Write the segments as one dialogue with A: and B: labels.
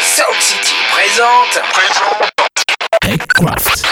A: Sound City présente. Présente.
B: Techcraft.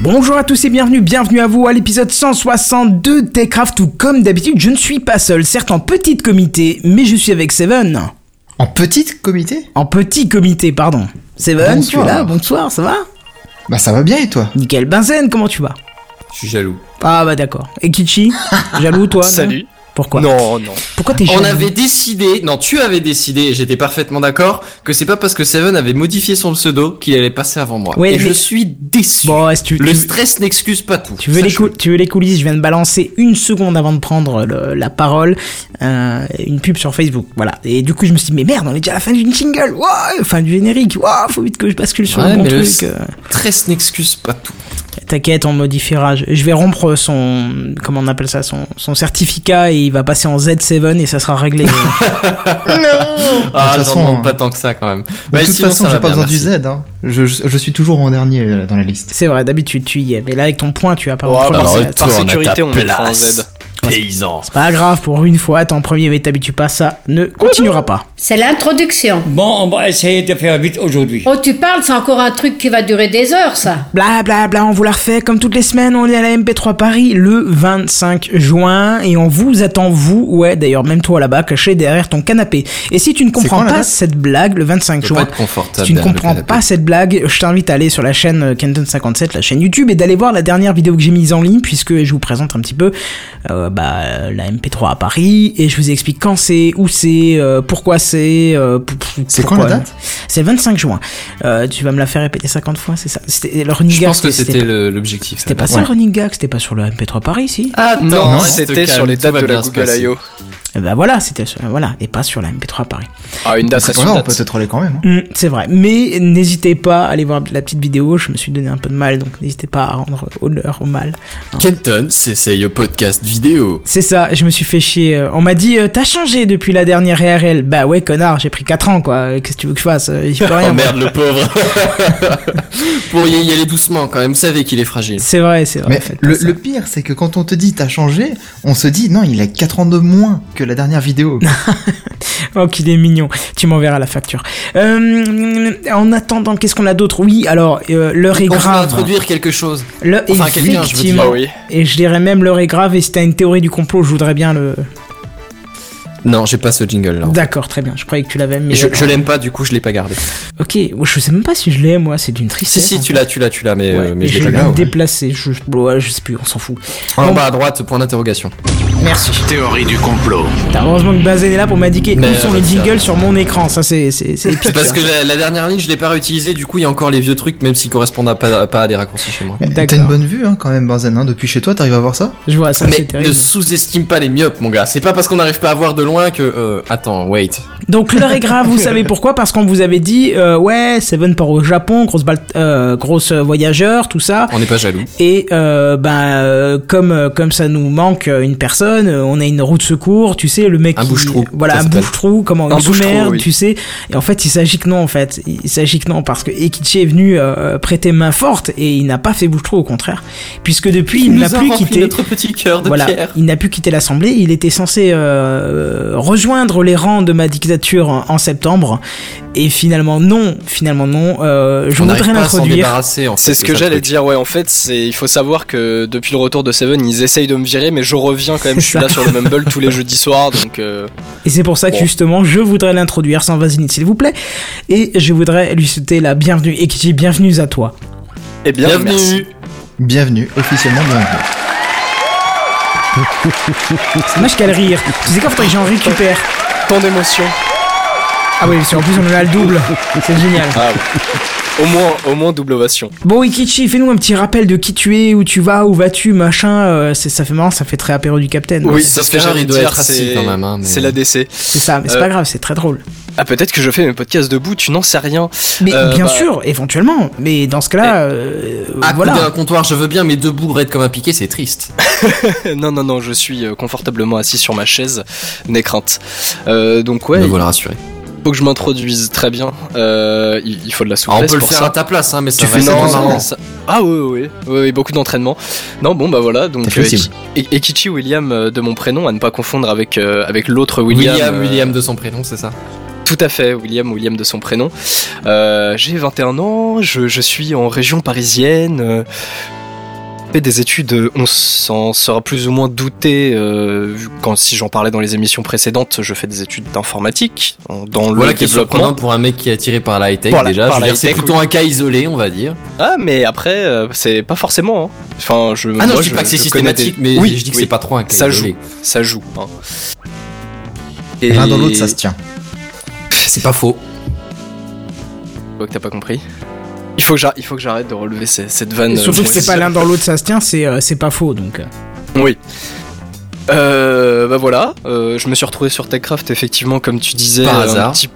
B: Bonjour à tous et bienvenue, bienvenue à vous à l'épisode 162 de Techcraft où comme d'habitude je ne suis pas seul, certes en petit comité, mais je suis avec Seven.
C: En petit comité
B: En petit comité, pardon. Seven, tu es
C: Bonsoir.
B: là, bonsoir, ça va
C: Bah ça va bien et toi
B: Nickel Benzen, comment tu vas
D: Je suis jaloux.
B: Ah bah d'accord. Et Kichi Jaloux toi non
D: Salut.
B: Pourquoi
D: non, non.
B: Pourquoi t'es
D: On
B: jaloux
D: avait décidé, non, tu avais décidé, et j'étais parfaitement d'accord, que c'est pas parce que Seven avait modifié son pseudo qu'il allait passer avant moi.
B: Ouais,
D: et
B: mais-
D: je suis déçu.
B: Bon, est-ce que tu,
D: Le
B: tu-
D: stress n'excuse pas tout.
B: tu veux, les cou- tu veux les coulisses Je viens de balancer une seconde avant de prendre le- la parole euh, une pub sur Facebook. Voilà. Et du coup, je me suis dit, mais merde, on est déjà à la fin d'une single. Wouah, fin du générique. Wouah, faut vite que je bascule sur
D: Ouais,
B: le bon
D: mais le
B: truc. euh.
D: Stress n'excuse pas tout.
B: T'inquiète, on modifiera. Je je vais rompre son, comment on appelle ça, son, son certificat et il va passer en Z7 et ça sera réglé.
D: Ah,
C: toute
D: j'en
C: façon,
D: demande
C: hein.
D: pas tant que ça quand même.
C: De
D: Mais
C: toute
D: sinon,
C: façon
D: ça
C: j'ai
D: va
C: pas
D: bien,
C: besoin du
D: merci.
C: Z, hein. je, je- je suis toujours en dernier euh, dans la liste.
B: C'est vrai, d'habitude tu y es, mais là avec ton point, tu vas pas
E: Ouais,
B: rentrer
E: bah,
B: dans
E: alors,
B: Z.
E: retourne à ta place, Paysan.
B: C'est Pas grave, pour une fois, t'es en premier, mais t'habitues pas, ça ne continuera pas.
F: C'est l'introduction.
G: Bon, on va essayer de faire vite aujourd'hui.
F: Oh, tu parles, c'est encore un truc qui va durer des heures, ça.
B: Bla bla bla, on vous la refait comme toutes les semaines, on est à la MP3 Paris le 25 juin et on vous attend vous, ouais d'ailleurs même toi là-bas caché derrière ton canapé. Et si tu ne comprends
C: quand, la
B: pas
C: date
B: cette blague le 25
D: Je veux
B: juin,
D: pas être confortable
B: si tu ne
D: derrière le
B: comprends
D: canapé.
B: pas cette blague, je t'invite à aller sur la chaîne Kenton57, la chaîne YouTube, et d'aller voir la dernière vidéo que j'ai mise en ligne puisque je vous présente un petit peu euh, bah, euh, la MP3 à Paris et je vous explique quand c'est, où c'est, euh, pourquoi c'est. euh, p- p-
C: C'est quand
B: pourquoi-
C: la date
B: C'est le 25 juin. Euh, tu vas me la faire répéter 50 fois, c'est ça C'était le running
D: Je
B: gag,
D: pense que c'était le- l'objectif.
B: C'était pas ça le running gag, c'était pas sur le MP3 Paris, si
D: Ah
E: Non,
C: non,
E: c'était sur les dates de la Google I.O.
B: Eh Ben voilà, c'était sur- voilà, et pas sur la MP3 Paris.
E: Ah, une date, ça
C: C'est
E: se
C: pas grave, on
E: date.
C: peut se troller quand même. hein.
B: Hmm, c'est vrai, mais n'hésitez pas à aller voir la petite vidéo, je me suis donné un peu de mal, donc n'hésitez pas à rendre honneur au mal.
D: Kenton s'essaye au podcast vidéo.
B: C'est ça, je me suis fait chier. euh, On m'a dit, euh, t'as changé depuis la dernière RL. Bah ouais, connard, j'ai pris 4 ans, quoi. euh, Qu'est-ce que tu veux que je fasse Euh, J'y peux rien. moi.
D: Oh merde, le pauvre. Pour y y aller doucement quand même, savez qu'il est fragile.
B: C'est vrai, c'est
D: Ah,
B: vrai.
C: Mais
B: faites pas
C: le,
B: ça.
C: le pire, c'est que quand on te dit t'as changé, on se dit non, il a 4 ans de moins que la dernière vidéo.
B: Oh, qu'il est mignon. Tu m'enverras la facture. Euh, en attendant, qu'est-ce qu'on a d'autre Oui, alors, euh, l'heure est
D: On va
B: grave.
D: introduire quelque chose.
B: L'heure est
D: enfin, quelqu'un, je veux dire.
B: effectivement-
E: Ah oui.
B: Et je dirais même l'heure est grave, et si t'as une théorie du complot, je voudrais bien le.
D: Non, j'ai pas ce jingle là.
B: D'accord, très bien. Je croyais que tu l'avais, mais.
D: Et je, je l'aime pas, du coup je l'ai pas gardé.
B: Ok, je sais même pas si je l'ai, moi, c'est d'une
D: Si,
B: tristesse.
D: si,
B: en fait.
D: tu l'as, tu l'as, tu l'as, mais,
B: Ouais,
D: euh, mais je
B: j'ai
D: l'ai pas
B: dû
D: gardé.
B: me déplacer. Je... ouais, je sais plus, on s'en fout.
D: En bas à droite, point d'interrogation.
B: Merci.
E: Théorie du complot.
B: Putain, heureusement que Bazen est là pour m'indiquer
D: Mais,
B: où sont les
D: euh,
B: jingles sur mon écran. Ça, c'est c'est c'est
D: C'est
B: épique, hein.
D: parce
B: ça.
D: que la, la dernière ligne, je l'ai pas réutilisée, du coup il y a encore les vieux trucs, même s'ils correspondent à pas, à pas à des raccourcis chez moi.
C: Mais T'as
B: D'accord.
C: une bonne vue hein, quand même, Benzen. hein. Depuis chez toi, t'arrives à voir ça
B: je vois ça, c'est
D: Mais ne
B: terrible.
D: sous-estime pas les myopes, mon gars. C'est pas parce qu'on n'arrive pas à voir de loin que. euh, attends, wait.
B: Donc l'heure est grave, vous savez pourquoi Parce qu'on vous avait dit euh, ouais, Seven part au Japon, grosse bal- euh, grosse voyageur, tout ça.
D: On n'est pas jaloux.
B: Et euh, ben euh, comme euh, comme ça nous manque euh, une personne, euh, on a une roue de secours, tu sais, le mec
D: Un
B: qui-
D: bouche-trou,
B: voilà
D: ça
B: un
D: s'appelle.
B: bouche trou, comment
D: Un
B: une
D: bouche-trou,
B: sous-merde,
D: oui.
B: tu sais. Et en fait, il s'agit que non, en fait, il s'agit que non parce que Ekichi est venu euh, prêter main forte et il n'a pas fait bouche trou, au contraire, puisque depuis il n'a plus quitté.
D: petit cœur
B: Voilà, il n'a pu quitter l'assemblée. Il était censé euh, euh, rejoindre les rangs de ma dictature en, en septembre. Et finalement, non, finalement, non. euh, je
D: On n'arrive
B: voudrais
D: pas à s'en
B: l'introduire.
D: débarrasser en fait.
H: C'est ce
D: de
H: que
D: ça,
H: j'allais
D: le truc.
H: dire, ouais, en fait, c'est, il faut savoir que depuis le retour de Seven, ils essayent de me virer, mais je reviens quand même, je suis là sur le Mumble tous les jeudis soirs, donc euh,
B: Et c'est pour ça que
H: Bon.
B: justement, je voudrais l'introduire sans vaseline, s'il vous plaît. Et je voudrais lui souhaiter la bienvenue et qu'il dise bienvenue à toi.
H: eh bien,
D: Bienvenue.
H: merci.
C: Bienvenue, officiellement bienvenue.
B: C'est dommage qu'elle rire. Tu sais quand faudrait que j'en récupère.
H: Tant d'émotions.
B: Ah oui, parce qu'en plus on en a le double. C'est génial.
H: Ah, ouais. au moins, au moins double ovation.
B: Bon, Ikichi, fais-nous un petit rappel de qui tu es, où tu vas, où vas-tu, machin. euh, c'est- ça fait marrant, ça fait très apéro du capitaine.
D: Oui,
H: c'est
D: sauf
H: ce que
D: que
H: j'allais
D: il doit
H: dire,
D: être assis
H: c'est,
D: quand même, hein, mais-
H: c'est l'ADC.
B: C'est ça, mais c'est
H: Euh,
B: pas grave, c'est très drôle.
H: Ah, peut-être que je fais mes podcasts debout, tu n'en sais rien.
B: Mais
H: euh,
B: bien
H: bah- Eh,
B: sûr, éventuellement. Mais dans ce cas-là, euh,
D: À
B: voilà.
D: côté d'un comptoir, je veux bien, mais debout, raide comme un piqué, c'est triste.
H: non, non, non, je suis euh, confortablement assis sur ma chaise, n'aie crainte. Euh, donc, ouais,
D: Me voilà rassuré.
H: il faut que je m'introduise très bien. Euh, il, il faut de la
D: Ah,
H: souplesse.
D: on peut le
H: pour
D: faire
H: ça.
D: à ta place, hein, mais ça
H: Tu
D: va
H: fais
D: être
H: non,
D: moins
H: non,
D: marrant.
H: ça- Ah oui, oui, oui, oui, beaucoup d'entraînement. Non, bon, bah voilà. Donc,
C: C'est possible.
H: euh, Eki- Ekichi William euh, de mon prénom, à ne pas confondre avec, euh, avec l'autre William.
D: William, William,
H: euh,
D: de son prénom, c'est ça.
H: Tout à fait, William, William de son prénom. Euh, J'ai 21 ans, je, je suis en région parisienne. euh, je fais des études, euh, on s'en sera plus ou moins douté euh, vu- quand si j'en parlais dans les émissions précédentes, je fais des études d'informatique en- dans le
D: Voilà qui est
H: développement.
D: surprenant pour un mec qui est attiré par la high tech
H: Par la-
D: déjà.
H: par
D: Je veux
H: la
D: dire, c'est
H: high-tech,
D: plutôt un cas isolé, on va dire.
H: Ah mais après euh, c'est pas forcément. hein. Enfin je
D: Ah non,
H: moi,
D: je dis pas que c'est
H: connais des-
D: systématique, mais
H: oui,
D: je dis que
H: oui.
D: c'est pas trop un cas
H: Ça
D: isolé.
H: ça joue. hein. Et-
C: L'un dans l'autre, ça se tient.
D: C'est pas faux.
H: Je vois que t'as pas compris. Il faut que j'arrête, il faut que j'arrête de relever ces- cette vanne.
B: Surtout
H: euh,
B: que c'est pas l'un dans l'autre, ça se tient, c'est euh, c'est pas faux. Donc, euh.
H: Oui. Euh, bah voilà, euh, je me suis retrouvé sur TechCraft effectivement comme tu disais
D: Par
H: euh, un
D: hasard.
H: petit-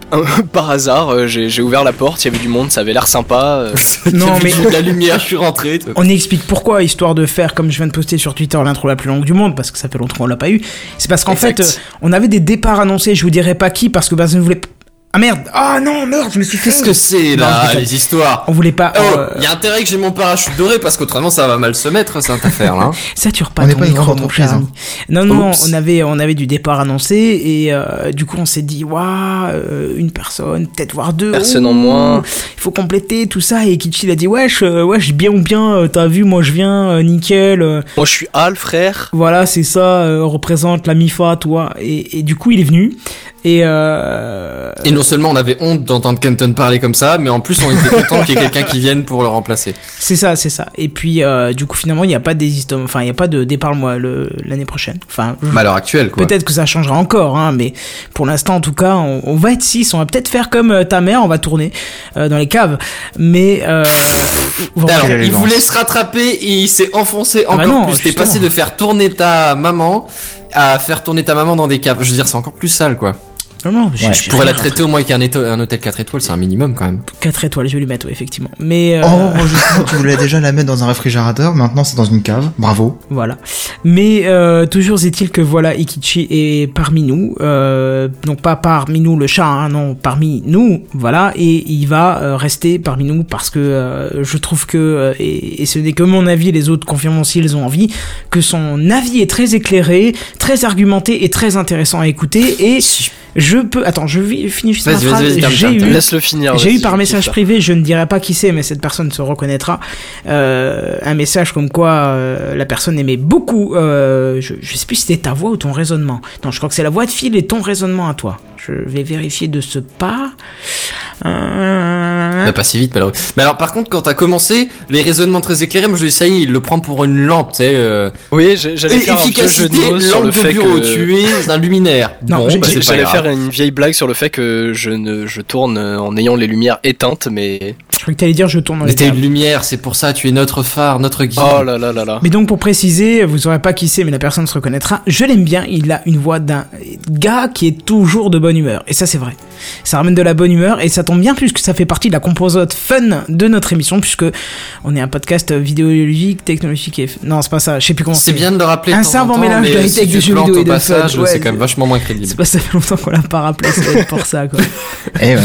H: par hasard, euh, j'ai j'ai ouvert la porte, il y avait du monde, ça avait l'air sympa. euh.
B: Non,
D: J'ai vu de la lumière, je suis rentré. tu vois.
B: On y explique pourquoi, histoire de faire, comme je viens de poster sur Twitter, l'intro la plus longue du monde, parce que ça fait longtemps qu'on l'a pas eu. C'est parce qu'en fait,
H: Exact.
B: euh, on avait des départs annoncés, je vous dirai pas qui, parce que personne ne voulait. p- Ah merde Ah non, merde, je me suis fait.
D: Qu'est-ce que
B: Non,
D: c'est
B: je
D: là,
B: déconne.
D: les histoires
B: On voulait pas.
D: Oh,
B: euh,
D: y a intérêt que j'ai mon parachute doré parce qu'autrement ça va mal se mettre cette affaire là.
B: Sature pas
C: On n'est
B: ton
C: pas une
B: micro,
C: grande
B: mon cher
C: entreprise,
B: ami. Non, non,
D: Oups.
B: on avait, on avait du départ annoncé et euh, du coup on s'est dit, waouh, euh, une personne, peut-être voire deux.
H: Personne
B: ouh,
H: en moins.
B: Il faut compléter tout ça et Kichi il a dit, wesh, euh, wesh, bien ou bien, euh, t'as vu, moi je viens, euh, nickel. euh,
H: Moi je suis Al frère.
B: voilà, c'est ça, euh, représente la MIFA, toi. Et, et du coup il est venu et euh,
D: Et non seulement on avait honte d'entendre Kenton parler comme ça, mais en plus on était content qu'il y ait quelqu'un qui vienne pour le remplacer.
B: c'est ça, c'est ça. Et puis euh, du coup finalement il n'y a pas d'hésitation, enfin il n'y a pas de départ moi le- l'année prochaine. Enfin, je-
D: Bah, à l'heure actuelle quoi.
B: Peut-être que ça changera encore, hein, mais pour l'instant, en tout cas, on, on va être 6. On va peut-être faire comme euh, ta mère, on va tourner euh, dans les caves. Mais. Euh, vraiment,
D: Alors,
C: Quelle
D: il
C: élégance.
D: voulait se rattraper et il s'est enfoncé
B: Ah
D: encore
B: bah non,
D: plus. T'es
B: justement.
D: passé de faire tourner ta maman à faire tourner ta maman dans des caves. Je veux dire, c'est encore plus sale quoi.
B: non, non, je-
C: Ouais,
B: je
D: Je pourrais la traiter au moins qu'un éto- un hôtel 4 étoiles, c'est un minimum quand même.
B: 4 étoiles, je vais lui mettre, ouais, effectivement. Mais. euh,
C: Oh, justement, tu voulais déjà la mettre dans un réfrigérateur, maintenant c'est dans une cave. Bravo.
B: Voilà. Mais euh, toujours est-il que voilà, Ikichi est parmi nous. Euh, donc pas parmi nous le chat, hein, non, parmi nous. Voilà. Et il va euh, rester parmi nous parce que euh, je trouve que, euh, et, et ce n'est que mon avis, les autres confirmeront s'ils ont envie, que son avis est très éclairé, très argumenté et très intéressant à écouter. Et je peux... Attends, je vi- finis juste ma
D: Vas-y, vas-y,
B: phrase.
D: vas-y, termine,
B: J'ai
D: termine,
B: eu
H: Laisse-le finir.
B: j'ai
H: vas-y,
B: eu par
H: je
B: message
H: kiffe,
B: privé, je ne dirai pas qui c'est, mais cette personne se reconnaîtra, euh, un message comme quoi euh, la personne aimait beaucoup, euh, je, je sais plus si c'était ta voix ou ton raisonnement. Non, je crois que c'est la voix de Phil et ton raisonnement à toi. Je vais vérifier de ce pas. Euh,
D: Bah, pas si vite malheureux. Mais alors par contre, quand t'as commencé, les raisonnements très éclairés, moi je dis ça y est, il le prend pour une lampe, tu sais. euh,
H: là. Oui, j'ai- j'allais faire un vieux jeu de
D: Efficacité,
H: mots sur
D: lampe
H: le
D: de
H: fait
D: bureau,
H: que.
D: tu es un luminaire.
B: Non,
D: bon,
B: j'ai-
D: bah,
B: j'ai-
D: c'est pas
H: J'allais
D: grave.
H: faire une vieille blague sur le fait que je ne je tourne euh, en ayant les lumières éteintes, mais
B: Je crois que t'allais dire je tourne dans
D: Mais
B: les
D: t'es
B: tables.
D: une lumière, c'est pour ça, tu es notre phare, notre guide.
H: oh là là là là.
B: Mais donc pour préciser, vous saurez pas qui c'est, mais la personne se reconnaîtra. Je l'aime bien, il a une voix d'un gars qui est toujours de bonne humeur. Et ça c'est vrai. Ça ramène de la bonne humeur et ça tombe bien puisque ça fait partie de la composante fun de notre émission puisque on est un podcast vidéoludique, technologique et... Non c'est pas ça, je sais plus comment
D: c'est bien de le rappeler. de
B: Un
D: temps en
B: savant
D: temps,
B: mélange de
D: mais
B: high-tech,
D: si
B: de
D: tu
B: jeux
D: plantes
B: vidéo et
D: au
B: de fun,
D: passage,
B: ouais,
D: c'est quand même vachement moins crédible.
B: C'est pas ça fait longtemps qu'on l'a pas rappelé, ça doit être pour ça quoi.
C: Eh ouais.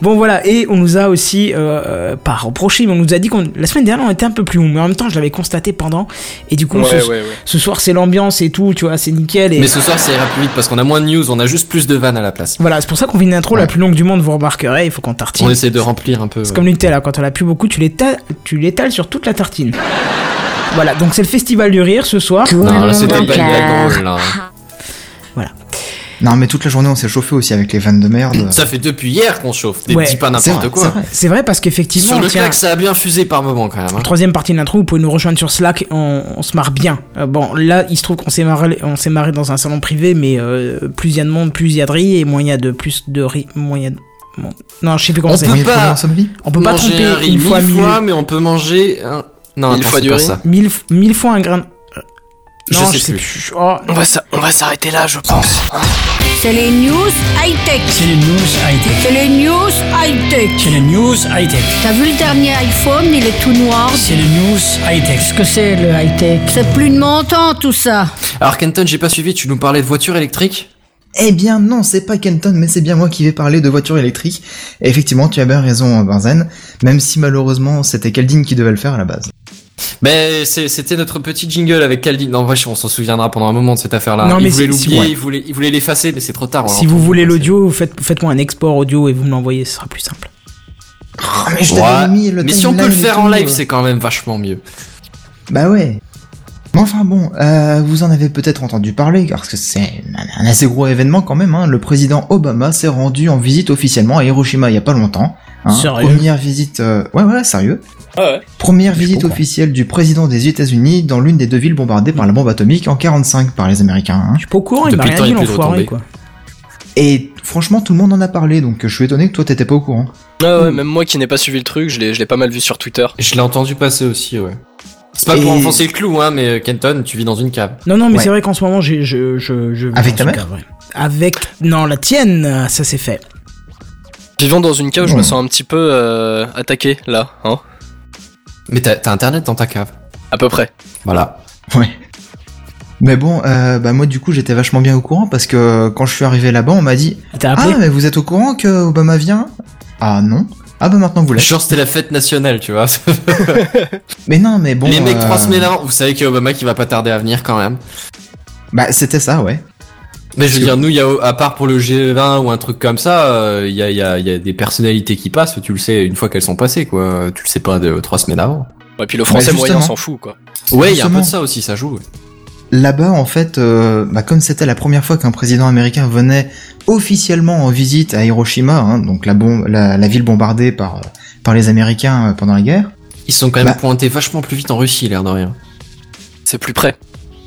B: Bon voilà, et on nous a aussi, euh, pas reproché, mais on nous a dit qu'on la semaine dernière on était un peu plus long, mais en même temps je l'avais constaté pendant, et du coup
H: Ouais,
B: ce,
H: ouais, ouais.
B: ce soir c'est l'ambiance et tout, tu vois, c'est nickel. Et...
D: Mais ce soir, ça ira plus vite parce qu'on a moins de news, on a juste plus de vannes à la place.
B: Voilà, c'est pour ça qu'on fait une intro la plus longue du monde, vous remarquerez, il faut qu'on tartine.
D: On essaie de remplir un peu.
B: C'est comme le Nutella, quand on a plus beaucoup, tu l'étales, tu l'étales sur toute la tartine. Voilà, donc c'est le festival du rire ce soir.
D: euh, Non, là, c'était pas une blague drôle, hein. là.
B: Ah.
C: Non, mais toute la journée, on s'est chauffé aussi avec les vannes de merde.
D: Ça fait depuis hier qu'on chauffe. Des
B: Ouais,
D: dis pas
C: c'est vrai,
D: n'importe
C: c'est
D: quoi.
C: vrai.
B: C'est vrai parce qu'effectivement,
D: Sur le
B: tiens,
D: claque, ça a bien fusé par moment quand même. hein.
B: troisième partie de l'intro, vous pouvez nous rejoindre sur Slack, on, on se marre bien. Euh, bon, là, il se trouve qu'on s'est marré, on s'est marré dans un salon privé, mais euh, plus il y a de monde, plus il y a de riz, et moins il y a de plus de riz, moins il y a de... bon. Non, je sais plus comment
D: On
B: c'est.
D: peut
C: Moyen de
D: pas.
C: trouver un sommelier
B: On peut pas
D: Manger
B: tromper
D: un riz
B: une
D: mille
B: fois, mille,
D: fois, mais on peut manger un. Non,
H: Mille
D: attends,
H: fois
D: c'est
H: du
D: pas
H: riz.
D: ça.
B: mille, f- mille fois un grain...
D: Je
B: Non,
D: sais plus.
B: Oh,
H: On va s'a- on va s'arrêter là, je pense.
I: C'est les news high-tech.
G: C'est les news high-tech.
I: C'est les news high-tech.
G: C'est les news high-tech.
I: T'as vu le dernier iPhone, il est tout noir.
G: C'est les news high-tech.
I: Qu'est-ce que c'est le high-tech C'est plus de mon temps tout ça.
D: Alors, Kenton, j'ai pas suivi, tu nous parlais de voiture électrique
C: Eh bien non, c'est pas Kenton, mais c'est bien moi qui vais parler de voitures électriques. Et effectivement, tu as bien raison, Benzen, même si malheureusement, c'était Caldine qui devait le faire à la base.
D: Mais Ben, c'est- c'était notre petit jingle avec Caldi. Non, wesh, on s'en souviendra pendant un moment de cette affaire-là.
B: Non,
D: il,
B: mais
D: voulait
B: si- si-
D: l'oublier,
B: ouais.
D: il voulait il voulait l'effacer, mais c'est trop tard. on
B: Si
D: l'a
B: vous
D: entendu
B: voulez
D: passer.
B: l'audio, faites- faites-moi un export audio et vous me l'envoyez, ce sera plus simple.
C: Oh, mais je
D: Ouais.
C: t'avais mis le
D: Mais si on peut
C: timeline
D: le
C: et
D: faire en
C: tout. euh.
D: live, c'est quand même vachement mieux.
C: Bah ouais. Mais enfin bon, euh, vous en avez peut-être entendu parler, parce que c'est un assez gros événement quand même. Hein. Le président Obama s'est rendu en visite officiellement à Hiroshima il y a pas longtemps. hein.
B: Sérieux
C: Première visite... euh, Ouais, ouais, sérieux.
H: Ah ouais.
C: Première
B: Je
C: visite
B: comprends.
C: officielle du président des États-Unis dans l'une des deux villes bombardées par la bombe atomique en 45 par les Américains. Hein.
B: Je suis pas au courant, il m'a
D: Depuis
B: rien
D: le temps,
B: dit
D: il est plus
B: l'enfoiré
D: retombé.
B: quoi.
C: Et franchement, tout le monde en a parlé, donc je suis étonné que toi t'étais pas au courant.
H: Ah
C: Hmm.
H: ouais, même moi qui n'ai pas suivi le truc, je l'ai je l'ai pas mal vu sur Twitter.
D: Je l'ai entendu passer aussi, ouais. C'est pas
C: Et-
D: pour enfoncer le clou, hein, mais euh, Kenton, tu vis dans une cave.
B: Non, non, mais
C: Ouais.
B: c'est vrai qu'en ce moment, j'ai, je, je, je.
C: Avec ta
B: en tout
C: mère
B: cas, ouais. Avec. Non, la tienne, euh, ça s'est fait.
H: Vivant dans une cave, je me
C: Mmh.
H: sens un petit peu euh, attaqué là, hein,
D: Mais t'as t'as internet dans ta cave.
H: à peu près.
D: Voilà.
C: Ouais. Mais bon, euh, bah moi du coup j'étais vachement bien au courant parce que quand je suis arrivé là-bas, on m'a dit
B: Il t'a
C: Ah
B: appelé
C: mais vous êtes au courant que Obama vient Ah non. Ah bah maintenant que vous l'êtes.
D: Genre, c'était la fête nationale, tu vois.
C: Mais non, mais bon.
D: Les mecs, trois
C: euh,
D: semaines avant, vous savez qu'il y a Obama qui va pas tarder à venir quand même.
C: Bah c'était ça, ouais.
D: Mais je veux dire, nous, il y a, à part pour le G20 ou un truc comme ça, euh, il y, a, il y a- il y a des personnalités qui passent, tu le sais, une fois qu'elles sont passées, quoi. Tu le sais pas de, trois semaines avant.
H: Et puis le français
C: Bah,
H: moyen
C: justement.
H: s'en fout quoi.
D: Ouais, il y a un peu
C: Justement.
D: de ça aussi, ça joue. ouais.
C: Là-bas, en fait, euh, bah, comme c'était la première fois qu'un président américain venait officiellement en visite à Hiroshima, hein, donc la, bombe, la, la ville bombardée par, euh, par les Américains euh, pendant la guerre,
D: Ils sont quand même
C: Bah.
D: pointés vachement plus vite en Russie, l'air de rien.
H: C'est plus près.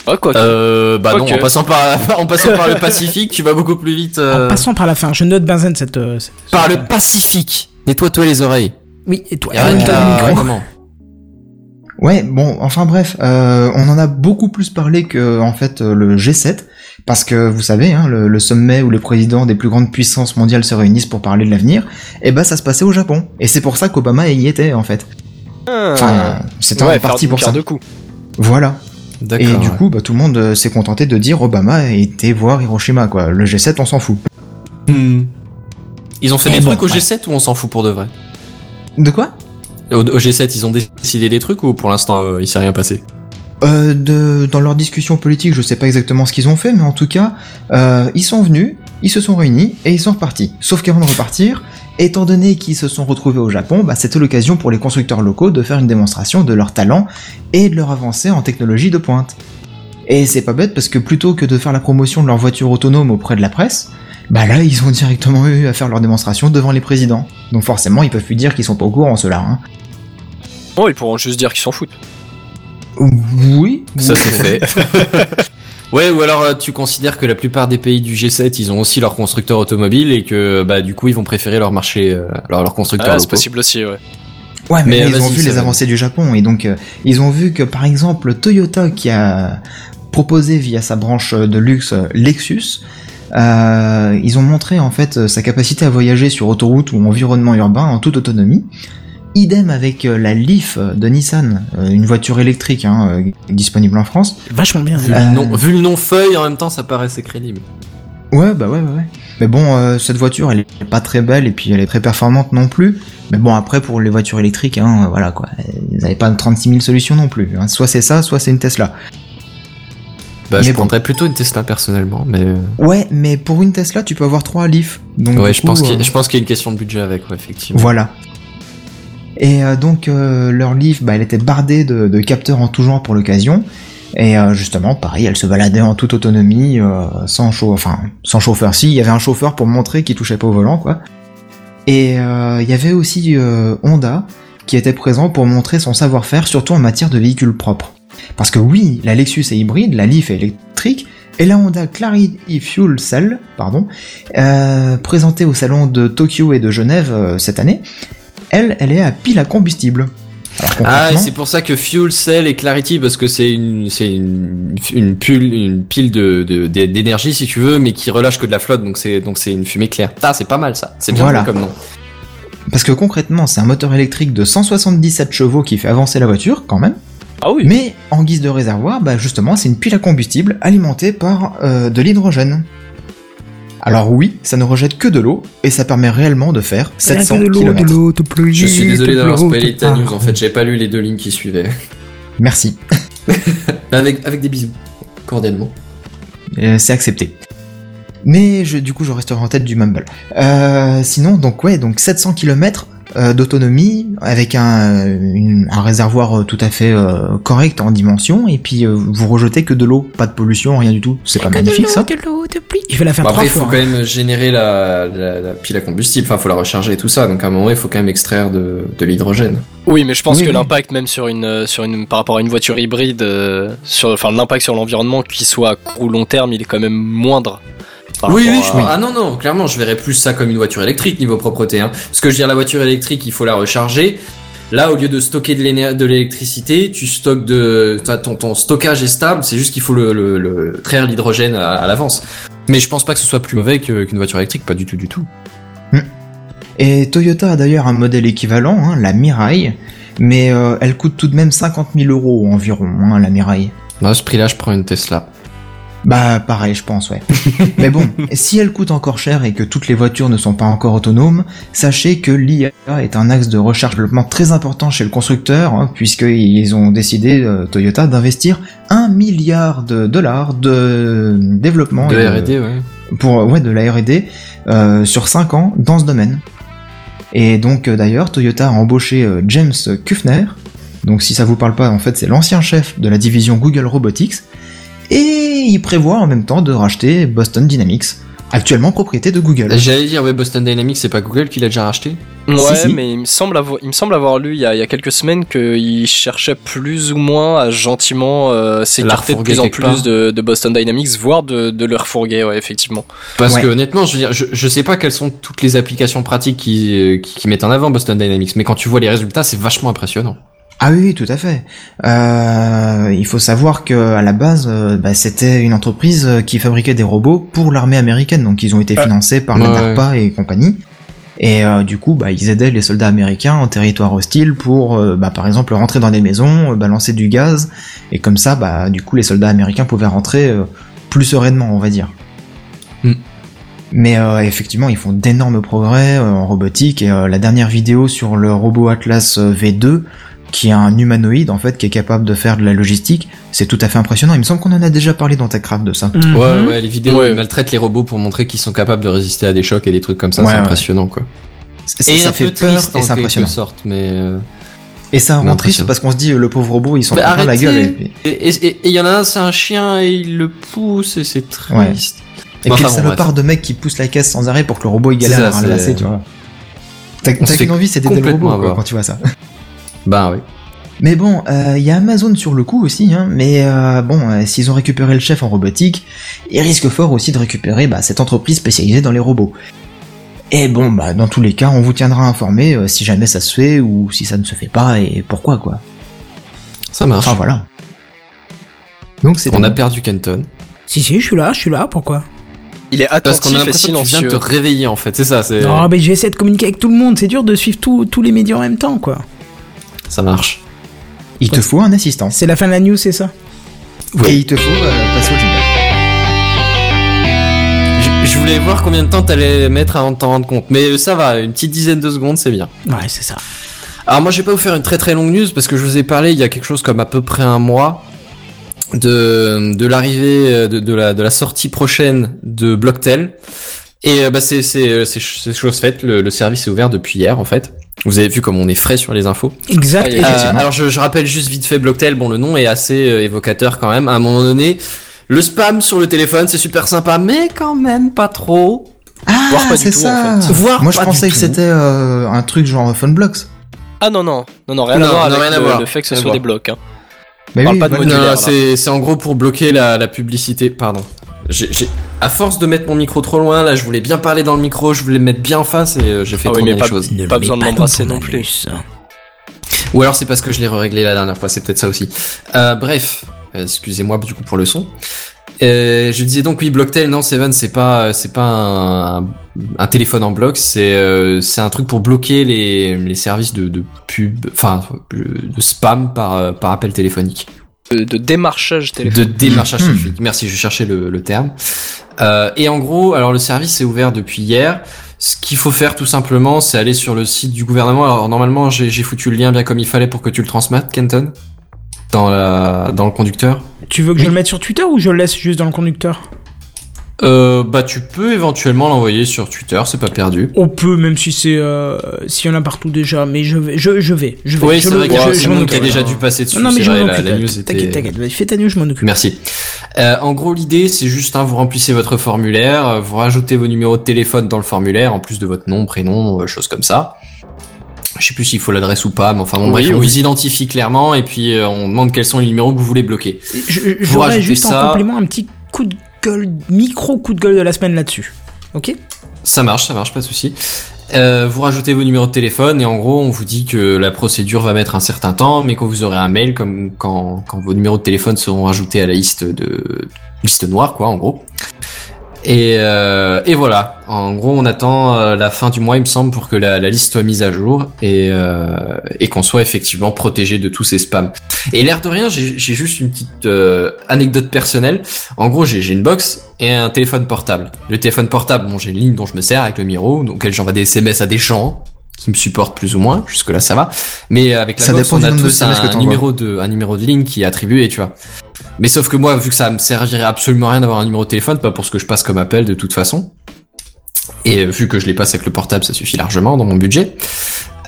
H: Ah quoi.
D: Euh, bah non,
H: Ok.
D: en passant par, en passant par le Pacifique, tu vas beaucoup plus vite. euh,
C: Ah.
B: En passant par la fin, je note Benzen cette. euh, cette-
D: Par le Pacifique. Nettoie-toi les oreilles.
B: Oui, et toi,
D: Et arrête
B: Aaron, t'as le
D: ta-
B: micro.
D: comment
C: Ouais, bon, enfin bref, euh, on en a beaucoup plus parlé que en fait euh, le G7, parce que vous savez, hein, le, le sommet où les présidents des plus grandes puissances mondiales se réunissent pour parler de l'avenir, et ben ça se passait au Japon, et c'est pour ça qu'Obama y était en fait.
D: Euh,
C: Enfin, c'était
H: ouais,
C: en partie
H: faire-
C: pour
H: faire
C: ça.
H: deux coups.
C: Voilà. Et
D: D'accord.
C: du
D: ouais.
C: coup, bah, tout le monde euh, s'est contenté de dire Obama a été voir Hiroshima, quoi. Le G7, on s'en fout.
D: Hmm. Ils ont fait
C: Et
D: des
C: bon,
D: trucs au
C: ouais.
D: G7 ou on s'en fout pour de vrai
C: De quoi
D: au, au G7, ils ont décidé des trucs ou pour l'instant euh, il s'est rien passé
C: Euh, de, dans leur discussion politique, je sais pas exactement ce qu'ils ont fait, mais en tout cas, euh, ils sont venus, ils se sont réunis et ils sont repartis. Sauf qu'avant de repartir, étant donné qu'ils se sont retrouvés au Japon, bah, c'était l'occasion pour les constructeurs locaux de faire une démonstration de leur talent et de leur avancée en technologie de pointe. Et c'est pas bête parce que plutôt que de faire la promotion de leur voiture autonome auprès de la presse, bah là ils ont directement eu à faire leur démonstration devant les présidents. Donc forcément ils peuvent plus dire qu'ils sont pas au courant cela. Hein.
H: Oh, ils pourront juste dire qu'ils s'en foutent.
C: Oui,
D: Ça c'est fait. ouais, ou alors euh, tu considères que la plupart des pays du G7, ils ont aussi leurs constructeurs automobiles et que bah du coup ils vont préférer leur marché, euh, leur, leur constructeur
H: Ah,
D: locaux.
H: c'est possible aussi, ouais.
C: Ouais, mais,
D: Mais,
C: là, ils
D: vas-y,
C: ont vu
D: ça
C: les
D: va.
C: avancées du Japon et donc euh, ils ont vu que par exemple Toyota qui a proposé via sa branche de luxe euh, Lexus, euh, ils ont montré en fait euh, sa capacité à voyager sur autoroute ou environnement urbain en toute autonomie. Idem avec euh, la Leaf de Nissan, euh, une voiture électrique hein, euh, disponible en France.
B: Vachement bien.
D: Vu,
C: Euh.
D: le nom, vu le nom feuille, en même temps, ça paraissait crédible.
C: Ouais, bah ouais, ouais. ouais. Mais bon, euh, cette voiture, elle est pas très belle et puis elle est très performante non plus. Mais bon, après, pour les voitures électriques, hein, voilà quoi. Ils n'avaient pas 36 000 solutions non plus. hein. Soit c'est ça, soit c'est une Tesla.
D: Bah, je
C: Mais bon.
D: prendrais plutôt une Tesla personnellement, mais euh,
C: Ouais, mais pour une Tesla, tu peux avoir trois Leaf. Donc,
D: ouais,
C: du
D: je
C: coup,
D: pense qu'il y
C: euh,
D: a- je pense qu'il y a une question de budget avec, ouais, effectivement.
C: Voilà. Et euh, donc euh, leur livre, bah, elle était bardée de, de capteurs en tout genre pour l'occasion. Et euh, justement, pareil, elle se baladait en toute autonomie, euh, sans, chau- enfin, sans chauffeur. Si, il y avait un chauffeur pour montrer qu'il touchait pas au volant, quoi. Et euh, il y avait aussi euh, Honda qui était présent pour montrer son savoir-faire, surtout en matière de véhicules propres. Parce que oui, la Lexus est hybride, la Leaf est électrique, et la Honda Clary e-Fuel Cell, pardon, euh, présentée au salon de Tokyo et de Genève euh, cette année, elle, elle est à pile à combustible. Alors
D: Ah, et
C: concrètement-
D: c'est pour ça que Fuel Cell et Clarity, parce que c'est une, c'est une, une pile, une pile de, de- d'é- d'énergie, si tu veux, mais qui relâche que de la flotte, donc c'est, donc c'est une fumée claire. Ah, c'est pas mal, ça. C'est bien
C: Voilà.
D: joué comme nom.
C: Parce que concrètement, c'est un moteur électrique de 177 chevaux qui fait avancer la voiture, quand même.
H: Ah oui.
C: Mais en guise de réservoir, bah justement, c'est une pile à combustible alimentée par euh, de l'hydrogène. Alors oui, ça ne rejette que de l'eau et ça permet réellement Ah, de faire 700 km.
D: Je suis désolé d'avoir spoilé
B: ah.
D: ta news, en fait. J'ai pas lu les deux lignes qui suivaient.
C: Merci,
D: Mais Avec, avec des bisous. Cordialement.
C: Euh, c'est accepté. Mais je- du coup, je resterai en tête du mumble. Euh, sinon, donc ouais, donc 700 km euh, d'autonomie avec un, une- un réservoir euh, tout à fait euh, correct en dimension et puis euh, vous rejetez que de l'eau, pas de pollution, rien du tout. C'est pas magnifique ça
B: Je vais la faire
D: Bah,
B: trois
D: après, il faut
B: fois.
D: quand
B: hein.
D: même générer la, la, la pile à combustible. Enfin, faut la recharger et tout ça. Donc, à un moment, il faut quand même extraire de, de l'hydrogène.
H: Oui, mais je pense
C: Oui,
H: que
C: oui.
H: l'impact même sur une euh, sur une par rapport à une voiture hybride, euh, sur enfin l'impact sur l'environnement, qu'il soit à court ou long terme, il est quand même moindre. par
D: oui, oui,
H: rapport
D: je
H: à-
D: pense- Ah non, non, clairement, je verrais plus ça comme une voiture électrique niveau propreté. Hein. Parce que je veux dire, la voiture électrique, il faut la recharger. Là, au lieu de stocker de l'éner- de l'électricité, tu stockes de. t'as- Ton, ton stockage est stable, c'est juste qu'il faut le, le, le- traire l'hydrogène à, à l'avance. Mais je pense pas que ce soit plus mauvais que- qu'une voiture électrique, pas du tout, du tout.
C: Et Toyota a d'ailleurs un modèle équivalent, hein, la Mirai, mais euh, elle coûte tout de même 50 000 euros environ, hein, la Mirai.
D: À ce prix-là, je prends une Tesla.
C: Bah pareil, je pense, ouais. mais bon, si elle coûte encore cher et que toutes les voitures ne sont pas encore autonomes, sachez que l'IA est un axe de recherche et développement très important chez le constructeur, hein, puisqu'ils ont décidé, euh, Toyota, d'investir un milliard de dollars de développement
D: De
C: et
D: RD, ouais.
C: pour ouais, de la R&D euh, sur 5 ans dans ce domaine. Et donc euh, d'ailleurs, Toyota a embauché euh, James Kufner. Donc si ça vous parle pas, en fait, c'est l'ancien chef de la division Google Robotics et il prévoit en même temps de racheter Boston Dynamics, actuellement propriété de Google.
D: J'allais dire, ouais, Boston Dynamics, c'est pas Google qui l'a déjà racheté
H: Ouais,
C: Si, si.
H: mais il me semble avoir, il me semble avoir lu il y a, il y a quelques semaines qu'il cherchait plus ou moins à gentiment euh, s'écarter de
D: refourguer
H: plus en
D: quelque
H: plus
D: part.
H: de, de Boston Dynamics, voire de, de le refourguer, ouais, effectivement.
D: Parce
C: Ouais.
D: que honnêtement, je, veux dire, je je sais pas quelles sont toutes les applications pratiques qui, euh, qui, qui mettent en avant Boston Dynamics, mais quand tu vois les résultats, c'est vachement impressionnant.
C: Ah oui, oui, tout à fait. Euh, il faut savoir que à la base, euh, bah, c'était une entreprise euh, qui fabriquait des robots pour l'armée américaine, donc ils ont été financés par la
D: Ouais,
C: DARPA et compagnie. Et euh, du coup, bah, ils aidaient les soldats américains en territoire hostile pour, euh, bah, par exemple, rentrer dans des maisons, euh, balancer du gaz, et comme ça, bah, du coup, les soldats américains pouvaient rentrer euh, plus sereinement, on va dire.
D: Mm.
C: Mais euh, effectivement, ils font d'énormes progrès euh, en robotique. Et euh, la dernière vidéo sur le robot Atlas euh, V2, qui est un humanoïde en fait, qui est capable de faire de la logistique, c'est tout à fait impressionnant. Il me semble qu'on en a déjà parlé dans Techcraft de ça.
B: Mhm.
D: Ouais, ouais, les vidéos
H: Ouais.
D: ils maltraitent les robots pour montrer qu'ils sont capables de résister à des chocs et des trucs comme ça,
C: Ouais,
D: c'est
C: ouais.
D: impressionnant quoi.
C: C'est- ça
D: un
C: fait
D: peu
C: peur
D: triste
C: et
D: en
C: c'est
D: quelque
C: impressionnant.
D: sorte, mais. euh,
C: Et ça
D: Mais
C: rend triste
D: impressionnant.
C: parce qu'on se dit euh, le pauvre robot, ils sont
D: Bah,
C: la
D: arrêtez.
C: gueule. Et, puis-
D: Et et- et- et il y en a un, c'est un chien et il le pousse et c'est triste.
C: et
D: Enfin,
C: puis le
D: bon,
C: salopard de mec qui pousse la caisse sans arrêt pour que le robot il
D: C'est
C: galère
D: ça,
C: à
D: c'est-
C: ralasser, tu vois. T'as
D: On se
C: t'as
D: fait
C: qu'une envie, c'est d'aider le
D: complètement
C: robot quoi,
D: avoir.
C: quand tu vois ça.
D: Bah oui.
C: Mais bon, il y a Amazon sur le coup aussi, hein, mais euh, bon, euh, s'ils ont récupéré le chef en robotique, ils risquent fort aussi de récupérer bah, cette entreprise spécialisée dans les robots. Et bon, bah, dans tous les cas, on vous tiendra informé euh, si jamais ça se fait ou si ça ne se fait pas et pourquoi quoi.
D: Ça marche.
C: Enfin voilà. Donc c'est
D: On a
C: bon.
D: perdu Kenton.
B: Si, si, je suis là, je suis là, pourquoi
H: Il est
D: Parce qu'on a
H: attentif et
D: l'impression que tu viens de
H: silencieux.
D: te réveiller en fait, c'est ça, c'est.
B: Non, mais j'essaie de communiquer avec tout le monde, c'est dur de suivre tous- tous les médias en même temps, quoi.
D: Ça marche.
C: il te faut un assistant.
B: C'est la fin de la news, c'est ça
D: Ouais.
C: Et il te faut euh, passer au jingle.
D: J- voulais voir combien de temps t'allais mettre avant de t'en rendre compte. Mais ça va, une petite dizaine de secondes, c'est bien.
B: Ouais, c'est ça.
D: Alors moi, je vais pas vous faire une très très longue news parce que je vous ai parlé il y a quelque chose comme à peu près un mois de, de l'arrivée euh, de, de, la, de la sortie prochaine de Blocktel. Et euh, bah, c'est c'est euh, c'est ch- c'est chose faite. Le, le service est ouvert depuis hier en fait. Vous avez vu comme on est frais sur les infos.
B: Exact.
C: Ouais,
B: Et-
D: Euh,
C: Effectivement.
D: alors je, je rappelle juste vite fait Blocktel, bon le nom est assez euh, évocateur quand même, à un moment donné, le spam sur le téléphone c'est super sympa, mais quand même pas trop.
C: Ah,
D: Voire pas du
C: c'est
D: tout,
C: ça.
D: en fait. Voire
C: Moi, je
D: pas
C: pensais
D: du
C: que
D: tout.
C: c'était euh, un truc genre phone blocks.
H: Ah non, non, non, non, rien
D: Non,
H: à voir
D: non,
H: avec
D: rien à
H: le,
D: voir.
H: le fait que ce
D: Rien à
H: soit
D: voir.
H: des blocs. hein.
C: Mais
H: Parle
C: oui,
H: pas de
C: voilà.
H: modulaire,
D: Non,
H: là.
D: c'est c'est en gros pour bloquer la, la publicité, pardon. J'ai j'ai- à force de mettre mon micro trop loin, là je voulais bien parler dans le micro, je voulais le mettre bien en face et euh, j'ai fait
H: Ah oui,
D: trop
H: mais
D: bien les
H: pas-
D: choses.
B: Ne
H: pas
B: le
H: besoin de
B: mets
H: m'embrasser
B: dans ton
H: non plus.
B: anus.
D: Ou alors c'est parce que je l'ai réglé la dernière fois, c'est peut-être ça aussi. Euh, bref, euh, excusez-moi du coup pour le son. Euh, je disais donc oui, Blocktel, non, Seven, c'est pas, euh, c'est pas un, un téléphone en bloc, c'est, euh, c'est un truc pour bloquer les, les services de, de pub, enfin euh, de spam par, euh, par appel téléphonique,
H: De, de démarchage téléphonique.
D: de démarchage téléphonique. Merci, je cherchais le, le terme. Euh, et en gros, alors le service est ouvert depuis hier. Ce qu'il faut faire tout simplement, c'est aller sur le site du gouvernement. Alors normalement, j'ai j'ai foutu le lien bien comme il fallait pour que tu le transmettes, Kenton, dans la dans le conducteur.
B: Tu veux que je le mette sur Twitter ou je le laisse juste dans le conducteur
D: Euh, bah tu peux éventuellement l'envoyer sur Twitter, c'est pas perdu.
B: On peut, même si c'est euh, s'il y en a partout déjà, mais je vais, je, je vais, je vais.
D: Oui,
B: je
D: c'est vrai qu'il y a
B: je- je
D: c'est
B: m'en
D: bon,
B: occupe.
D: t'as déjà dû passer dessus.
B: Non, mais
D: c'est
B: je
D: vrai,
B: m'en
D: la, la news
B: occupe.
D: était-
B: T'inquiète, t'inquiète. vas-y, Fais ta news, je m'en occupe.
D: Merci. Euh, en gros, l'idée, c'est juste, hein, vous remplissez votre formulaire, euh, vous rajoutez vos numéros de téléphone dans le formulaire, en plus de votre nom, prénom, euh, choses comme ça. Je sais plus s'il faut l'adresse ou pas, mais enfin bon,
H: Oui,
D: bref, on
H: oui.
D: vous identifie clairement et puis euh, on demande quels sont les numéros que vous voulez bloquer.
B: Je- je-
D: Vous
B: J'aurais
D: rajoutez
B: juste
D: ça.
B: en complément un petit coup de gueule, micro coup de gueule de la semaine là-dessus. Ok
D: Ça marche, ça marche, pas de souci. Euh, vous rajoutez vos numéros de téléphone et en gros on vous dit que la procédure va mettre un certain temps, mais quand vous aurez un mail, comme quand, quand vos numéros de téléphone seront rajoutés à la liste de liste noire, quoi, en gros. Et, euh, et voilà. En gros, on attend euh, la fin du mois, il me semble, pour que la, la liste soit mise à jour et, euh, et qu'on soit effectivement protégé de tous ces spams. Et l'air de rien, j'ai j'ai juste une petite euh, anecdote personnelle. En gros, j'ai j'ai une box et un téléphone portable. Le téléphone portable, bon, j'ai une ligne dont je me sers avec le Miro, donc elle, j'envoie des SMS à des gens qui me supportent plus ou moins. Jusque là, ça va. Mais avec la
C: Ça
D: box,
C: dépend
D: on
C: du
D: a
C: nombre de
D: tous un,
C: SMS que t'envoies.
D: numéro de un numéro de ligne qui est attribué, tu vois. Mais sauf que moi, vu que ça me servirait absolument à rien d'avoir un numéro de téléphone, pas pour ce que je passe comme appel de toute façon. Et vu que je les passe avec le portable, ça suffit largement dans mon budget.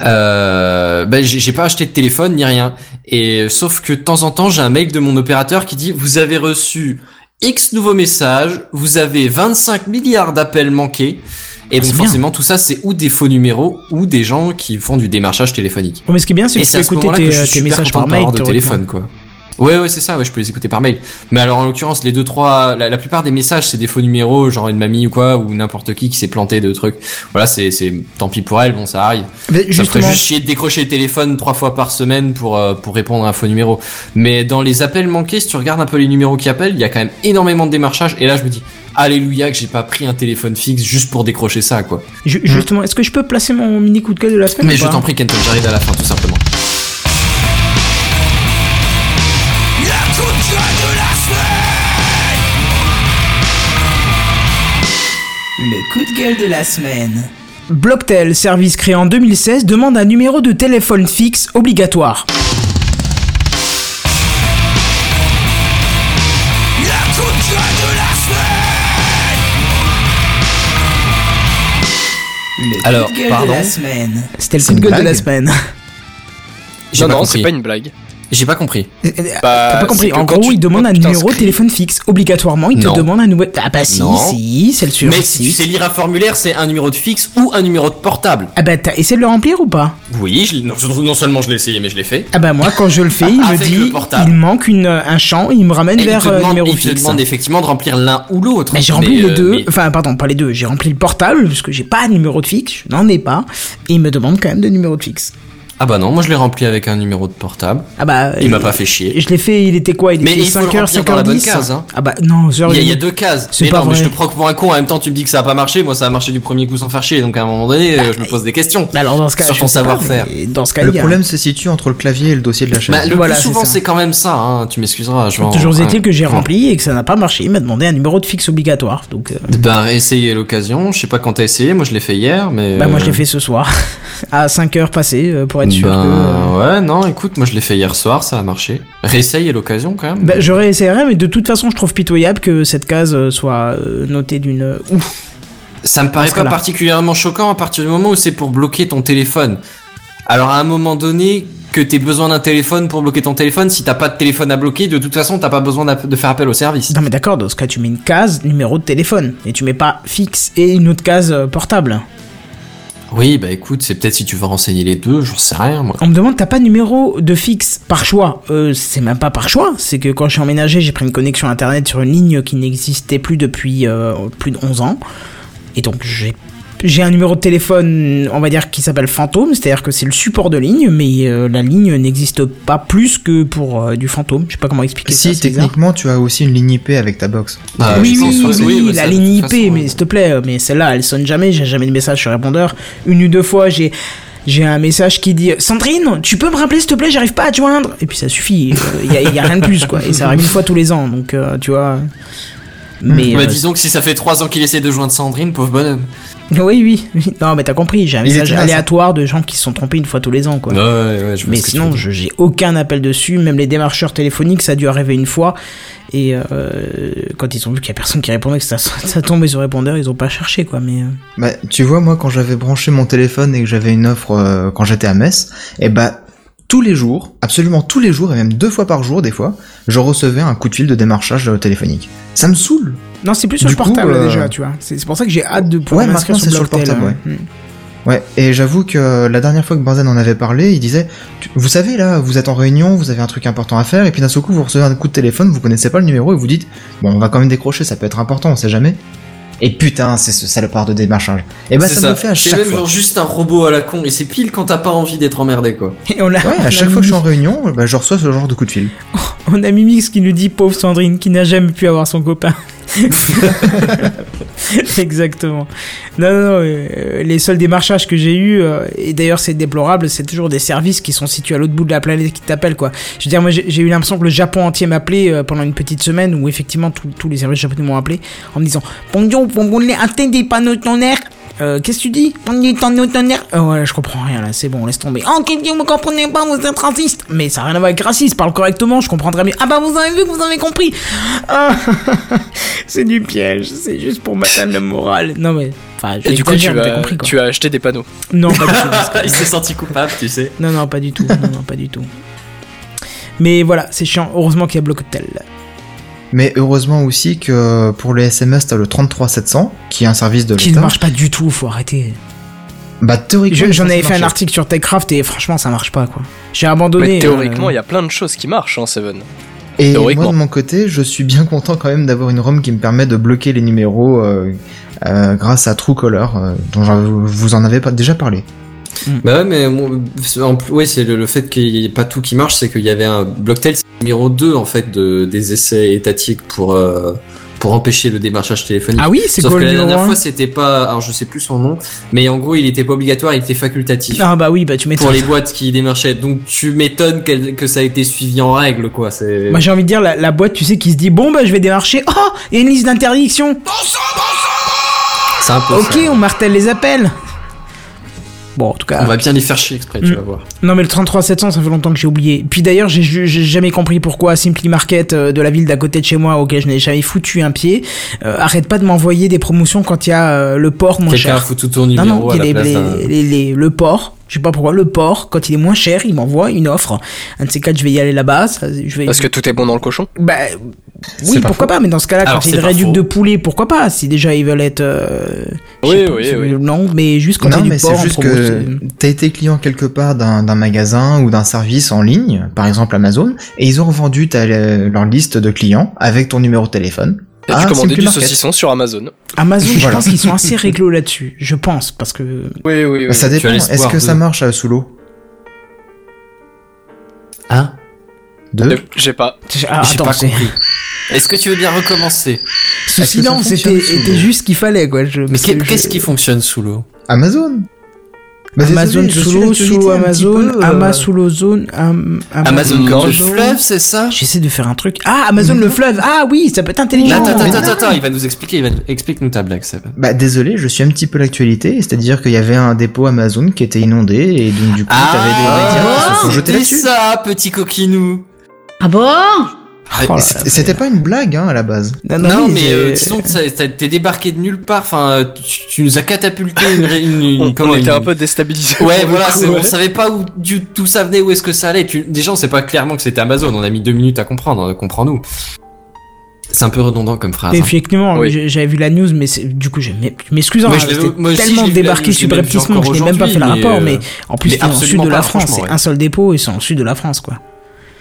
D: Euh, ben j'ai j'ai pas acheté de téléphone ni rien. Et euh, sauf que de temps en temps, j'ai un mail de mon opérateur qui dit vous avez reçu X nouveaux messages, vous avez 25 milliards d'appels manqués. Et
B: Ah,
D: donc
B: c'est bien.
D: forcément, tout ça, c'est ou des faux numéros ou des gens qui font du démarchage téléphonique.
B: Bon, mais ce qui est bien, c'est
D: Et
B: que tu
D: c'est
B: peux
D: à ce
B: écouter
D: moment-là
B: tes, euh,
D: que je suis
B: tes
D: super
B: messages
D: content
B: par
D: de
B: mail.
D: pas avoir de
B: théoriquement.
D: téléphone, quoi. Ouais, ouais, c'est ça. Ouais, je peux les écouter par mail. Mais alors, en l'occurrence, les deux, trois, la, la plupart des messages, c'est des faux numéros, genre une mamie ou quoi, ou n'importe qui qui s'est planté de trucs. Voilà, c'est, c'est, tant pis pour elle. Bon, ça arrive.
B: Mais
D: Ça me ferait
B: justement,
D: juste chier de décrocher le téléphone trois fois par semaine pour, euh, pour répondre à un faux numéro. Mais dans les appels manqués, si tu regardes un peu les numéros qui appellent, il y a quand même énormément de démarchages. Et là, je me dis, alléluia que j'ai pas pris un téléphone fixe juste pour décrocher ça, quoi.
B: ju- justement, est-ce que je peux placer mon mini coup de gueule de la semaine
D: Hmm. Mais
B: ou
D: je
B: pas
D: t'en prie, Kenton, j'arrive à la fin, tout simplement.
B: Le coup de gueule de la semaine. Blocktel, service créé en 2016, demande un numéro de téléphone fixe obligatoire.
D: Alors, pardon.
B: C'était le
C: C'est
B: coup de
C: une
B: gueule de la
C: blague
B: semaine.
D: J'ai
H: Non,
D: pas
H: non,
D: compris.
H: c'est pas une blague.
D: J'ai pas compris.
H: Bah,
B: T'as pas compris.
H: c'est que
B: En
H: quand
B: gros,
H: tu-
B: il demande
H: quand
B: un
H: tu
B: numéro de
H: t'inscris-
B: téléphone fixe. Obligatoirement, il
D: Non.
B: te demande un nouveau. Ah bah si,
D: Non.
B: si, c'est le suivant.
D: Mais si tu sais lire un formulaire, c'est un numéro de fixe ou un numéro de portable.
B: Ah bah t'as essayé de le remplir ou pas
D: Oui, je l'ai- non, non seulement je l'ai essayé, mais je l'ai fait.
B: Ah bah moi quand je le fais, il me
D: Ah, Avec le
B: dit
D: portable.
B: il manque une, euh, un champ, il me ramène
D: Et il
B: vers
D: te
B: euh,
D: demande,
B: numéro
D: il te
B: fixe.
D: demande effectivement de remplir l'un ou l'autre.
B: Mais j'ai rempli
D: Mais,
B: les
D: euh,
B: deux,
D: mais-
B: enfin pardon, pas les deux, j'ai rempli le portable parce que j'ai pas de numéro de fixe, je n'en ai pas, et il me demande quand même de numéro de fixe.
D: Ah bah non, moi je l'ai rempli avec un numéro de portable.
B: Ah bah.
D: Il m'a
B: euh,
D: pas fait chier.
B: Je l'ai fait, il était quoi Il
D: Mais
B: était
D: il faut le
B: 5h,
D: remplir dans la
B: 5h10
D: bonne case, hein.
B: Ah bah non, genre,
D: Il y, a, il y a deux cases.
B: C'est
D: Mais
B: pas
D: non, mais
B: vrai.
D: je te prends pour un con. En même temps, tu me dis que ça a pas marché. Moi, ça a marché du premier coup sans faire chier. Donc à un moment donné, euh, je me pose des questions.
B: Alors dans ce cas,
D: Sur
B: je
D: ton
B: sais pas,
D: savoir-faire.
B: mais Dans ce cas,
C: Le
B: il y a-
C: problème se situe entre le clavier et le dossier de la chaîne.
D: Bah, le
B: Voilà,
D: plus
B: c'est
D: souvent,
B: ça.
D: c'est quand même ça. Hein. Tu m'excuseras. Je m'en-
B: Toujours
D: hein.
B: est-il que j'ai rempli et que ça n'a pas marché. Il m'a demandé un numéro de fixe obligatoire. Donc, euh,
D: Bah, essayez à l'occasion. Je sais pas quand t'as essayé. Moi, je l'ai fait hier, mais.
B: bah moi je l'ai
D: euh,
B: fait ce soir à 5 heures passées euh, pour être sûr.
D: ben,
B: que, euh,
D: ouais, non, écoute, moi je l'ai fait hier soir, ça a marché. Réessaye à l'occasion quand même.
B: Bah, je réessayerai, mais de toute façon, je trouve pitoyable que cette case euh, soit euh, notée d'une. Ouf.
D: ça me paraît
B: parce que
D: pas
B: là-
D: particulièrement choquant à partir du moment où c'est pour bloquer ton téléphone. Alors à un moment donné, que t'aies besoin d'un téléphone pour bloquer ton téléphone, si t'as pas de téléphone à bloquer, de toute façon t'as pas besoin d'app- de faire appel au service.
B: Non, mais d'accord, dans ce cas, tu mets une case numéro de téléphone et tu mets pas fixe et une autre case euh, portable.
D: Oui, bah écoute, c'est peut-être si tu veux renseigner les deux, j'en sais rien moi.
B: On me demande, t'as pas de numéro de fixe par choix euh, C'est même pas par choix, c'est que quand je suis emménagé, j'ai pris une connexion internet sur une ligne qui n'existait plus depuis euh, plus de 11 ans. Et donc j'ai j'ai un numéro de téléphone, on va dire, qui s'appelle fantôme, c'est-à-dire que c'est le support de ligne, mais euh, la ligne n'existe pas plus que pour euh, du fantôme. Je sais pas comment expliquer ça.
C: Si,
B: c'est bizarre.
C: techniquement, tu as aussi une ligne IP avec ta box.
D: Ah,
B: oui,
D: je pense,
B: oui,
D: ouais,
B: oui,
D: ouais,
B: la
D: ça, de
B: ligne IP,
D: toute façon,
B: mais
D: ouais.
B: s'il te plaît, euh, mais celle-là, elle sonne jamais, j'ai jamais de message sur répondeur. Une ou deux fois, j'ai j'ai un message qui dit Sandrine, tu peux me rappeler s'il te plaît, j'arrive pas à te joindre. Et puis ça suffit, il y, a- y a rien de plus quoi. Et ça arrive une fois tous les ans, donc euh, tu vois. Mais
D: Bah,
B: euh,
D: disons que si ça fait trois ans qu'il essaie de joindre Sandrine, pauvre bonhomme.
B: oui, oui, oui. non, mais t'as compris, j'ai un
C: Il est
B: message
C: tenace, hein.
B: aléatoire de gens qui se sont trompés une fois tous les ans quoi.
D: ouais, ouais, je vois
B: Mais
D: ce que tu
B: sinon,
D: veux
B: je- j'ai aucun appel dessus. Même les démarcheurs téléphoniques, ça a dû arriver une fois. Et euh, quand ils ont vu qu'il y a personne qui répondait, que ça, ça tombait sur répondeur, ils ont pas cherché, quoi. Mais euh,
C: Bah, tu vois, moi, quand j'avais branché mon téléphone et que j'avais une offre euh, quand j'étais à Metz, et bah, tous les jours, absolument tous les jours, et même deux fois par jour, des fois, je recevais un coup de fil de démarchage euh, téléphonique. Ça me saoule.
B: non, c'est plus sur
C: Du
B: le portable
C: coup, euh,
B: déjà, tu vois. C'est c'est pour ça que j'ai hâte de pouvoir
C: Ouais,
B: m'inscrire sur,
C: maintenant, c'est sur le
B: Blocktel,
C: portable,
B: hein.
C: Ouais, et j'avoue que euh, la dernière fois que Benzen en avait parlé, il disait Tu- Vous savez, là, vous êtes en réunion, vous avez un truc important à faire, et puis d'un seul coup, vous recevez un coup de téléphone, vous connaissez pas le numéro, et vous dites Bon, on va quand même décrocher, ça peut être important, on sait jamais. Et putain, c'est ce salopard de démarchage. Et bah,
D: C'est
C: ça, me le fait à
D: C'est
C: chaque
D: même
C: fois.
D: genre juste un robot à la con, et c'est pile quand t'as pas envie d'être emmerdé quoi.
B: Et on a,
C: Ouais,
B: on a
C: à chaque fois que je
B: Mimi-
C: suis en réunion, bah, je reçois ce genre de coup de fil.
B: on a Mimix qui nous dit pauvre Sandrine qui n'a jamais pu avoir son copain. Exactement. Non, non, non, euh, les seuls démarchages que j'ai eus, euh, et d'ailleurs c'est déplorable, c'est toujours des services qui sont situés à l'autre bout de la planète qui t'appellent, quoi. Je veux dire, moi j'ai j'ai eu l'impression que le Japon entier m'appelait euh, pendant une petite semaine où effectivement tous- tous les services japonais m'ont appelé en me disant Bonjour, bonjour, attendez pas notre tonnerre. Euh, Qu'est-ce que tu dis Attendez pas notre tonnerre. Euh, ouais, je comprends rien là, c'est bon, laisse tomber. Oh, qu'est-ce que vous comprenez pas, vous êtes raciste. Mais ça n'a rien à voir avec raciste, parle correctement, je comprendrai mieux. Ah bah vous avez vu que vous avez compris. Ah, c'est du piège, c'est juste pour m'atteindre le moral. Non mais, enfin,
H: Et du coup, tu
B: j'exagère, mais hein, t'as
H: as,
B: compris quoi.
H: tu as acheté des panneaux.
B: Non, pas du tout.
D: Il s'est senti coupable, tu sais.
B: Non, non, pas du tout. Non, non, pas du tout. Mais voilà, c'est chiant. Heureusement qu'il y a Blocotel.
C: Mais heureusement aussi que pour les SMS, t'as le 33700, qui est un service de
B: Qui ne
C: l'État.
B: marche pas du tout, faut arrêter.
C: Bah, théoriquement,
B: Je- J'en
C: ça
B: avais fait un
C: marchait.
B: article sur Techcraft et franchement, ça marche pas, quoi. J'ai abandonné.
H: Mais théoriquement,
B: euh,
H: il y a plein de choses qui marchent en Seven.
C: Et
H: Théoriquement.
C: moi, de mon côté, je suis bien content quand même d'avoir une ROM qui me permet de bloquer les numéros euh, euh, grâce à Truecaller, euh, dont j'en- vous en avez pas déjà parlé.
D: Bah ouais, mais moi, c'est- en plus- ouais, c'est le, le fait qu'il n'y ait pas tout qui marche, c'est qu'il y avait un Blocktel c'est le numéro 2 en fait de, des essais étatiques pour euh, pour empêcher le démarchage téléphonique.
B: Ah oui, c'est
D: Sauf
B: quoi
D: que
B: le
D: la
B: numéro
D: dernière
B: un
D: fois c'était pas, alors je sais plus son nom, mais en gros il était pas obligatoire, il était facultatif
B: Ah bah oui, bah tu
D: pour
B: m'étonnes.
D: les boîtes qui démarchaient. Donc tu m'étonnes qu'elle- que ça a été suivi en règle quoi. C'est
B: Moi Bah, j'ai envie de dire la, la boîte, tu sais, qui se dit bon bah je vais démarcher. Oh, il y a une liste d'interdiction.
D: c'est un peu.
B: Ok,
D: ça.
B: on martèle les appels. Bon, en tout cas.
D: on va bien les faire chier exprès,
B: Mm.
D: tu vas voir.
B: Non mais le 33700 ça fait longtemps que j'ai oublié. Puis d'ailleurs j'ai ju- j'ai jamais compris pourquoi Simply Market euh, de la ville d'à côté de chez moi auquel je n'ai jamais foutu un pied euh, arrête pas de m'envoyer des promotions quand il y a euh, le port moins
D: Quelqu'un
B: cher.
D: fout tout ton
B: Non
D: numéro
B: non,
D: à
B: il
D: la
B: y a
D: place
B: les-
D: d'un-
B: les- les- le port, je sais pas pourquoi le port quand il est moins cher il m'envoie une offre. Un de ces quatre je vais y aller là-bas. ça, Je vais.
H: Parce que tout est bon dans le cochon.
B: Bah oui
C: C'est pas
B: pourquoi pas mais dans ce cas-là
D: Alors,
B: quand il y
D: c'est
B: a une
D: pas
B: réduction
D: faux.
B: de poulet pourquoi pas si déjà ils veulent être. euh, je
H: Oui,
B: sais pas,
H: oui,
B: c'est-
H: oui.
B: Non mais juste quand il y a
C: non,
B: du
C: mais
B: port
C: c'est
B: en
C: juste
B: promo,
C: que
B: c'est-
C: t'as été client quelque part d'un d'un magasin ou d'un service en ligne, par exemple Amazon, et ils ont revendu ta- leur liste de clients avec ton numéro de téléphone.
H: T'as
C: Ah,
H: dû commander
C: Simply
H: du
C: Market.
H: saucisson sur Amazon.
B: Amazon, je
C: Voilà.
B: pense qu'ils sont assez réglo là-dessus. Je pense, parce que.
H: Oui, oui,
C: Bah, ça
D: tu as
C: dépend.
D: l'espoir
C: Est-ce que
D: de-
C: ça marche euh, sous l'eau
B: Euh,
C: Deux.
H: J'ai pas.
B: Ah,
D: J'ai
B: attends,
D: pas
B: c'est-
D: compris. Est-ce que tu veux bien recommencer
B: ce
C: Est-ce que ça
B: silence
C: fonctionne
B: était,
C: sous
B: était
C: l'eau
B: juste ce qu'il fallait, quoi. Je,
D: Mais
B: parce que
D: qu'est-
B: je-
D: qu'est-ce qui fonctionne sous l'eau
C: Amazon. Bah, désolé,
B: Amazon
C: je
B: sous
C: suis
B: l'eau,
C: l'actualité
B: sous
C: un petit
B: Amazon,
C: peu, euh,
B: Ama sous l'ozone, Am- Ama-
H: Amazon
D: Le
H: Gorge.
D: fleuve, c'est ça
B: J'essaie de faire un truc. Ah, Amazon le fleuve. Ah oui, ça peut être intelligent.
D: Attends,
C: mais
D: attends,
C: non.
D: attends, attends, il va nous expliquer. il va nous- Explique-nous ta blague, Seb.
C: Bah désolé, je suis un petit peu l'actualité, c'est-à-dire qu'il y avait un dépôt Amazon qui était inondé et donc du coup
H: Ah,
C: t'avais
H: oh.
C: des médias qui se sont jetés
D: c'était
C: là-dessus.
D: Ah ça, petit coquinou.
F: Ah bon
B: Oh
C: Et c'était- C'était pas une blague hein, à la base.
D: Non,
B: oui,
D: mais
B: j'ai-
D: euh, disons que ça- ça- t'es débarqué de nulle part. Enfin, euh, tu, tu nous as catapulté une, ré- une, une-
H: On,
D: comment,
H: on était
D: une-
H: un peu déstabilisés.
D: Ouais,
H: pour le
D: voilà,
H: coup,
D: c'est-
H: ouais.
D: on savait pas où du tout ça venait, où est-ce que ça allait. Tu, déjà, on sait pas clairement que c'était Amazon. On a mis deux minutes à comprendre. euh, Comprends-nous. C'est un peu redondant comme phrase. hein.
B: Ah, Effectivement,
H: Oui.
B: j'ai- j'avais vu la news, mais c'est- du coup, je m'e- je m'excuse. hein,
D: Moi, je l'ai-
B: J'étais
D: moi aussi,
B: tellement
D: j'ai vu la
B: débarqué
D: news, je l'ai même vu
B: subrepticement que je
D: encore
B: n'ai même pas fait le
D: aujourd'hui, mais,
B: rapport,
D: euh,
B: mais en plus,
D: mais
B: c'est en sud
D: absolument
B: de la
D: pas,
B: France.
D: franchement,
B: C'est
D: ouais.
B: un seul dépôt et c'est en sud de la France, quoi.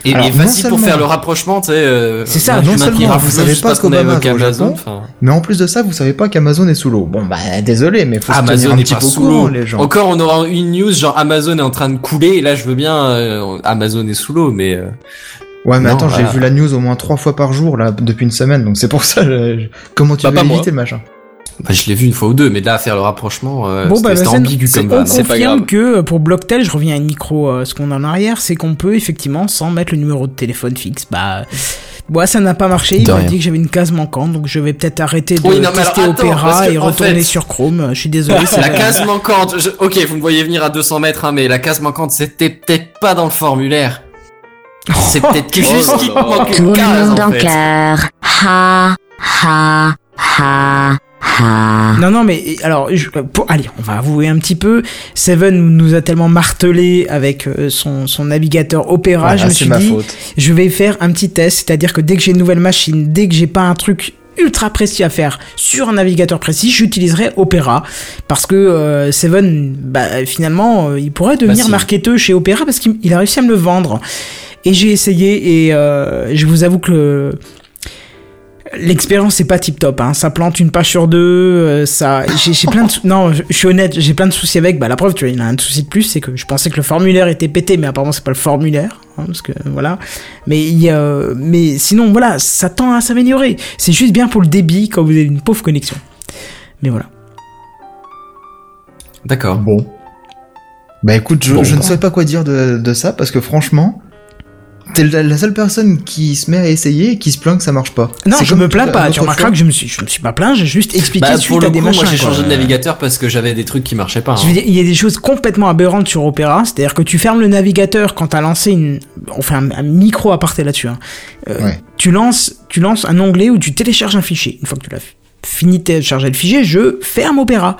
D: Et, et
C: Alors, non
D: facile pour
C: seulement-
D: faire le rapprochement, tu sais. euh,
B: C'est ça,
D: tu
B: non
D: m'as
C: seulement
D: pris un
C: vous
D: peu,
C: savez
D: je sais
C: pas
D: ce qu'on
C: qu'Obama
D: évoqué
C: va au
D: Amazon.
C: Japon.
D: enfin,
C: Mais en plus de ça, vous savez pas qu'Amazon est sous l'eau. Bon bah désolé, mais faut se tenir
D: Amazon
C: un
D: n'est
C: petit
D: pas
C: peu au
D: sous
C: courant
D: l'eau.
C: les gens.
D: Encore, on aura une news genre Amazon est en train de couler. Et là, je veux bien euh, Amazon est sous l'eau, mais. euh,
C: Ouais mais
D: Non,
C: attends,
D: voilà.
C: j'ai vu la news au moins trois fois par jour là depuis une semaine, donc c'est pour ça. je- je- Comment tu
H: Bah,
C: veux
H: pas moi.
C: éviter le machin
D: Bah, je l'ai vu une fois ou deux, mais de là à faire le rapprochement, euh,
B: Bon,
D: c'était-
B: bah,
D: c'était
B: Vincent,
D: ambigu
H: c'est-
D: comme
B: On
D: vanne.
H: c'est pas
B: confirme
H: grave.
B: que euh, pour Blocktel, je reviens à une micro, euh, ce qu'on a en arrière, c'est qu'on peut effectivement, sans mettre le numéro de téléphone fixe, bah. Moi, ça n'a pas marché. Il
D: De
B: m'a
D: rien.
B: dit que j'avais une case manquante, donc je vais peut-être arrêter de
D: Oui, non, mais alors,
B: tester
D: attends, parce
B: Opera
D: que,
B: et
D: en
B: retourner
D: fait-
B: sur Chrome. Euh, Je suis désolé. ça
D: La
B: va-
D: case manquante, je- ok, vous me voyez venir à 200 mètres, hein, mais la case manquante, c'était peut-être pas dans le formulaire. C'est peut-être que
H: Oh
D: juste
H: là
D: qu'il
H: là.
D: manque
I: Tout
D: une
I: le
J: Ah,
D: case,
I: monde
D: en
I: en
D: fait.
I: cœur. Ha, ha, ha, ha.
B: Non, non, mais alors, je- euh, pour, allez, on va avouer un petit peu. Seven nous a tellement martelé avec euh, son, son navigateur Opera,
C: Voilà,
B: je me
C: C'est
B: suis
C: ma
B: dit,
C: faute.
B: je vais faire un petit test, c'est-à-dire que dès que j'ai une nouvelle machine, dès que j'ai pas un truc ultra précis à faire sur un navigateur précis, j'utiliserai Opera parce que euh, Seven, bah, finalement, euh, il pourrait devenir
D: si.
B: marketeur chez Opera parce qu'il il a réussi à me le vendre. Et j'ai essayé et euh, je vous avoue que le- L'expérience c'est pas tip top, hein. ça plante une page sur deux, euh, ça, j'ai j'ai plein de, sou- non, je je suis honnête, j'ai plein de soucis avec. Bah la preuve, tu vois, il y en a un souci de plus, c'est que je pensais que le formulaire était pété, mais apparemment c'est pas le formulaire, hein, parce que voilà. Mais il y a- mais sinon voilà, ça tend à s'améliorer. C'est juste bien pour le débit quand vous avez une pauvre connexion. Mais voilà.
D: D'accord.
C: Bon. Bah écoute, je,
D: Bon,
C: je ne
D: bah.
C: sais pas quoi dire de, de ça parce que franchement, t'es la, la seule personne qui se met à essayer et qui se plaint que ça marche pas.
B: Non,
C: C'est
B: je
C: comme
B: me plains
C: la-
B: pas.
C: l'autre
B: Tu remarqueras
C: fois.
B: que je me suis, je me suis pas plaint, j'ai juste expliqué
D: Bah,
B: suite
D: pour le
B: à
D: coup,
B: des
D: moi,
B: machins.
D: j'ai
B: quoi.
D: changé de navigateur parce que j'avais des trucs qui marchaient pas. hein.
B: Je veux dire, il y a des choses complètement aberrantes sur Opera, c'est-à-dire que tu fermes le navigateur quand t'as lancé une, on fait un, un micro aparté là-dessus. hein. Euh,
C: Ouais.
B: Tu lances, tu lances un onglet où tu télécharges un fichier. Une fois que tu l'as fini de télécharger le fichier, je ferme Opera.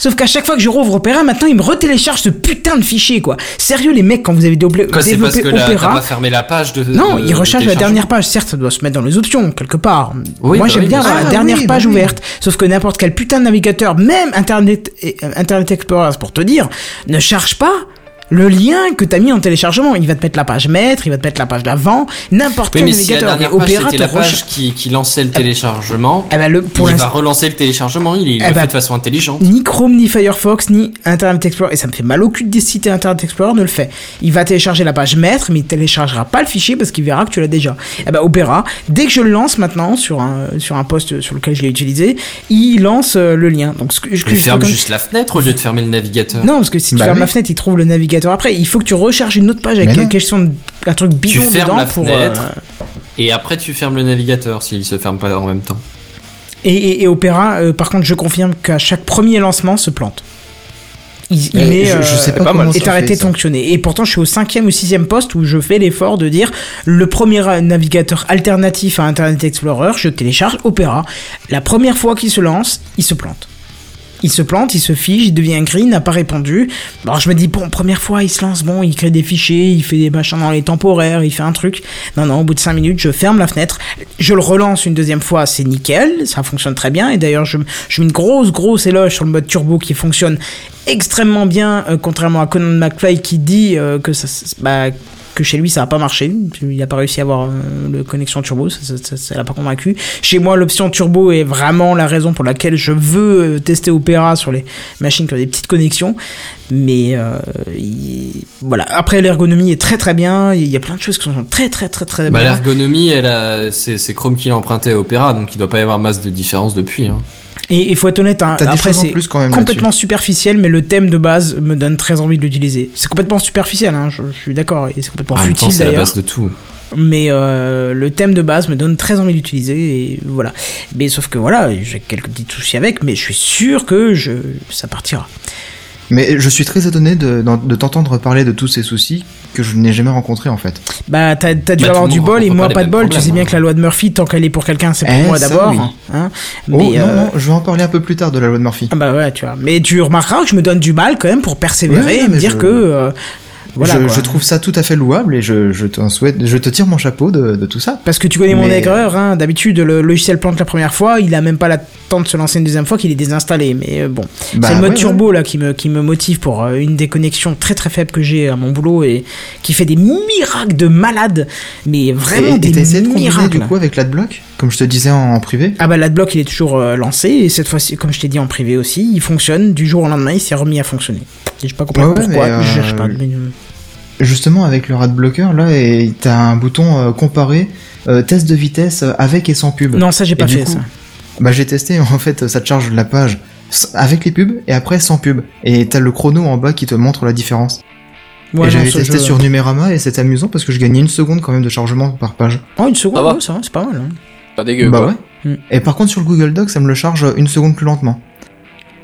B: Sauf qu'à chaque fois que je rouvre Opera, maintenant il me retélécharge ce putain de fichier quoi. Sérieux les mecs, quand vous avez doublé-
D: Quoi, c'est parce
B: développé
D: que là, t'as
B: Opera,
D: pas fermé la page de.
B: non,
D: de-
B: il recharge
D: de
B: la dernière page. Certes, ça doit se mettre dans les options, quelque part.
D: Oui,
B: Moi,
D: bah
B: j'aime
D: oui,
B: bien
D: bien
B: avoir
C: sûr.
B: la
C: Ah,
B: dernière
C: oui, bah
B: page
C: oui.
B: ouverte. Sauf que n'importe quel putain de navigateur, même Internet, et- euh, Internet Explorer, pour te dire, ne charge pas le lien que t'as mis en téléchargement. Il va te mettre la page maître, il va te mettre la page d'avant, n'importe
D: Oui,
B: quel
D: mais si la
B: navigateur.
D: dernière
B: mais
D: page,
B: Opera
D: c'était
B: te
D: la
B: recharge.
D: page qui, qui lançait le téléchargement,
B: Eh ben, le, pour
D: il
B: l'instant.
D: va relancer le téléchargement. Il, il
B: Eh
D: le
B: bah,
D: fait de façon intelligente.
B: Ni Chrome, ni Firefox, ni Internet Explorer, et ça me fait mal au cul de citer Internet Explorer, ne le fait. Il va télécharger la page maître, mais il téléchargera pas le fichier parce qu'il verra que tu l'as déjà. Eh ben, Opera, dès que je le lance maintenant sur un, sur un poste sur lequel je l'ai utilisé, il lance euh, le lien. Donc, ce que je,
D: Il
B: je-
D: ferme
B: comme-
D: juste la fenêtre au lieu de fermer le navigateur.
B: Non, parce que si tu
C: Bah
B: fermes
C: oui.
B: la fenêtre, il trouve le navigateur après. Il faut que tu recharges une autre page avec
C: Mais non.
B: quelque question de- un truc bidon
D: fermes
B: dedans
D: la
B: pour. euh,
D: fenêtre. Et après, tu fermes le navigateur s'il se ferme pas en même temps.
B: Et, et, et Opera, euh, par contre, je confirme qu'à chaque premier lancement, se plante. Il, il
C: Mais
B: met,
C: je, je
B: euh,
C: sais pas,
H: pas mal,
C: comment
B: est
C: ça
B: arrêté
C: fait,
B: de
C: ça.
B: fonctionner. Et pourtant, je suis au cinquième ou sixième poste où je fais l'effort de dire le premier euh, navigateur alternatif à Internet Explorer, je télécharge Opera. La première fois qu'il se lance, il se plante. Il se plante, il se fiche, il devient green, n'a pas répondu. Alors je me dis, bon, première fois, il se lance, bon, il crée des fichiers, il fait des machins dans les temporaires, il fait un truc. Non, non, au bout de 5 minutes, je ferme la fenêtre, je le relance une deuxième fois, c'est nickel, ça fonctionne très bien. Et d'ailleurs, je, je mets une grosse, grosse éloge sur le mode turbo qui fonctionne extrêmement bien, euh, contrairement à Conan McFly qui dit euh, que ça, bah, que chez lui ça a pas marché. Il n'a pas réussi à avoir euh, le connexion turbo, ça- ça- ça ne l'a pas convaincu. Chez moi, l'option turbo est vraiment la raison pour laquelle je veux euh, tester Opera sur les machines qui ont des petites connexions. Mais euh, il- voilà. Après, l'ergonomie est très très bien. Il y a plein de choses qui sont très très très très
D: Bah,
B: bien.
D: l'ergonomie, elle a, c'est, c'est Chrome qui l'a emprunté à Opera, donc il doit pas y avoir masse de différence depuis, hein.
B: Et il faut être honnête, hein,
C: T'as des
B: après
C: choses en
B: c'est
C: plus quand même
B: complètement superficiel, mais le thème de base me donne très envie de l'utiliser. C'est complètement superficiel, hein, je, je suis d'accord, et c'est complètement
D: en même temps,
B: futile
D: c'est la
B: d'ailleurs.
D: base de tout.
B: Mais euh, le thème de base me donne très envie d'utiliser, et voilà. Mais sauf que voilà, j'ai quelques petits soucis avec, mais je suis sûr que je, ça partira.
C: Mais je suis très étonné de, d'en- de t'entendre parler de tous ces soucis que je n'ai jamais rencontrés en fait.
B: Bah, t'as t'as dû
D: Bah, tout
B: avoir
D: le
B: du
D: monde
B: bol, et
D: rencontre
B: moi
D: pas les
B: pas de
D: mêmes
B: bol, tu
D: problèmes,
B: sais bien
D: hein.
B: que la loi de Murphy, tant qu'elle est pour quelqu'un, c'est pour
C: Eh,
B: moi
C: ça,
B: d'abord.
C: oui.
B: hein.
C: Oh
B: Mais,
C: non,
B: euh,
C: non, je vais en parler un peu plus tard de la loi de Murphy.
B: Ah bah voilà, tu vois. Mais tu remarqueras que je me donne du mal quand même pour persévérer
C: Ouais,
B: et me
C: mais
B: dire
C: je-
B: que. euh, voilà,
C: je,
B: quoi.
C: je trouve ça tout à fait louable et je, je t'en souhaite, je te tire mon chapeau de, de tout ça.
B: Parce que tu connais mon
C: Mais-
B: aigreur, hein. d'habitude le logiciel plante la première fois, il a même pas l'attente de se lancer une deuxième fois qu'il est désinstallé. Mais euh, bon,
C: Bah,
B: c'est le mode
C: ouais,
B: turbo là qui me, qui me motive pour euh, une déconnexion très très faible que j'ai à mon boulot et qui fait des miracles de malade, mais vraiment
C: Et- Et t'as
B: des
C: essayé de combiner
B: miracles.
C: du coup avec l'adblock, comme je te disais en, en privé.
B: Ah bah l'adblock il est toujours euh, lancé et cette fois-ci, comme je t'ai dit en privé aussi, il fonctionne du jour au lendemain, il s'est remis à fonctionner. Et Je sais pas comprendre
C: Ouais, ouais,
B: pourquoi,
C: mais, euh,
B: je cherche pas. mais, euh,
C: Justement avec le adblocker là, et t'as un bouton euh, comparer euh, test de vitesse euh, avec et sans pub.
B: Non, ça j'ai pas
C: du
B: fait
C: coup,
B: ça.
C: Bah j'ai testé en fait, ça te charge la page s- avec les pubs et après sans pub. Et t'as le chrono en bas qui te montre la différence.
B: Ouais,
C: et
B: non,
C: j'avais
B: ce
C: testé
B: jeu-
C: sur Numérama et c'était amusant parce que je gagnais une seconde quand même de chargement par page.
B: Oh, une seconde,
H: Ça va.
B: ouais, ça va, c'est pas mal. hein.
H: Pas dégueu,
C: bah
H: quoi.
C: ouais.
B: Mm.
C: Et par contre sur le Google Doc ça me le charge une seconde plus lentement.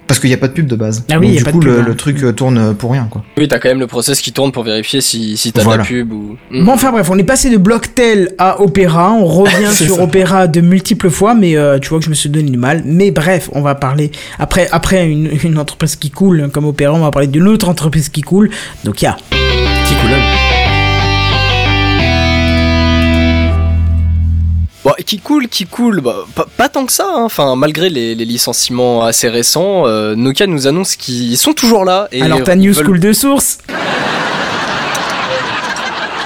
C: Parce qu'il n'y a pas de pub de base.
B: Ah oui,
C: Donc,
B: y a
C: du
B: pas de
C: coup,
B: pub,
C: le,
B: hein.
C: le truc euh, tourne pour rien, quoi.
H: Oui, t'as quand même le process qui tourne pour vérifier si, si t'as de
C: Voilà.
H: la pub ou. Hmm.
B: Bon, enfin bref, on est passé de Blocktel à Opéra, on revient
H: C'est
B: sur
H: ça.
B: Opéra de multiples fois, mais euh, tu vois que je me suis donné du mal. Mais bref, on va parler, après, après une, une entreprise qui coule comme Opéra, on va parler d'une autre entreprise qui coule, Nokia.
D: Petit coup là.
H: Bon, qui coule, qui coule, bah, pas, pas tant que ça, hein. enfin, malgré les, les licenciements assez récents, euh, Nokia nous annonce qu'ils sont toujours là. Et
B: Alors ta
H: ils
B: news
H: veulent-
B: coule de source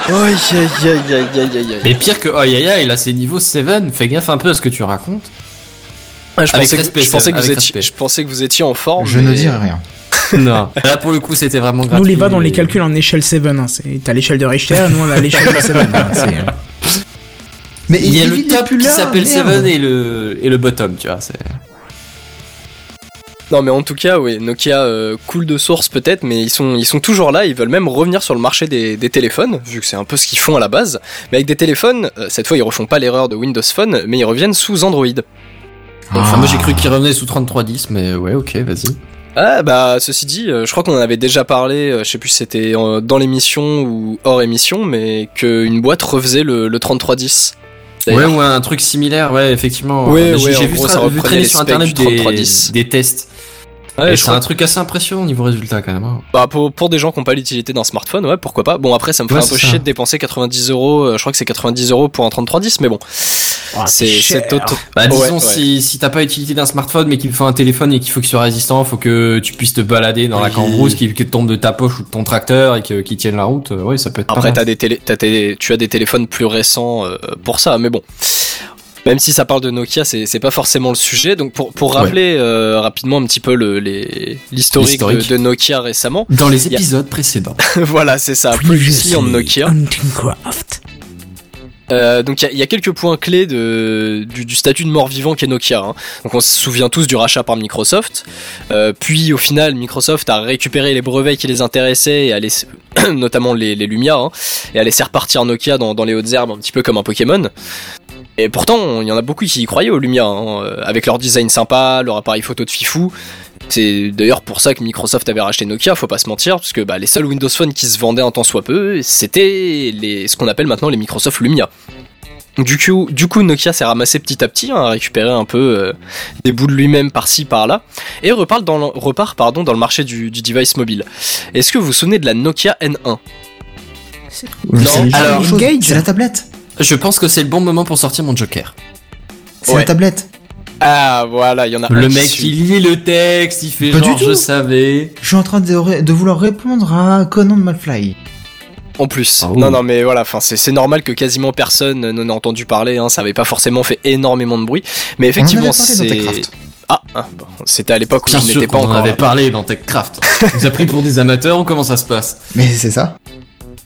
H: Aïe, aïe, aïe, aïe, aïe, aïe, aïe.
D: Mais pire que, oh, aïe, aïe, aïe, là, c'est niveau 7. Fais gaffe un peu à ce que tu racontes.
H: Ah, je,
D: Avec
H: pensais que,
D: respect,
H: je pensais que
D: Seb,
H: vous
D: avec
H: étiez,
D: respect.
H: je pensais que vous étiez en
D: Oh,
H: forme.
C: Je ne
H: mais-
C: dirai rien.
D: non. Là, pour le coup, c'était vraiment grave.
B: Nous les va dans les calculs en échelle 7, hein, c'est- t'as l'échelle de Richter, nous on a l'échelle de 7. hein, c'est-
C: Mais
D: Il y a le
C: vit
D: top
C: depuis
D: qui
C: là,
D: s'appelle
C: merde.
D: 7 et le, et le bottom, tu vois. C'est...
H: Non, mais en tout cas, oui, Nokia euh, coule de source peut-être, mais ils sont, ils sont toujours là. Ils veulent même revenir sur le marché des, des téléphones, vu que c'est un peu ce qu'ils font à la base. Mais avec des téléphones, euh, cette fois, ils refont pas l'erreur de Windows Phone, mais ils reviennent sous Android.
D: Enfin, moi, j'ai
B: Ah.
D: cru qu'il revenait sous 3310, mais ouais, ok, vas-y.
H: Ah bah ceci dit, euh, je crois qu'on en avait déjà parlé, euh, je sais plus si c'était euh, dans l'émission ou hors émission, mais qu'une boîte refaisait le, le 3310.
D: Ouais,
H: D'ailleurs.
D: ou un truc similaire, ouais, effectivement.
H: Ouais,
D: Mais j'ai
H: ouais,
D: j'ai
H: en
D: vu,
H: gros,
D: tra-
H: ça
D: vu
H: reprenait
D: traîner
H: les
D: sur
H: specs
D: internet
H: du
D: des,
H: 3310.
D: des tests.
H: Ouais,
D: et
H: je
D: c'est un truc assez impressionnant niveau résultat quand même. hein.
H: Bah pour, pour des gens qui n'ont pas l'utilité d'un smartphone, ouais, pourquoi pas. Bon après ça me fait
D: Ouais,
H: un peu
D: c'est ça.
H: chier de dépenser 90 euros, euh, je crois que c'est 90 euros pour un 3310, mais bon.
D: Ah,
B: Oh,
H: c'est
B: cher.
H: cet autre...
D: Bah,
H: Ouais,
D: disons,
H: ouais.
D: si, si t'as pas utilité d'un smartphone, mais qu'il faut un téléphone et qu'il faut que ce soit résistant, faut que tu puisses te balader dans la
H: Oui.
D: cambrousse, qu'il qu'il tombe de ta poche ou de ton tracteur et que- qu'il tienne la route, euh, ouais, ça peut être
H: Après
D: pas
H: t'as
D: mal.
H: des télé... t'as des- tu as des téléphones plus récents euh, pour ça, mais bon. Même si ça parle de Nokia, c'est c'est pas forcément le sujet. Donc pour, pour rappeler euh, rapidement un petit peu le- les- l'historique de-
D: L'historique.
H: de Nokia récemment,
D: Dans les
H: y a-
D: épisodes précédents.
H: voilà, c'est ça. Previously on Nokia.
B: Hunting Craft.
H: Euh, donc il y a- il y, a quelques points clés de, du, du statut de mort-vivant qu'est Nokia. hein. Donc on se souvient tous du rachat par Microsoft. Euh, puis au final, Microsoft a récupéré les brevets qui les intéressaient et a laissé, notamment les, les Lumia, hein, et a laissé repartir Nokia dans, dans les hautes herbes un petit peu comme un Pokémon. Et pourtant, on- il y en a beaucoup qui y croyaient aux Lumia, hein, euh, avec leur design sympa, leur appareil photo de fifou. C'est d'ailleurs pour ça que Microsoft avait racheté Nokia, faut pas se mentir, parce que bah, les seuls Windows Phone qui se vendaient un temps soit peu, c'était les, ce qu'on appelle maintenant les Microsoft Lumia. Du coup, du coup, Nokia s'est ramassé petit à petit, hein, a récupéré un peu euh, des bouts de lui-même par-ci par-là, et repart dans le, repart, pardon, dans le marché du, du device mobile. Est-ce que vous vous souvenez de la Nokia N1
C: Mais
H: Non,
C: c'est la
D: alors,
C: même chose,
B: Engage.
C: C'est la tablette.
D: Je pense que c'est le bon moment pour sortir mon joker.
C: C'est
H: Ouais.
C: la tablette.
H: Ah voilà, il y en a un
D: Le
H: qui
D: mec,
H: suit.
D: il lit le texte, il fait
C: Pas du
D: genre,
C: tout.
D: je savais.
C: Je suis en train de, de vouloir répondre à Conan McFly.
H: En plus.
D: Ah, ouh.
H: non, non, mais voilà, enfin, c'est c'est normal que quasiment personne euh, n'en ait entendu parler. Hein, ça avait pas forcément fait énormément de bruit. Mais
C: On en
H: effectivement,
C: avait parlé dans
H: c'est.
C: Techcraft.
H: Ah, ah, bon, c'était à l'époque où
D: Bien
H: il
D: sûr
H: n'était pas
D: qu'on en
H: encore.
D: avait parlé dans TechCraft. On nous a pris pour des amateurs, comment ça se passe
C: Mais c'est ça.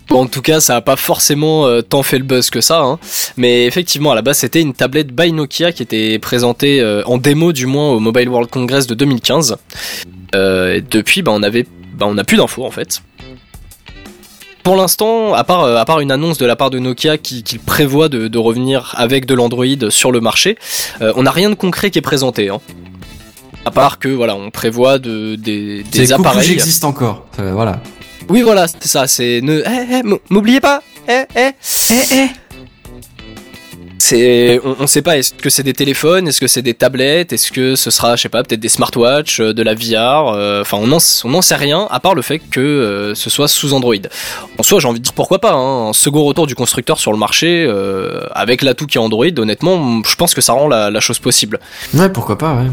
H: Bon, en tout cas, ça a pas forcément euh, tant fait le buzz que ça. hein. Mais effectivement, à la base, c'était une tablette by Nokia qui était présentée euh, en démo, du moins, au Mobile World Congress de 2015. Euh, et depuis, bah, on avait, bah, on n'a plus d'infos en fait. Pour l'instant, à part, euh, à part une annonce de la part de Nokia qui, qui prévoit de, de revenir avec de l'Android sur le marché, euh, on n'a rien de concret qui est présenté. hein. À part que voilà, on prévoit de, des,
D: C'est
H: des
D: coucou,
H: appareils.
D: j'existe encore. Euh, voilà.
H: Oui, voilà, c'est ça, c'est ne. Eh, eh, m- m'oubliez pas Eh, eh C'est. On, on sait pas, est-ce que c'est des téléphones Est-ce que c'est des tablettes Est-ce que ce sera, je sais pas, peut-être des smartwatches, euh, de la VR euh, Enfin, on n'en on n'en sait rien, à part le fait que euh, ce soit sous Android. En soi, j'ai envie de dire pourquoi pas, hein, un second retour du constructeur sur le marché, euh, avec l'atout qui est Android, honnêtement, je pense que ça rend la- la chose possible.
D: Ouais, pourquoi pas, ouais.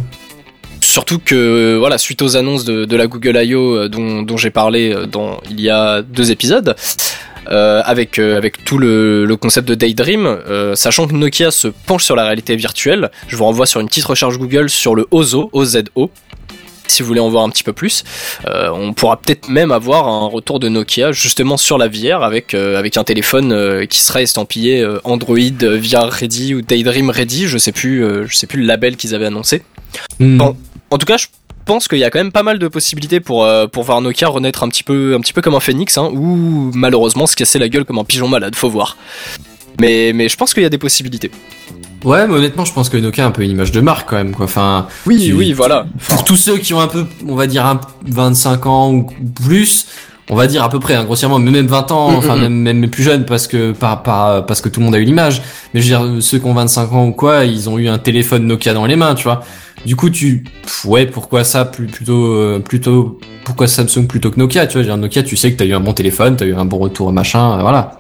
H: Surtout que euh, voilà, suite aux annonces de, de la Google I.O. euh, dont, dont j'ai parlé euh, dans, il y a deux épisodes, euh, avec, euh, avec tout le, le concept de Daydream, euh, sachant que Nokia se penche sur la réalité virtuelle, je vous renvoie sur une petite recherche Google sur le OZO, O-Z-O, si vous voulez en voir un petit peu plus. Euh, on pourra peut-être même avoir un retour de Nokia justement sur la VR avec, euh, avec un téléphone euh, qui sera estampillé euh, Android VR Ready ou Daydream Ready, je sais plus, euh, je sais plus le label qu'ils avaient annoncé.
D: Hmm.
H: Bon. En tout cas, je pense qu'il y a quand même pas mal de possibilités pour, euh, pour voir Nokia renaître un petit peu, un petit peu comme un phénix, hein, ou malheureusement se casser la gueule comme un pigeon malade, faut voir. Mais, mais je pense qu'il y a des possibilités.
D: Ouais, mais honnêtement, je pense que Nokia a un peu une image de marque quand même, quoi. Enfin,
H: Oui,
D: tu-
H: oui, voilà.
D: pour tous ceux qui ont un peu, on va dire, un, 25 ans ou plus, on va dire à peu près, hein, grossièrement, mais même 20 ans,
H: Mm,
D: enfin,
H: mm,
D: même, même les plus jeunes, parce que, par, par, parce que tout le monde a eu l'image. Mais je veux dire, ceux qui ont 25 ans ou quoi, ils ont eu un téléphone Nokia dans les mains, tu vois. Du coup, tu, pff, ouais, pourquoi ça, plus, plutôt, euh, plutôt, pourquoi Samsung plutôt que Nokia, tu vois. Je veux dire, Nokia, tu sais que t'as eu un bon téléphone, t'as eu un bon retour, machin, euh, voilà.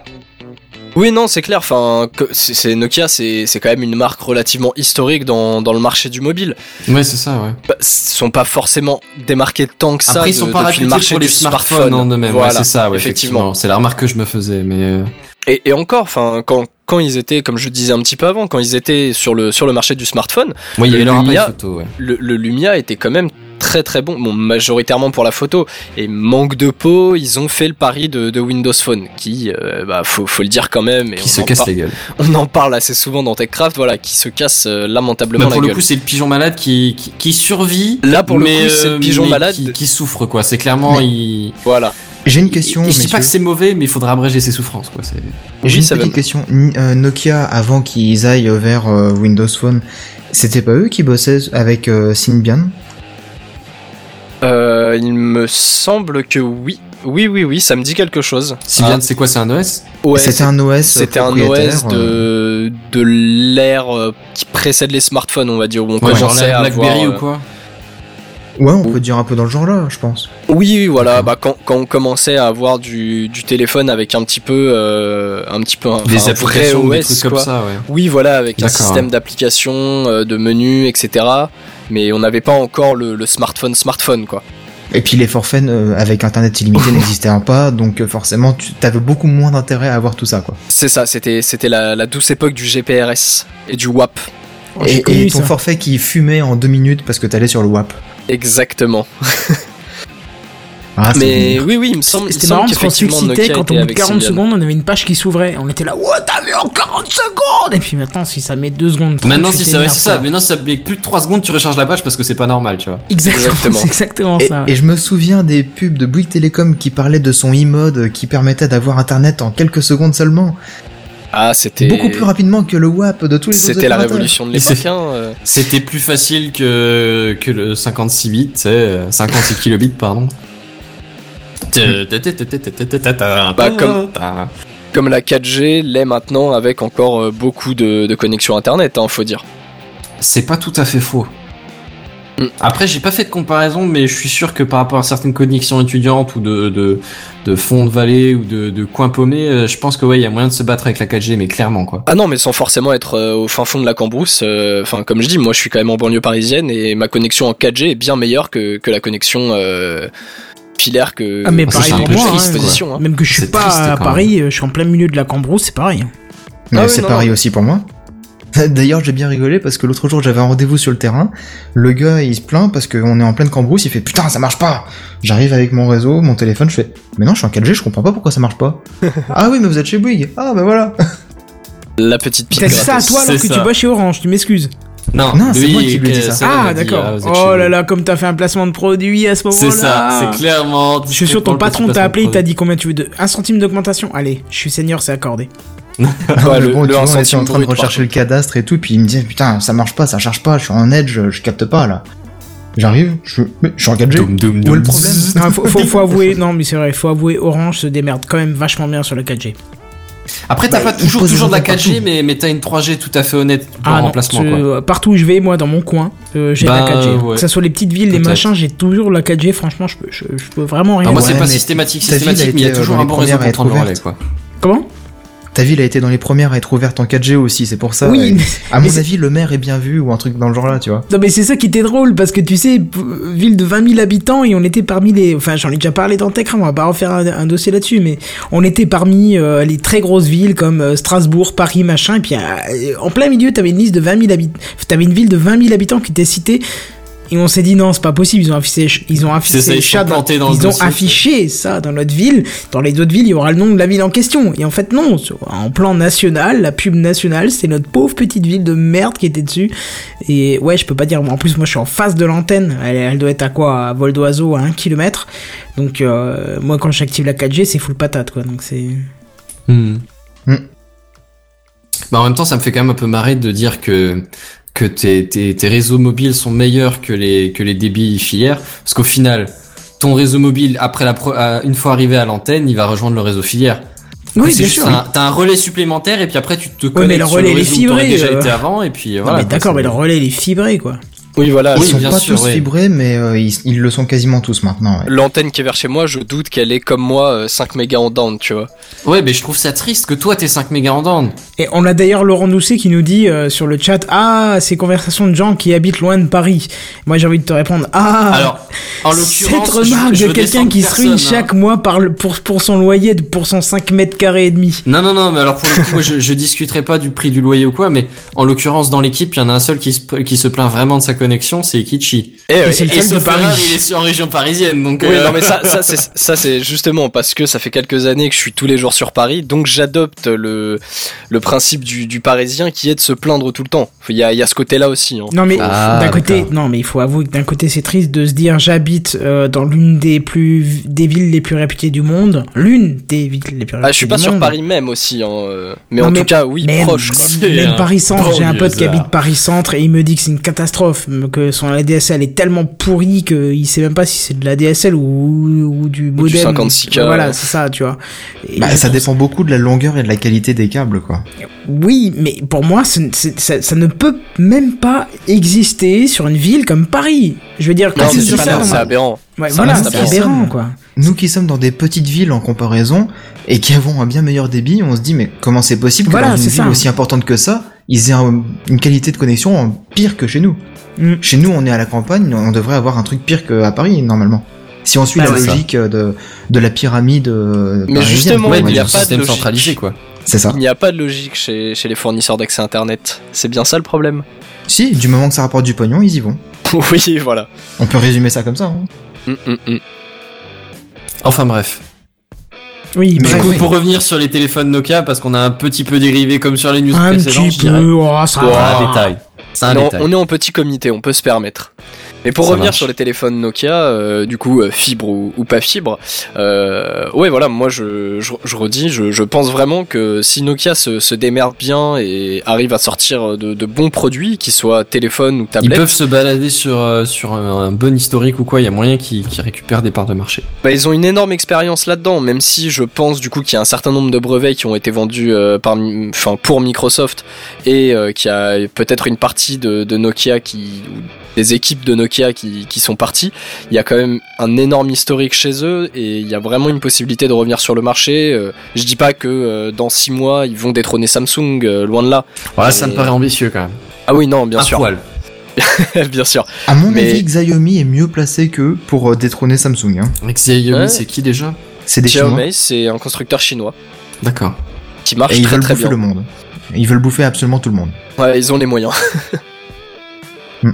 H: Oui, non, c'est clair. Enfin, que- c'est c'est- Nokia, c'est c'est quand même une marque relativement historique dans, dans le marché du mobile.
D: Ouais, c'est ça, ouais.
H: Bah, ils sont pas forcément démarqués tant que ça
D: Après, ils sont
H: de-
D: pas
H: depuis le
D: réputés
H: marché
D: pour les
H: du
D: smartphones
H: smartphone.
D: en eux-mêmes. Ouais,
H: Voilà,
D: c'est ça, ouais,
H: effectivement.
D: effectivement. C'est la remarque que je me faisais, mais. euh,
H: Et, et encore, enfin, quand, quand ils étaient, comme je disais un petit peu avant, quand ils étaient sur le, sur le marché du smartphone,
D: Moi, il y
H: Le
D: avait leur appareil
H: Lumia-
D: photo, ouais.
H: le, le Lumia était quand même très très bon, bon, majoritairement pour la photo. Et manque de peau, ils ont fait le pari de, de Windows Phone, qui, euh, bah, faut, faut le dire quand même, et
D: Qui
H: on,
D: se
H: en
D: casse
H: par-
D: la gueule.
H: on en parle assez souvent dans TechCraft, voilà, qui se casse euh,
D: Bah,
H: lamentablement
D: pour
H: la
D: le
H: gueule.
D: coup, c'est le pigeon malade qui, qui, qui survit.
H: Là, pour le
D: mais,
H: coup, c'est le
D: euh,
H: pigeon
D: mais
H: malade.
D: Qui, qui souffre, quoi. C'est clairement,
C: Mais-
D: il.
H: Voilà.
C: J'ai une question.
D: Et je dis pas
C: messieurs.
D: que c'est mauvais, mais il faudra abréger ses souffrances, quoi. C'est-
H: Oui,
C: J'ai une
H: ça va.
C: petite question. Ni- euh, Nokia, avant qu'ils aillent vers euh, Windows Phone, c'était pas eux qui bossaient avec euh, Symbian
H: Euh, il me semble que oui. Oui, oui, oui, ça me dit quelque chose. Ah,
D: Si bien, c'est quoi, c'est un OS
H: Ouais,
C: C'était un OS
H: C'était un
C: propriétaire,
H: OS
C: euh,
H: de, de l'ère euh, qui précède les smartphones, on va dire, où on
D: Ouais, genre
H: commençait
D: la
H: à avoir,
D: Blackberry
H: euh,
D: ou quoi
C: Ouais, on peut dire un peu dans le genre là, je pense.
H: Oui, oui, voilà. Bah, quand, quand on commençait à avoir du, du téléphone avec un petit peu, euh, un petit peu un, enfin,
D: Des
H: un vrai
D: applications, des
H: OS,
D: trucs
H: quoi.
D: comme ça, ouais.
H: Oui, voilà, avec un
D: D'accord,
H: système
D: ouais.
H: d'applications, euh, de menus, etc. Mais on n'avait pas encore le, le smartphone, smartphone, quoi.
C: Et puis les forfaits euh, avec internet illimité n'existaient pas, donc euh, forcément tu avais beaucoup moins d'intérêt à avoir tout ça quoi.
H: C'est ça. C'était, c'était la, la douce époque du GPRS et du WAP.
B: Oh, j'ai
C: et
B: connu
C: et ton
B: ça.
C: forfait qui fumait en deux minutes parce que t'allais sur le WAP.
H: Exactement.
C: Ah, c'est
H: Mais
C: bizarre.
H: oui, oui, il me semble, il me
B: C'était
H: semble
B: marrant parce qu'on
H: qu'effectivement
B: s'excitait
H: Nokia
B: quand
H: était
B: au bout de
H: avec
B: 40
H: Symbian.
B: secondes on avait une page qui s'ouvrait. On était là, ouais, t'avais en 40 secondes Et puis maintenant, si ça met 2 secondes. trente,
D: Maintenant,
B: tu
D: si ça,
B: t'énerves,
D: c'est ça.
B: quoi.
D: Maintenant, si ça met plus de 3 secondes, tu recharges la page parce que c'est pas normal, tu vois.
B: Exactement,
H: Exactement.
B: c'est exactement
C: Et,
B: ça. ouais.
C: et je me souviens des pubs de Bouygues Telecom qui parlaient de son e-mode euh, qui permettait d'avoir internet en quelques secondes seulement,
H: Ah, c'était
C: beaucoup plus rapidement que le WAP de tous les autres
H: C'était la
C: opérateurs.
H: révolution de
D: Et c'est-
H: l'époque. hein, euh.
D: C'était plus facile que, que le 56 bits, tu sais, euh, 56 kilobits, pardon. Bah,
H: comme- Comme la 4G l'est maintenant avec encore euh, beaucoup de, de connexions internet, hein, faut dire.
D: C'est pas tout à fait faux.
H: Mm.
D: Après, j'ai pas fait de comparaison, mais je suis sûr que par rapport à certaines connexions étudiantes ou de, de, de fonds de vallée ou de, de coins paumés, euh, je pense que ouais, il y a moyen de se battre avec la 4G, mais clairement quoi.
H: Ah non, mais sans forcément être euh, au fin fond de la cambrousse. euh, Enfin, comme je dis, moi je suis quand même en banlieue parisienne et ma connexion en 4G est bien meilleure que, que la connexion euh, pilaire que.
B: Ah, mais
H: que
B: pareil
H: j'ai
B: pour
H: de
B: moi. hein,
H: disposition, hein.
B: Même que je suis
D: C'est
B: pas
D: triste,
B: à
D: quand
B: Paris, euh, je suis en plein milieu de la Cambrousse, c'est pareil. hein.
C: Mais
H: Ah oui,
C: c'est
H: non,
C: pareil
H: non.
C: aussi pour moi. D'ailleurs, j'ai bien rigolé parce que l'autre jour, j'avais un rendez-vous sur le terrain. Le gars, il se plaint parce qu'on est en pleine cambrousse. Il fait putain, ça marche pas. J'arrive avec mon réseau, mon téléphone. Je fais mais non, je suis en 4G, je comprends pas pourquoi ça marche pas. ah oui, mais vous êtes chez Bouygues. Ah bah voilà.
H: La petite pique.
B: T'as dit ça à
D: gratos,
B: toi alors
D: c'est
B: que tu
D: ça.
B: bosses chez Orange, tu m'excuses.
D: Non,
C: Non, c'est moi qui
D: il-
C: lui ai dit
D: que-
C: ça.
D: m'a
B: Ah,
D: dit, ah,
B: d'accord.
D: vous êtes chez
B: Oh là
D: vous.
B: là, comme t'as fait un placement de produit à ce moment-là.
C: Oh
D: C'est ça, c'est clairement.
B: Je suis sûr, ton patron t'a appelé, il t'a dit combien tu veux de. Un centime d'augmentation Allez, je suis seigneur, c'est accordé. hein,
H: Ouais,
C: le bon, tu
H: un
C: vois, on était
H: centime
C: en train de
H: brut, par
C: rechercher le cadastre et tout. Puis il me dit putain, ça marche pas, ça charge pas. Je suis en edge, je, je capte pas là. J'arrive, je, mais je suis en 4G. Où est le problème
B: Non, faut, faut- faut avouer, non, mais c'est vrai, faut avouer, Orange se démerde quand même vachement bien sur la 4G.
D: Après, t'as
C: Bah,
D: pas
C: il
D: toujours,
C: pose
D: toujours de la
C: des gens
D: 4G,
C: partout.
D: mais, mais t'as une 3G tout à fait honnête pour
C: Ah,
B: Ah non,
D: remplacement,
B: ce-
D: quoi.
B: partout où je vais, moi, dans mon coin, euh, j'ai
D: Bah,
B: la 4G.
D: ouais.
B: Que ça soit les petites villes, les
D: Peut-être.
B: machins, j'ai toujours la 4G, franchement, je peux, je, je peux vraiment rien.
D: Enfin, moi,
B: faire.
D: c'est
C: Ouais,
D: pas
C: mais
D: systématique,
C: ta ville a
D: systématique, mais il y a
C: été, euh,
D: toujours
C: dans
D: un
C: les
D: bon réseau
C: premières à
D: pour
C: être
D: prendre le relais,
C: ouverte.
D: quoi.
B: Comment
C: Ta ville a été dans les premières à être ouverte en 4G aussi. C'est pour ça.
B: Oui,
C: et-
B: mais-
C: À
B: mais
C: mon
B: c'est-
C: avis, le maire est bien vu ou un truc dans le genre là, tu vois.
B: Non mais c'est ça qui était drôle parce que tu sais, p- ville de 20 000 habitants et on était parmi les... Enfin j'en ai déjà parlé dans Techcrane, on va pas refaire un, un dossier là-dessus, mais on était parmi euh, les très grosses villes comme euh, Strasbourg, Paris, machin, et puis euh, en plein milieu t'avais une liste de 20 000 habitants, t'avais une ville de 20 000 habitants qui était citée. Et on s'est dit non, c'est pas possible, ils ont affiché, ils ont affiché
D: C'est ça, ils sont
B: ça dans-
D: plantés dans le
B: ils ont
D: dossier.
B: affiché ça dans notre ville, dans les autres villes, il y aura le nom de la ville en question. Et en fait non, sur- en plan national, la pub nationale, c'est notre pauvre petite ville de merde qui était dessus. Et ouais, je peux pas dire. En plus, moi, je suis en face de l'antenne. Elle, elle doit être à quoi À vol d'oiseau, à 1 km. Donc, euh, moi, quand j'active la 4G, c'est full patate, quoi. Donc, c'est.
D: Ah,
C: Hmm.
D: Bah, en même temps, ça me fait quand même un peu marrer de dire que que tes, tes, tes réseaux mobiles sont meilleurs que les que les débits filières, parce qu'au final, ton réseau mobile après la pro- à- une fois arrivé à l'antenne, il va rejoindre le réseau filière. Donc,
B: Oui,
D: c'est
B: bien
D: juste
B: sûr. Ah,
D: un- T'as un relais supplémentaire et puis après tu te connectes
B: mais le
D: sur
B: relais, il est
D: réseau où t'aurais
B: fibré,
D: déjà
B: euh.
D: été avant et puis euh,
B: Non,
D: voilà.
B: mais
D: quoi,
B: d'accord,
D: c'est-
B: mais le relais, il est fibré, quoi.
H: Oui, voilà.
C: Ils
D: Oui,
C: sont
D: bien
C: pas
D: sûr,
C: tous
D: oui.
C: fibrés, mais euh, ils, ils le sont quasiment tous maintenant. ouais.
H: L'antenne qui est vers chez moi, je doute qu'elle est comme moi euh, 5 mégas en down, tu vois.
D: Ouais, mais je trouve ça triste que toi t'es 5 mégas en down.
B: Et on a d'ailleurs Laurent Doucet qui nous dit euh, sur le chat Ah, ces conversations de gens qui habitent loin de Paris. Moi, j'ai envie de te répondre Ah
D: Alors, en
B: Cette
D: l'occurrence,
B: remarque
D: je- je
B: de
D: veux
B: quelqu'un
D: descendre
B: qui se ruine
D: personne, hein.
B: chaque mois par le- pour, pour son loyer, de- pour son 5 mètres carrés et demi.
D: Non, non, non, mais alors pour le coup, moi, je, je discuterai pas du prix du loyer ou quoi, mais en l'occurrence, dans l'équipe, il y en a un seul qui se, qui se plaint vraiment de sa connexion, c'est Ikichi.
H: Eh
B: Et
H: oui.
B: c'est le
D: Et
B: seul de
D: ce Ferrari,
B: Paris.
D: il est sur- en région parisienne, donc...
H: Oui,
D: euh,
H: non, mais ça, ça, c'est, ça, c'est justement parce que ça fait quelques années que je suis tous les jours sur Paris, donc j'adopte le, le principe du, du parisien qui est de se plaindre tout le temps. Il y a, il y a ce côté-là aussi. Hein.
B: Non mais
D: Ah,
B: d'un côté, non mais il faut avouer que d'un côté c'est triste de se dire j'habite euh, dans l'une des plus des villes les plus réputées du monde, l'une des villes les plus réputées.
H: Ah, je suis pas
B: du
H: sur
B: monde.
H: Paris même aussi, hein, euh, mais
B: Non,
H: en
B: mais
H: tout cas, oui,
B: Même,
H: proche. quoi.
B: même- même
D: un
B: Paris Centre, j'ai un
D: banlieue
B: pote qui
D: hasard.
B: habite Paris Centre et il me dit que c'est une catastrophe, que son ADSL est tellement pourri qu'il sait même pas si c'est de l'ADSL ou, ou du
H: Ou du
B: modem. Euh,
H: 56K.
B: Voilà, c'est ça, tu vois. Et
C: Bah,
B: je
C: ça
B: trouve
C: dépend beaucoup de la longueur et de la qualité des câbles, quoi.
B: Oui, mais pour moi, ce- c'est- ça, ça ne peut même pas exister sur une ville comme Paris. Je veux dire, quand
H: Non,
B: tu
H: mais
B: dis
H: c'est pas
B: ça,
H: normal,
B: on-
H: c'est aberrant.
B: Ouais,
H: Ça
B: voilà,
H: reste
B: c'est
H: aberrant.
B: aberrant, quoi.
C: Nous qui sommes dans des petites villes en comparaison et qui avons un bien meilleur débit, on se dit mais comment c'est possible que
B: Voilà,
C: dans une
B: c'est
C: ville
B: ça.
C: aussi importante que ça, ils aient un- une qualité de connexion en pire que chez nous.
B: Mm.
C: Chez nous, on est à la campagne, on devrait avoir un truc pire qu'à Paris normalement. Si on
H: Ah
C: suit
B: Bah
C: la
B: ouais.
C: logique euh, de, de la pyramide. euh,
H: Mais
C: parisienne,
H: justement,
C: on va
D: Ouais,
H: il
D: mais
H: y
D: il
C: dire.
D: a pas de
H: logique.
D: centralisé, quoi.
C: C'est ça.
H: Il n'y a pas de logique chez, chez les fournisseurs d'accès Internet. C'est bien ça le problème.
C: Si, du moment que ça rapporte du pognon, ils y vont.
H: oui, voilà.
C: On peut résumer ça comme ça. hein.
H: Mm, mm, mm.
D: Enfin bref.
B: Oui,
C: Mais
D: Du
B: bref.
D: coup,
C: oui.
D: pour revenir sur les téléphones Nokia, parce qu'on a un petit peu dérivé comme sur les news
B: un
D: précédentes,
B: petit
D: je dirais.
B: peu, oh, ça
D: C'est
B: va.
D: un détail. C'est un
H: Non,
D: détail.
H: on est en petit comité, on peut se permettre. Mais pour
D: Ça
H: revenir
D: marche.
H: sur les téléphones Nokia, euh, du coup, euh, fibre ou, ou pas fibre, euh, ouais, voilà, moi je, je, je redis, je, je pense vraiment que si Nokia se, se démerde bien et arrive à sortir de, de bons produits, qu'ils soient téléphone ou
D: Ils
H: tablette,
D: peuvent se balader sur, euh, sur un, un bon historique ou quoi, il y a moyen qu'ils qu'ils récupèrent des parts de marché.
H: Bah, ils ont une énorme expérience là-dedans, même si je pense du coup qu'il y a un certain nombre de brevets qui ont été vendus euh, par, Mi- enfin pour Microsoft et euh, qu'il y a peut-être une partie de, de Nokia qui, ou des équipes de Nokia qui, qui sont parties. Il y a quand même un énorme historique chez eux et il y a vraiment une possibilité de revenir sur le marché. Euh, je dis pas que euh, dans six mois ils vont détrôner Samsung, euh, loin de là.
D: Voilà,
H: Et-
D: ça me paraît ambitieux quand même.
H: Ah oui, non, bien
D: Un
H: sûr.
D: poil.
H: bien sûr.
C: À mon
H: Mais-
C: avis, Xiaomi est mieux placé qu'eux pour euh, détrôner Samsung. hein.
D: Xiaomi,
H: Ouais.
D: c'est qui déjà
C: C'est des Chinois.
H: Xiaomi, c'est un constructeur chinois
D: D'accord.
H: qui marche
C: Et ils
H: très
C: veulent
H: très
C: bouffer
H: bien.
C: le monde. Ils veulent bouffer absolument tout le monde.
H: Ouais, ils ont les moyens.
C: Hmm.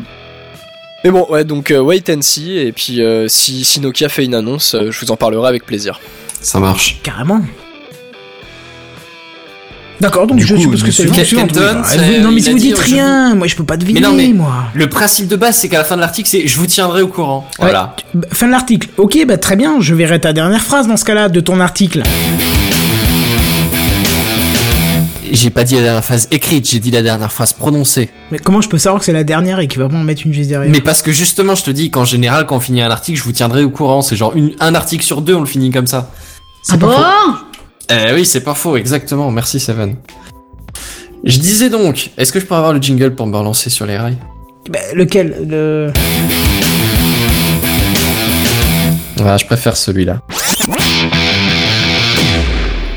H: Mais bon, ouais, donc euh, wait and see, et puis euh, si, si Nokia fait une annonce, euh, je vous en parlerai avec plaisir.
D: Ça marche.
B: Carrément. D'accord, donc
C: Du
B: je
C: coup,
B: suppose que c'est
C: monsieur
B: le suivant,
D: Ken- Kenton,
B: oui, bah,
D: c'est-
B: oui, Non, mais
D: il
B: si
D: a
B: vous
D: dit,
B: dites
D: je-
B: rien, moi je peux pas deviner,
D: non, mais-
B: moi.
D: Le principe de base, c'est qu'à la fin de l'article, c'est je vous tiendrai au courant. Voilà.
B: Bah, Fin de l'article. Ok, bah très bien, je verrai ta dernière phrase dans ce cas-là de ton article.
D: J'ai pas dit la dernière phrase écrite, j'ai dit la dernière phrase prononcée.
B: Mais comment je peux savoir que c'est la dernière et qu'il va pas en mettre une juste derrière
D: Mais parce que justement, je te dis qu'en général, quand on finit un article, je vous tiendrai au courant. C'est genre une- un article sur deux, on le finit comme ça.
F: Ah bon
D: Eh oui, c'est pas faux, exactement. Merci, Seven. Je disais donc, est-ce que je pourrais avoir le jingle pour me relancer sur les rails
B: Bah, Lequel Le-
D: Voilà, je préfère celui-là.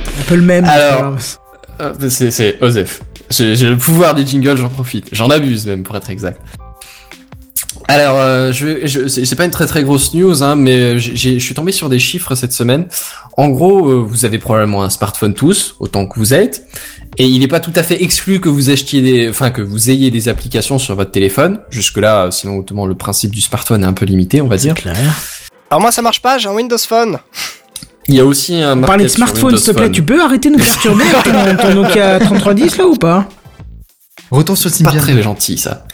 B: Un peu le même.
D: Alors- Euh, c'est- C'est Osef. J'ai j'ai le pouvoir des jingles, j'en profite. J'en abuse même, pour être exact. Alors, euh, je, vais- je, c'est c'est pas une très très grosse news, hein, mais j'ai- j'ai- je suis tombé sur des chiffres cette semaine. En gros, euh, vous avez probablement un smartphone tous, autant que vous êtes, et il n'est pas tout à fait exclu que vous achetiez des, enfin que vous ayez des applications sur votre téléphone. Jusque là, euh, sinon autrement le principe du smartphone est un peu limité, on va dire.
B: clair.
H: Alors moi ça marche pas, j'ai un Windows Phone
D: Il y a aussi un.
B: On
D: market
B: parlait de
D: sur
B: smartphone,
D: Windows
B: s'il te plaît,
D: Phone.
B: tu peux arrêter de nous perturber avec ton, ton Nokia 3310 là ou pas
C: Retour sur
D: C'est pas
C: Symbian.
D: très gentil ça.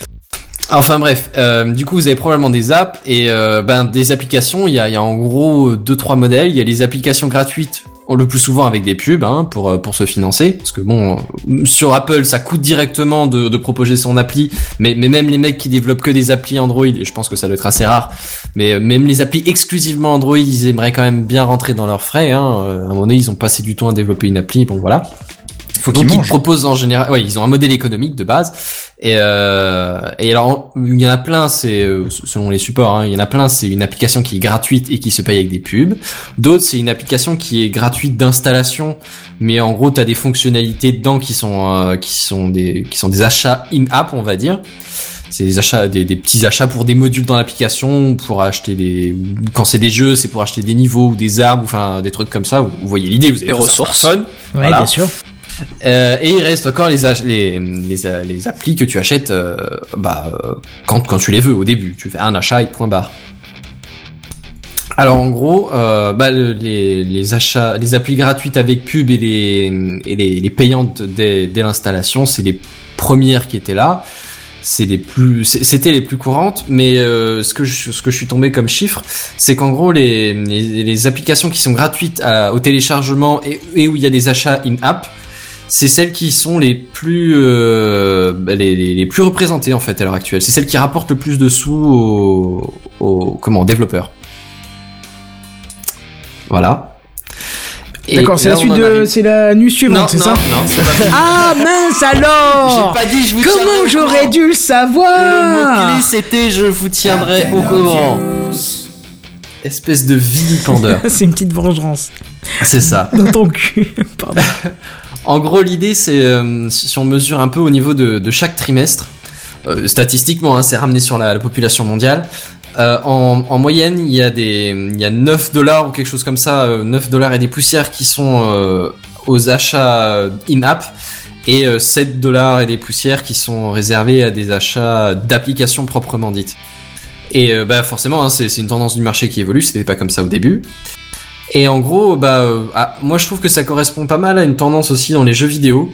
D: Enfin bref, euh, du coup vous avez probablement des apps et euh, ben des applications. Il y a, il y a en gros euh, deux trois modèles. Il y a les applications gratuites, le plus souvent avec des pubs hein, pour euh, pour se financer. Parce que bon, euh, sur Apple ça coûte directement de, de proposer son appli, mais mais même les mecs qui développent que des applis Android, et je pense que ça doit être assez rare. Mais euh, même les applis exclusivement Android, ils aimeraient quand même bien rentrer dans leurs frais. Hein. Euh, À un moment donné, ils ont passé du temps à développer une appli. Bon voilà.
C: Faut qu'ils
D: Donc ils
C: mangent.
D: proposent en général, ouais, ils ont un modèle économique de base. Et, euh, et alors il y en a plein, c'est euh, selon les supports, hein, il y en a plein, c'est une application qui est gratuite et qui se paye avec des pubs. D'autres, c'est une application qui est gratuite d'installation, mais en gros, tu as des fonctionnalités dedans qui sont euh, qui sont des qui sont des achats in-app, on va dire. C'est des achats, des, des petits achats pour des modules dans l'application, pour acheter des. Quand c'est des jeux, c'est pour acheter des niveaux ou des arbres, ou enfin des trucs comme ça. Vous, vous voyez l'idée, vous avez
H: Des
D: tous un
H: ressources.
D: smartphone.
B: Ouais,
D: Voilà.
B: bien sûr.
D: Euh, et il reste encore les, ach- les, les, euh, les applis que tu achètes euh, bah, euh, quand, quand tu les veux au début. Tu fais un achat et point barre. Alors en gros, euh, bah, le- les, les achats, les applis gratuites avec pub et les, et les, les payantes dès, dès l'installation, c'est les premières qui étaient là. C'est les plus, c'est- c'était les plus courantes, mais euh, ce que je, ce que je suis tombé comme chiffre, c'est qu'en gros les, les, les applications qui sont gratuites à- au téléchargement et, et où il y a des achats in app, c'est celles qui sont les plus euh, bah, les, les, les plus représentées en fait à l'heure actuelle. C'est celles qui rapportent le plus de sous aux, aux comment aux développeurs. Voilà. Et
B: D'accord, c'est
D: là,
B: la
D: on
B: suite
D: en
B: de.
D: arrive-
B: C'est la news suivante,
D: Non,
B: c'est
D: non,
B: ça
D: non, c'est pas-
B: Ah mince alors
D: J'ai pas dit je vous tiendrai
B: Comment
D: au
B: j'aurais
D: courant.
B: dû le Ah.
D: Le
B: savoir
D: mot-clé c'était je vous tiendrai au courant. Espèce de vilipendeur,
B: C'est une petite vengeance
D: c'est ça.
B: dans ton cul. Pardon.
D: En gros, l'idée, c'est euh, si on mesure un peu au niveau de, de chaque trimestre, euh, statistiquement, hein, c'est ramené sur la, la population mondiale. euh, en, en moyenne, il y a des, il y a 9 dollars ou quelque chose comme ça, euh, 9 dollars et des poussières qui sont euh, aux achats euh, in-app et euh, 7 dollars et des poussières qui sont réservés à des achats d'applications proprement dites. Et euh, bah forcément, hein, c'est c'est une tendance du marché qui évolue. C'était pas comme ça au début. Et en gros, bah, euh, ah, moi je trouve que ça correspond pas mal à une tendance aussi dans les jeux vidéo.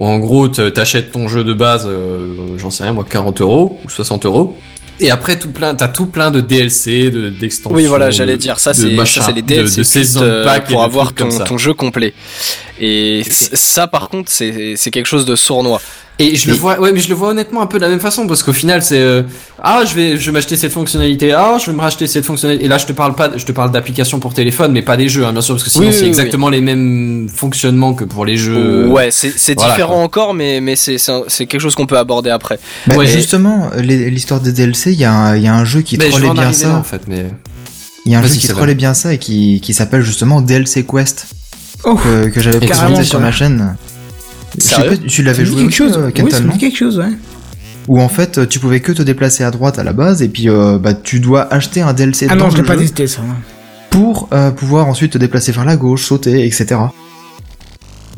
D: Où en gros, te- t'achètes ton jeu de base, euh, j'en sais rien moi, 40 euros ou 60 euros. Et après, tout plein, t'as tout plein de DLC, de- d'extensions.
H: Oui voilà,
D: de-
H: j'allais dire, ça
D: de
H: c'est
D: machin,
H: ça, c'est les
D: de-
H: DLC
D: de, saison
H: euh,
D: pack et
H: pour
D: de
H: avoir
D: trucs comme
H: ton,
D: ça.
H: ton jeu complet. Et c- ça par contre c'est c'est quelque chose de sournois.
D: Et je le
H: Et-
D: vois, ouais, mais je le vois honnêtement un peu de la même façon parce qu'au final c'est euh, ah je vais je vais m'acheter cette fonctionnalité, ah je vais me racheter cette fonctionnalité. Et là je te parle pas, je te parle d'applications pour téléphone, mais pas des jeux hein, bien sûr parce que sinon
H: Oui, oui,
D: c'est
H: oui,
D: exactement les mêmes fonctionnements que pour les jeux.
H: ouais, c'est c'est
D: voilà,
H: différent
D: quoi.
H: encore mais mais c'est c'est un- c'est quelque chose qu'on peut aborder après.
C: Bah,
H: Ouais.
C: Justement, les- l'histoire des DLC, il y, a un- il y a un jeu qui
D: mais je vais
C: trollait
D: en
C: bien
D: arriver là,
C: ça.
D: en fait. Mais
C: Il y a un
D: Vas-y,
C: jeu qui
D: ça va.
C: trollait bien ça et qui, qui s'appelle justement DLC Quest.
B: Oh.
C: que, que j'avais
D: Carrément,
C: présenté sur
B: quoi.
C: ma chaîne. Je sais
H: Sérieux
C: pas, tu l'avais
B: Ça me dit
C: joué
B: quelque chose
C: euh,
B: Oui,
C: Kenton,
B: ça me
C: non
B: dit quelque chose, ouais.
C: où en fait tu pouvais que te déplacer à droite à la base et puis euh, bah, tu dois acheter un DLC
B: Ah
C: dans
B: non, je
C: le
B: l'ai pas
C: jeu
B: testé ça.
C: pour euh, pouvoir ensuite te déplacer vers la gauche, sauter, etc.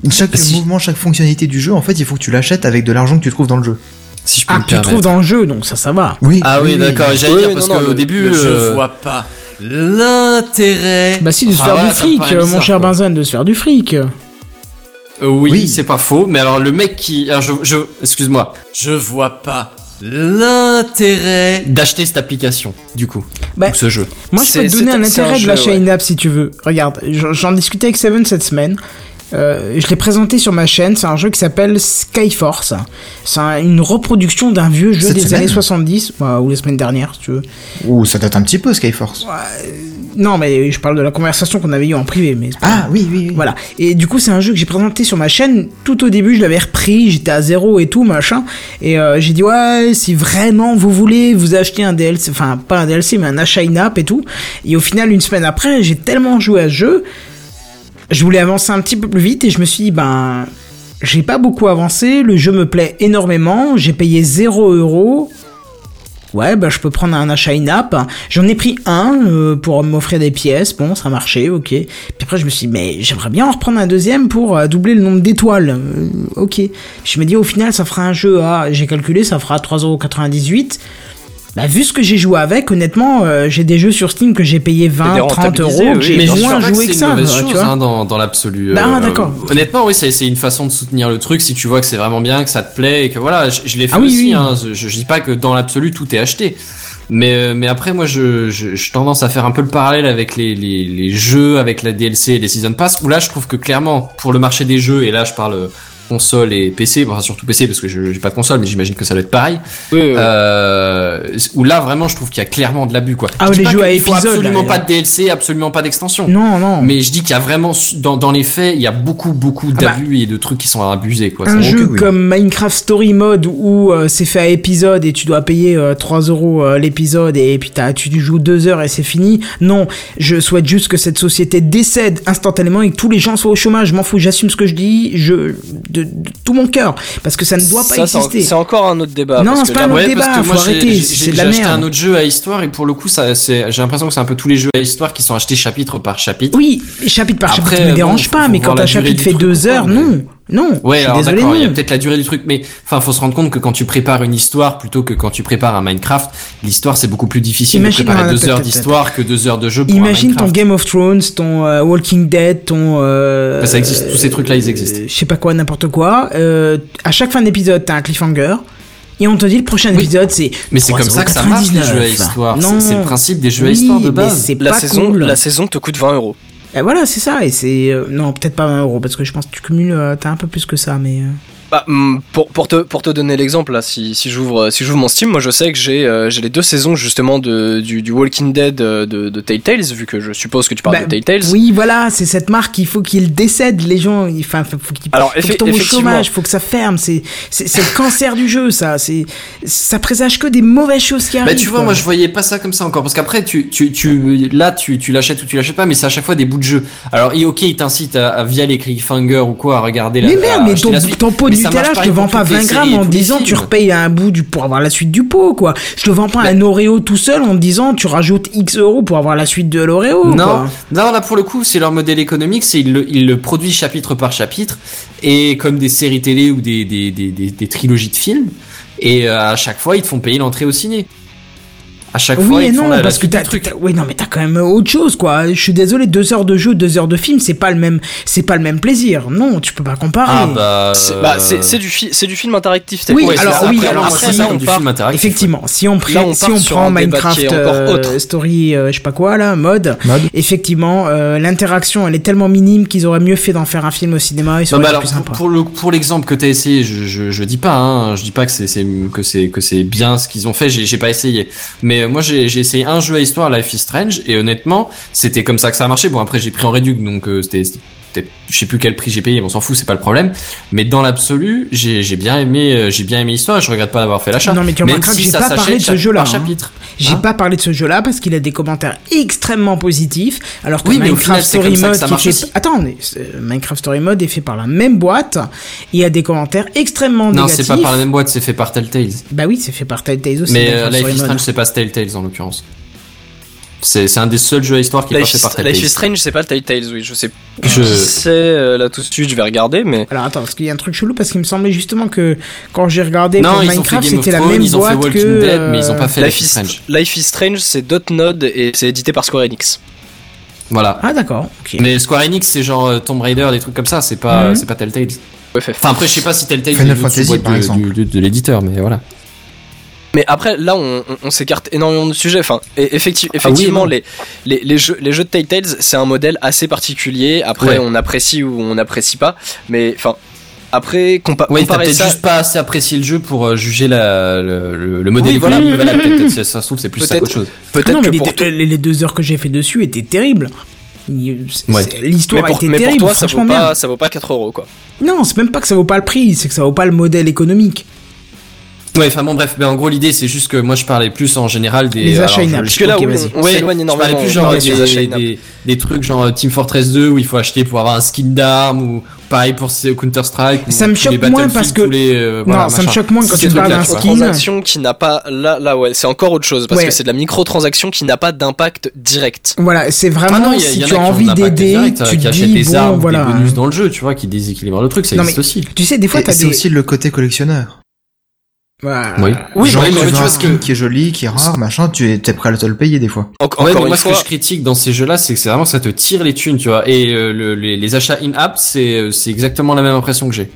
C: Chaque
D: Si-
C: mouvement, chaque fonctionnalité du jeu, en fait, il faut que tu l'achètes avec de l'argent que tu trouves dans le jeu.
D: Si je peux
B: Ah,
D: me
B: tu
D: permettre.
B: trouves dans le jeu, donc ça, ça va.
C: Oui.
D: Ah oui, d'accord, j'allais
H: Oui,
D: dire
H: oui,
D: parce
H: non, non,
D: qu'au
H: le-
D: début.
H: le jeu,
D: euh,
H: je vois
E: pas.
D: L'intérêt.
B: Bah si, de se
D: Ah
B: faire
D: ouais,
B: du
D: ça me
B: fric,
D: paraît
B: euh, mon
D: bizarre,
B: cher
D: quoi.
B: Benzen, de se faire du fric.
D: Euh, oui,
C: Oui.
D: c'est pas faux, mais alors le mec qui. Alors je. je Excuse-moi. Je vois pas l'intérêt d'acheter cette application, du coup.
B: Bah,
D: ou ce jeu.
B: Moi, je peux
H: C'est-
B: te donner
H: c'est-
B: un
H: c'est un
B: intérêt de
H: jeu,
B: la chaîne
H: ouais.
B: d'app si tu veux. Regarde, j'en j'en discutais avec Seven cette semaine. Euh, je l'ai présenté sur ma chaîne. C'est un jeu qui s'appelle Skyforce. C'est un- une reproduction d'un vieux jeu
C: Cette
B: des
C: semaine
B: années 70, ouais, ou la semaine dernière, si tu veux.
C: Ouh, ça date un petit peu, Skyforce.
B: Non, mais je parle de la conversation qu'on avait eue en privé, mais c'est pas
C: Ah oui, oui, oui.
B: Voilà. Et du coup, c'est un jeu que j'ai présenté sur ma chaîne. Tout au début, je l'avais repris, j'étais à zéro et tout, machin. Et euh, j'ai dit, ouais, si vraiment vous voulez, vous achetez un DLC, enfin, pas un DLC, mais un achat in-app et tout. Et au final, une semaine après, j'ai tellement joué à ce jeu, je voulais avancer un petit peu plus vite et je me suis dit, ben, j'ai pas beaucoup avancé, le jeu me plaît énormément, j'ai payé 0 euros. Ouais, bah je peux prendre un achat in-app. J'en ai pris un euh, pour m'offrir des pièces. Bon, ça marchait, ok. Puis après, je me suis dit, mais j'aimerais bien en reprendre un deuxième pour euh, doubler le nombre d'étoiles. Euh, ok. Je me dis, au final, ça fera un jeu à. J'ai calculé, ça fera 3,98€. Bah, vu ce que j'ai joué avec, honnêtement, euh, j'ai des jeux sur Steam que j'ai payé 20, 30 euros,
H: rentabilisé,
B: que
H: oui,
B: j'ai
H: mais je
B: moins
D: pense pas
B: joué
D: c'est
B: que
D: une
B: ça.
D: mauvaise
B: euh,
D: chose,
B: tu vois.
D: hein, dans, dans l'absolu.
B: Bah,
D: euh,
B: d'accord.
D: Honnêtement, oui, c'est c'est une façon de soutenir le truc si tu vois que c'est vraiment bien, que ça te plaît et que voilà, je, je l'ai fait
B: Ah oui,
D: aussi.
B: oui.
D: hein, je, je dis pas que dans l'absolu tout est acheté. Mais, euh, mais après, moi, je, je, je tendance à faire un peu le parallèle avec les, les, les jeux, avec la DLC et les Season Pass, où là, je trouve que clairement, pour le marché des jeux, et là, je parle euh, console et PC, enfin, surtout PC, parce que je j'ai pas de console, mais j'imagine que ça doit être pareil, euh, où là, vraiment, je trouve qu'il y a clairement de l'abus, quoi.
B: Ah,
D: Je dis
B: les
D: pas
B: jeux à
D: qu'il faut
B: épisodes, là,
D: absolument
B: là.
D: pas de DLC, absolument pas d'extension.
B: Non, non.
D: Mais je dis qu'il y a vraiment, su- dans, dans les faits, il y a beaucoup, beaucoup
B: bah.
D: d'abus et de trucs qui sont abusés, quoi.
B: un
D: C'est-
B: jeu
C: que oui.
B: comme Minecraft Story Mode où euh, c'est fait à épisode et tu dois payer euh, 3 euros euh, l'épisode et puis t'as- tu joues 2 heures et c'est fini. Non, je souhaite juste que cette société décède instantanément et que tous les gens soient au chômage. Je m'en fous, j'assume ce que je dis, je de, de tout mon cœur parce que ça ne doit pas
H: Ça, c'est en-
B: exister.
H: C'est encore un autre débat.
B: Non,
H: parce
B: c'est
H: que
B: pas
H: là-
B: un autre
D: Ouais,
B: débat,
D: parce que
B: faut
D: moi, j'ai-
B: arrêter,
D: j'ai-
B: c'est
D: j'ai
B: de la
D: acheté
B: merde.
D: un autre jeu à histoire et pour le coup, ça, c'est, j'ai l'impression que c'est un peu tous les jeux à histoire qui sont achetés chapitre par chapitre.
B: Oui, chapitre par
D: Après,
B: chapitre ne me
D: bon,
B: dérange
D: faut-
B: pas,
D: faut
B: mais
D: voir
B: quand
D: la
B: un
D: durée
B: chapitre
D: du
B: fait
D: truc,
B: 2 heures,
D: mais-
B: non, non,
D: Ouais,
B: je suis
D: alors
B: désolé,
D: d'accord, il y a
B: non.
D: peut-être la durée du truc, mais enfin, faut se rendre compte que quand tu prépares une histoire plutôt que quand tu prépares un Minecraft, l'histoire c'est beaucoup plus difficile
B: Imagine,
D: de préparer
B: alors,
D: deux
B: attends,
D: heures
B: attends,
D: d'histoire que deux heures de jeu pour
B: Imagine
D: un
B: ton
D: Minecraft.
B: Game of Thrones, ton euh, Walking Dead, ton. euh,
D: Bah, ça existe, tous ces trucs-là, ils existent.
B: euh, je sais pas quoi, n'importe quoi. Euh, à chaque fin d'épisode, t'as un cliffhanger. Et on te dit le prochain épisode, Oh, c'est.
D: Mais c'est comme ça que ça marche les jeux à
B: 3,99.
D: histoire.
B: Non.
D: C'est c'est le principe des jeux à
B: Oui,
D: histoire de
B: mais
D: base.
B: C'est
H: La
B: pas
H: saison,
B: cool.
H: la saison te coûte 20 euros.
B: Et voilà, c'est ça. Et c'est. euh, non, peut-être pas 20 euros, parce que je pense que tu cumules, euh, t'as un peu plus que ça, mais. euh,
H: Bah, hum, pour, pour, te, pour te donner l'exemple, là, si, si j'ouvre euh, si j'ouvre mon Steam, moi je sais que j'ai euh, j'ai les deux saisons justement de, du, du Walking Dead euh, de, de Telltales, vu que je suppose que tu parles
B: bah,
H: de Telltales.
B: Oui, voilà, c'est cette marque, il faut qu'il décède, les gens. il- Enfin, faut faut qu'ils
H: Alors,
B: faut qu'ils
H: effe-
B: tombent au
H: effectivement.
B: chômage, faut que ça ferme. C'est c'est- c'est le cancer du jeu, ça. C'est Ça présage que des mauvaises choses qui
D: Bah
B: arrivent.
D: tu vois,
B: quoi.
D: moi je voyais pas ça comme ça encore parce qu'après tu tu tu là tu tu l'achètes ou tu l'achètes pas, mais c'est à chaque fois des bouts de jeu. Alors et ok, il t'incite à, à via les cliffhangers ou quoi à regarder la.
B: Mais merde,
D: à
B: mais
D: acheter
B: ton,
D: la suite.
B: ton pot de
D: Mais ça marche
B: Nutella, je te
D: pareil pour
B: vends pas
D: toutes les
B: 20 grammes
D: séries et
B: en
D: tous
B: te
D: les
B: disant tu
D: films.
B: repayes un bout du, pour avoir la suite du pot, quoi. Je te vends
D: Bah-
B: pas un Oreo tout seul en te disant tu rajoutes X euros pour avoir la suite de l'Oreo,
D: Non,
B: quoi.
D: non, là pour le coup, c'est leur modèle économique, c'est ils le, ils le produisent chapitre par chapitre et comme des séries télé ou des des des, des, des trilogies de films et euh, à chaque fois ils te font payer l'entrée au ciné. À chaque fois
B: Oui et
D: ils te font
B: non,
D: la, la
B: parce que
D: suite du
B: t'as,
D: truc.
B: t'as- oui, non, mais t'as quand même euh, autre chose, quoi. Je suis désolé, deux heures de jeu, deux heures de film, c'est pas le même, c'est pas le même plaisir. Non, tu peux pas comparer.
D: Ah bah
H: C'est
D: euh,
H: bah, c'est- c'est du, fi- c'est du film interactif,
B: Oui,
H: Telltales.
B: alors,
D: c'est ça.
B: oui,
D: Après,
B: alors,
D: moi,
H: après,
D: c'est ça
H: là,
D: comme
H: on
D: du
H: part-
D: film interactif, ouais.
B: Effectivement, si on, pré-
H: Là, on
B: si
H: part
B: on
H: sur
B: prend
H: un débat
B: Minecraft
H: qui est encore
B: euh,
H: autre.
B: Story, euh, je sais pas quoi, là, mode,
C: Mode.
B: effectivement, euh, l'interaction, elle est tellement minime qu'ils auraient mieux fait d'en faire un film au cinéma. Et ça
D: Non, mais
B: aurait été
D: alors,
B: plus
D: pour,
B: sympa.
D: pour le pour l'exemple que t'as essayé, je, je je dis pas, hein, je dis pas que c'est c'est que c'est que c'est bien ce qu'ils ont fait. J'ai j'ai pas essayé, mais euh, moi j'ai j'ai essayé un jeu à histoire, Life is Strange, et honnêtement, c'était comme ça que ça a marché. Bon après j'ai pris en réduc, donc euh, c'était c'était peut-être, je sais plus quel prix j'ai payé, mais on s'en fout, c'est pas le problème. Mais dans l'absolu, j'ai j'ai bien aimé, euh, j'ai bien aimé l'histoire. et Je regrette pas d'avoir fait l'achat.
B: Non, mais tu
D: Même
B: remarqueras que
D: si
B: j'ai
D: ça
B: pas parlé
D: s'achète
B: de ce jeu-là,
D: Par
B: hein.
D: chapitre.
B: J'ai
D: Hein
B: pas parlé de ce jeu-là parce qu'il a des commentaires extrêmement positifs. Alors que
D: Oui, mais au final,
B: Minecraft
D: c'est comme
B: Story
D: ça que
B: Mode,
D: ça
B: qui
D: marche
B: est fait...
D: aussi.
B: attends, mais, euh, Minecraft Story Mode est fait par la même boîte. Il y a des commentaires extrêmement
D: Non, c'est
B: négatifs.
D: pas par la même boîte, c'est fait par Telltale.
B: Bah oui, c'est fait par Telltale aussi.
D: Mais euh,
B: Minecraft
D: Life
B: Story
D: is
B: Mode.
D: Strange, c'est pas Telltale en l'occurrence. C'est c'est un des seuls jeux à histoire qui est pas
H: Life
D: fait
H: is,
D: par Telltale.
H: Life is Strange, c'est pas Telltale, oui, je sais pas
D: Je-
H: qui c'est euh, là tout de suite, je vais regarder, mais
B: Alors attends, parce qu'il y a un truc chelou parce qu'il me semblait justement que quand j'ai regardé
D: Non,
B: pour
D: ils ont fait
B: Minecraft,
D: Game of
B: c'était la
D: Thrones,
B: même
D: ils ont fait
B: boîte
D: Walking
B: que
D: Dead, mais ils ont
B: euh,
D: pas fait Life is Strange.
H: Life is Strange, c'est Dotnod et c'est édité par Square Enix.
D: Voilà.
B: Ah d'accord, ok.
D: Mais Square Enix, c'est genre euh, Tomb Raider, des trucs comme ça, c'est pas,
B: Mhm.
D: c'est pas Telltale.
H: Ouais,
D: Enfin, après, je sais pas si Telltale
C: Final
D: est une autre
C: Fantasy,
D: boîte
C: par
D: de-
C: exemple.
D: du- de- de l'éditeur, mais voilà.
H: Mais après, là, on, on- on s'écarte énormément du sujet. Enfin, et effecti- effectivement,
D: non.
H: les, les, les jeux, les jeux de Telltale, c'est un modèle assez particulier.
D: Ouais.
H: Après, on apprécie ou on n'apprécie pas. Mais enfin, après, compa
D: Oui, t'as
H: comparer
D: peut-être
H: ça.
D: juste pas assez apprécié le jeu pour euh, juger la, le, le- le modèle.
H: Oui, voilà.
D: économique. peut-être, ça, ça se trouve, c'est plus ça
H: Peut-être.
D: qu'autre chose.
B: Ah
H: Peut-être
B: non,
H: que
B: mais les,
H: pour toi.
B: les- les deux heures que j'ai fait dessus étaient terribles. Il- c'est-
D: Ouais.
B: c'est-
H: Mais
B: L'histoire
H: pour,
B: était
H: mais pour
B: terrible,
H: toi, ça
B: franchement
H: vaut,
B: merde.
H: pas, ça vaut pas 4 euros, quoi.
B: Non, c'est même pas que ça vaut pas le prix, c'est que ça vaut pas le modèle économique.
D: Ouais, enfin bon, bref. Mais en gros, l'idée, c'est juste que moi, je parlais plus en général des.
B: Les achats
D: alors, je-
B: in-app.
H: Parce que là,
B: Ok,
H: oui,
B: vas-y.
H: on on
D: Ouais,
H: s'éloigne
D: je parlais
H: énormément.
D: plus
H: on
D: genre
H: parlait
D: des,
H: des achats
D: des-
H: in-app.
D: des- des trucs genre euh, Team Fortress 2 où il faut acheter pour avoir un skin d'arme ou pareil pour Counter Strike.
B: Ça me choque moins parce que-
D: euh,
B: non, ça me choque moins quand tu parles d'un skin.
H: transaction qui n'a pas là là ouais c'est encore autre chose parce
B: Ouais.
H: que c'est de la microtransaction qui n'a pas d'impact direct
B: Voilà, c'est vraiment
D: Ah non, il y a- il
B: si
D: y en
B: tu
D: a
B: as
D: qui ont
B: envie
D: un impact
B: d'aider,
D: direct, euh,
B: tu
D: qui
B: te
D: achètent
B: dis
D: des
B: bon,
D: armes,
B: voilà.
D: des bonus dans le jeu, tu vois, qui déséquilibrent le truc, ça
B: Non,
D: existe
B: mais-
D: aussi.
B: Tu sais, des fois
C: Et
B: t'as
C: c'est
B: des.
C: aussi le côté collectionneur.
B: Voilà.
D: Oui.
C: Genre,
D: mais
C: tu
D: tu
C: veux
D: vois
C: un
D: ce
C: skin
D: que-
C: qui est joli, qui est rare, machin, tu es t'es prêt à te le payer des fois.
H: En- encore
D: Ouais, mais
H: une
D: moi,
H: fois
D: ce que je critique dans ces jeux-là, c'est que c'est vraiment ça te tire les thunes, tu vois. Et euh, le- les, les achats in-app, c'est euh, c'est exactement la même impression que j'ai.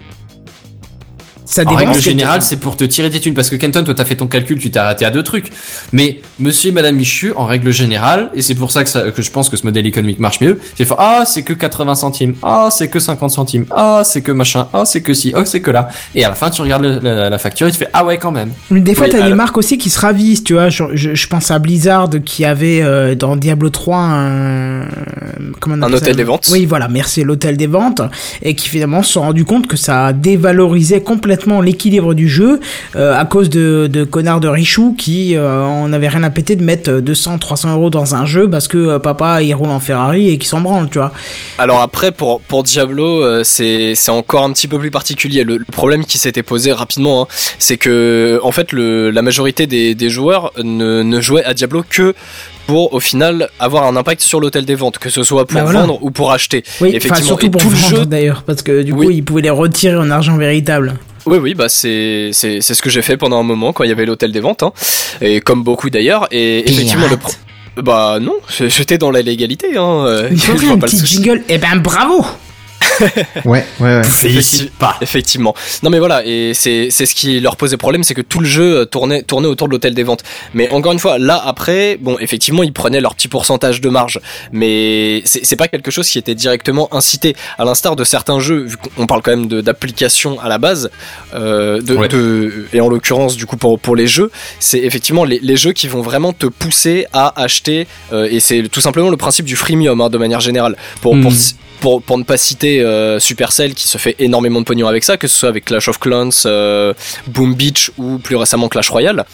B: Ça
D: En
B: dépend.
D: règle
B: ce que
D: générale,
B: t'as-
D: c'est pour te tirer des thunes. Parce que Kenton, toi, t'as fait ton calcul, tu t'es arrêté à deux trucs. Mais monsieur et madame Michu, en règle générale, et c'est pour ça que, ça- que je pense que ce modèle économique marche mieux, c'est faire, ah, c'est que 80 centimes, ah, c'est que 50 centimes, ah, c'est que machin, ah, c'est que ci, ah, c'est que là. Et à la fin, tu regardes le- la, la facture et tu fais, ah ouais, quand même.
B: Mais des fois,
H: Oui,
B: t'as des
H: alors-
B: marques aussi qui se ravissent, tu vois. Je, je- je pense à Blizzard qui avait euh, dans Diablo 3 un. Comment on
H: Un
B: appelle ça
H: hôtel des ventes.
B: Oui, voilà, merci, l'hôtel des ventes. Et qui finalement se sont rendu compte que ça dévalorisait complètement l'équilibre du jeu euh, à cause de, de connards de Richou qui euh, en avaient rien à péter de mettre euh, 200, 300 euros dans un jeu parce que euh, papa il roule en Ferrari et qu'il s'en branle, tu vois.
H: Alors après, pour, pour Diablo, euh, c'est c'est encore un petit peu plus particulier. Le, le problème qui s'était posé rapidement, hein, c'est que en fait, le, la majorité des, des joueurs ne, ne jouaient à Diablo que pour, au final, avoir un impact sur l'hôtel des ventes, que ce soit pour
B: Bah voilà.
H: vendre ou pour acheter.
B: Oui, enfin,
H: Effectivement,
B: surtout
H: et
B: pour
H: tout le
B: vendre
H: jeu-
B: d'ailleurs, parce que du coup
H: Oui.
B: ils pouvaient les retirer en argent véritable.
H: Oui, oui, bah c'est c'est c'est ce que j'ai fait pendant un moment quand il y avait l'hôtel des ventes, hein, et comme beaucoup d'ailleurs. Et effectivement, le pro... bah non, j'étais dans la légalité. Hein, euh,
B: Il faudrait
H: je vois
B: un
H: pas le
B: petit
H: souci.
B: jingle, et ben bravo!
C: Ouais, ouais, ouais.
H: Effecti- Effectivement. Non mais voilà, et c'est c'est ce qui leur posait problème, c'est que tout le jeu euh, tournait, tournait autour de l'hôtel des ventes. Mais encore une fois, là après, bon, effectivement, ils prenaient leur petit pourcentage de marge, mais c'est c'est pas quelque chose qui était directement incité, à l'instar de certains jeux, vu qu'on parle quand même de- d'applications à la base, euh, de,
D: Ouais.
H: de- et en l'occurrence, du coup, pour, pour les jeux, c'est effectivement les, les jeux qui vont vraiment te pousser à acheter, euh, et c'est tout simplement le principe du freemium, hein, de manière générale, pour, pour,
D: Mm.
H: pour, pour ne pas citer euh, Supercell qui se fait énormément de pognon avec ça, que ce soit avec Clash of Clans, euh, Boom Beach ou plus récemment Clash Royale,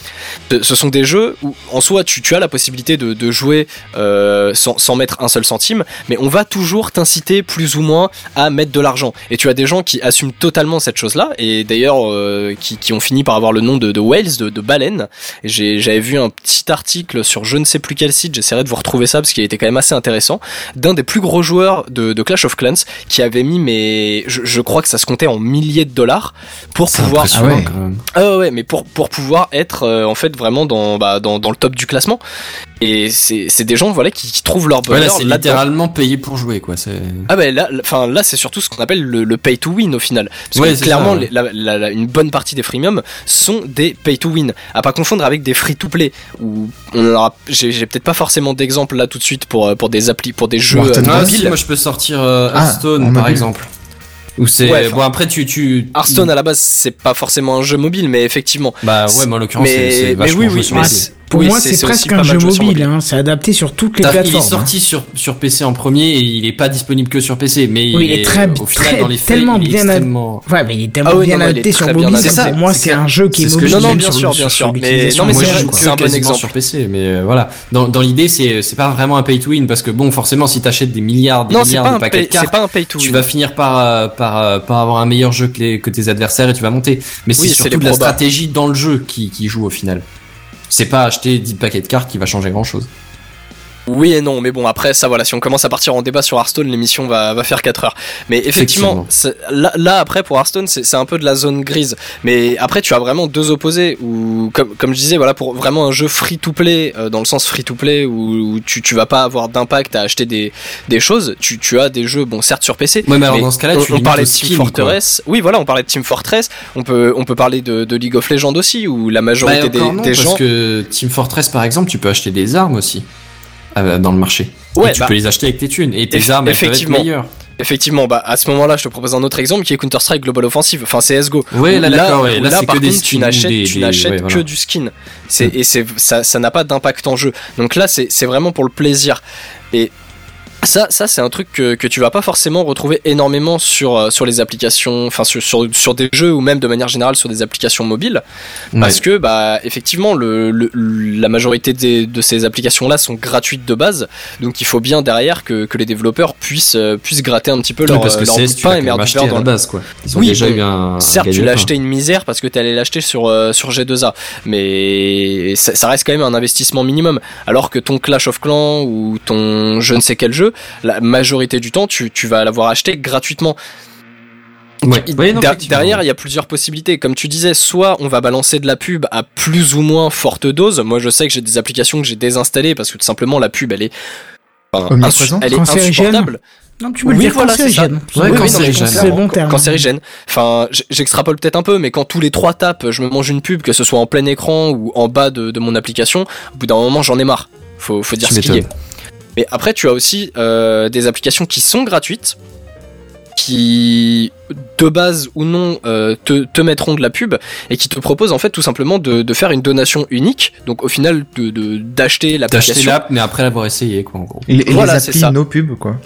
H: ce ce sont des jeux où en soi tu, tu as la possibilité de, de jouer euh, sans, sans mettre un seul centime, mais on va toujours t'inciter plus ou moins à mettre de l'argent. Et tu as des gens qui assument totalement cette chose-là, et d'ailleurs euh, qui, qui ont fini par avoir le nom de, de Wales, de, de baleine. Et j'ai- J'avais vu un petit article sur je ne sais plus quel site, j'essaierai de vous retrouver ça parce qu'il était quand même assez intéressant d'un des plus gros joueurs de, de Clash of Clans qui avait mis mais je, je crois que ça se comptait en milliers de dollars pour pouvoir
C: Ah ouais.
D: quand même.
H: ah ouais mais pour pour pouvoir être euh, en fait vraiment dans bah, dans, dans le top du classement et c'est c'est des gens voilà qui, qui trouvent leur
D: Ouais, là,
H: bonheur
D: c'est
H: là-dedans.
D: littéralement payé pour jouer, quoi. C'est.
H: Ah ben là, là- enfin là c'est surtout ce qu'on appelle le, le pay to win au final. Parce
D: Ouais,
H: que
D: c'est
H: clairement,
D: ça, ouais.
H: les- la- la- la- une bonne partie des freemiums sont des pay to win, à pas confondre avec des free to play. Où on en aura, j'ai j'ai peut-être pas forcément d'exemple là tout de suite pour euh, pour des applis, pour des jeux euh,
C: Warton
D: Ah,
C: Mobile.
D: si, moi, je peux sortir euh,
C: Ah,
D: Hearthstone,
C: en
D: par
C: mobile.
D: exemple. Ou c'est
H: Ouais, enfin-
D: bon après tu tu
H: Hearthstone à la base c'est pas forcément un jeu mobile mais effectivement.
D: bah ouais mais en l'occurrence c'est- c'est
H: mais, mais
D: vachement
H: oui oui
D: joué sur
H: mais
D: mobile.
H: c'est-
B: Pour
H: oui,
B: moi, c'est
H: aussi
B: presque
H: pas
B: un
H: mal
B: jeu
H: joué sur
B: mobile. hein. C'est adapté sur toutes les
D: T'as-
B: plateformes.
D: Il est
B: hein.
D: sorti sur, sur PC en premier et il est pas disponible que sur PC, mais euh,
B: Oui, il est très-
D: au final,
B: très-
D: dans les faits,
B: tellement
D: il est
B: bien ad-
D: extrêmement...
B: Ouais, mais il est tellement
H: Ah oui,
B: bien
H: non, mais il est
B: adapté sur
H: très bien
B: mobile.
H: adapté.
B: que Pour moi, c'est un jeu qui
D: c'est
B: est
D: ce que
B: mobile.
D: je- Non, non,
B: même
H: bien
B: sur-
H: sûr, bien
B: sur
H: sûr, mais-
B: l'utilisation.
H: non, mais
D: Moi,
H: c'est
D: je
H: vrai
D: joue
H: que
D: que
H: c'est un bon
D: quasiment
H: exemple.
D: sur PC, mais euh, voilà. Dans, dans l'idée, c'est c'est pas vraiment un pay to win parce que bon, forcément, si t'achètes des milliards, des
H: Non c'est
D: milliards
H: pas,
D: de
H: un
D: paquets
H: pay-
D: de
H: c'est
D: cartes,
H: pas un pay to
D: tu
H: win.
D: vas finir par euh, par euh, par avoir un meilleur jeu que, les, que tes adversaires et tu vas monter. Mais c'est
H: Oui, c'est les
D: surtout de la
H: probas.
D: stratégie dans le jeu qui qui joue au final. C'est pas acheter 10 paquets de cartes qui va changer grand chose.
H: Oui et non, mais bon, après, ça voilà, si on commence à partir en débat sur Hearthstone, l'émission va, va faire 4 heures. Mais effectivement,
D: Effectivement.
H: c'est- là, là, après, pour Hearthstone, c'est c'est un peu de la zone grise. Mais après, tu as vraiment deux opposés, ou comme, comme je disais, voilà, pour vraiment un jeu free-to-play, euh, dans le sens free-to-play, où, où tu, tu vas pas avoir d'impact à acheter des, des choses, tu, tu as des jeux, bon, certes sur PC,
D: Ouais, mais alors dans ce cas-là,
H: on,
D: tu
H: on
D: limites
H: parlait
D: au
H: de Team
D: skill, quoi.
H: Fortress, oui, voilà, on parlait de Team Fortress, on peut, on peut parler de, de League of Legends aussi, où la majorité
D: Bah, encore
H: des,
D: non,
H: des
D: parce
H: gens...
D: que Team Fortress, par exemple, tu peux acheter des armes aussi euh, dans le marché.
H: Ouais,
D: Et tu
H: bah,
D: peux les acheter avec tes thunes et tes
H: eff-
D: armes elles peuvent être
H: effectivement.
D: meilleures.
H: Effectivement, bah à ce moment-là, je te propose un autre exemple qui est Counter-Strike Global Offensive, enfin CS:GO.
D: Ouais, là, d'accord, ouais.
H: où
D: Là, c'est
H: par
D: que des
H: contre, tu
D: skins ou
H: n'achètes,
D: des-
H: tu
D: des-
H: n'achètes
D: ouais,
H: que
D: voilà.
H: du skin. C'est et c'est ça, ça n'a pas d'impact en jeu. Donc là, c'est c'est vraiment pour le plaisir. Et ça, ça c'est un truc que, que tu vas pas forcément retrouver énormément sur euh, sur les applications, enfin sur, sur sur des jeux ou même de manière générale sur des applications mobiles, parce que bah effectivement le, le- la majorité des- de ces applications là sont gratuites de base, donc il faut bien derrière que, que les développeurs puissent euh, puissent gratter un petit peu
D: Oui,
H: leur
D: parce que
H: leur
D: CS,
H: bout de
D: tu
H: pain
D: l'as
H: et
D: quand même
H: merde du
D: acheté
H: beurre
D: à
H: dans
D: la
H: le-
D: base, hein, quoi. Ils ont
H: Oui,
D: déjà
H: bon,
D: eu un. un
H: Certes, tu
D: gain de
H: l'as
D: pain.
H: acheté une misère parce que tu allais l'acheter sur, euh, sur G2A, mais ça, ça reste quand même un investissement minimum. Alors que ton Clash of Clans ou ton je ne sais quel jeu, la majorité du temps, tu, tu vas l'avoir acheté gratuitement.
D: Ouais.
H: Il-
D: Ouais, non,
H: der-
D: effectivement.
H: derrière, il y a plusieurs possibilités. Comme tu disais, soit on va balancer de la pub à plus ou moins forte dose. Moi, je sais que j'ai des applications que j'ai désinstallées parce que tout simplement la pub, elle est, enfin,
C: Omniprésente.
H: elle est
B: Cancérigène.
H: insupportable.
B: Non, tu peux le
H: Oui,
B: dire
H: voilà, c'est ça.
B: cancérigène.
D: Ouais,
H: Oui,
D: quand
H: oui, non,
D: c'est
H: mais
D: jeune.
B: C'est le bon
H: Ca-
B: terme.
H: Cancérigène. Enfin, j- j'extrapole peut-être un peu, mais quand tous les trois tapes, je me mange une pub, que ce soit en plein écran ou en bas de, de mon application, au bout d'un moment, j'en ai marre. Faut, faut dire
D: Tu
H: ce qu'il y a.
D: m'étonnes.
H: Mais après, tu as aussi euh, des applications qui sont gratuites, qui, de base ou non, euh, te, te mettront de la pub et qui te proposent en fait tout simplement de, de faire une donation unique. Donc au final, de- de- d'acheter
D: D'acheter
H: de, l'application.
D: l'app, mais après l'avoir essayé, quoi, en gros.
C: Et, et
H: Voilà,
C: les
H: c'est
C: applis
H: ça.
C: no pub, quoi.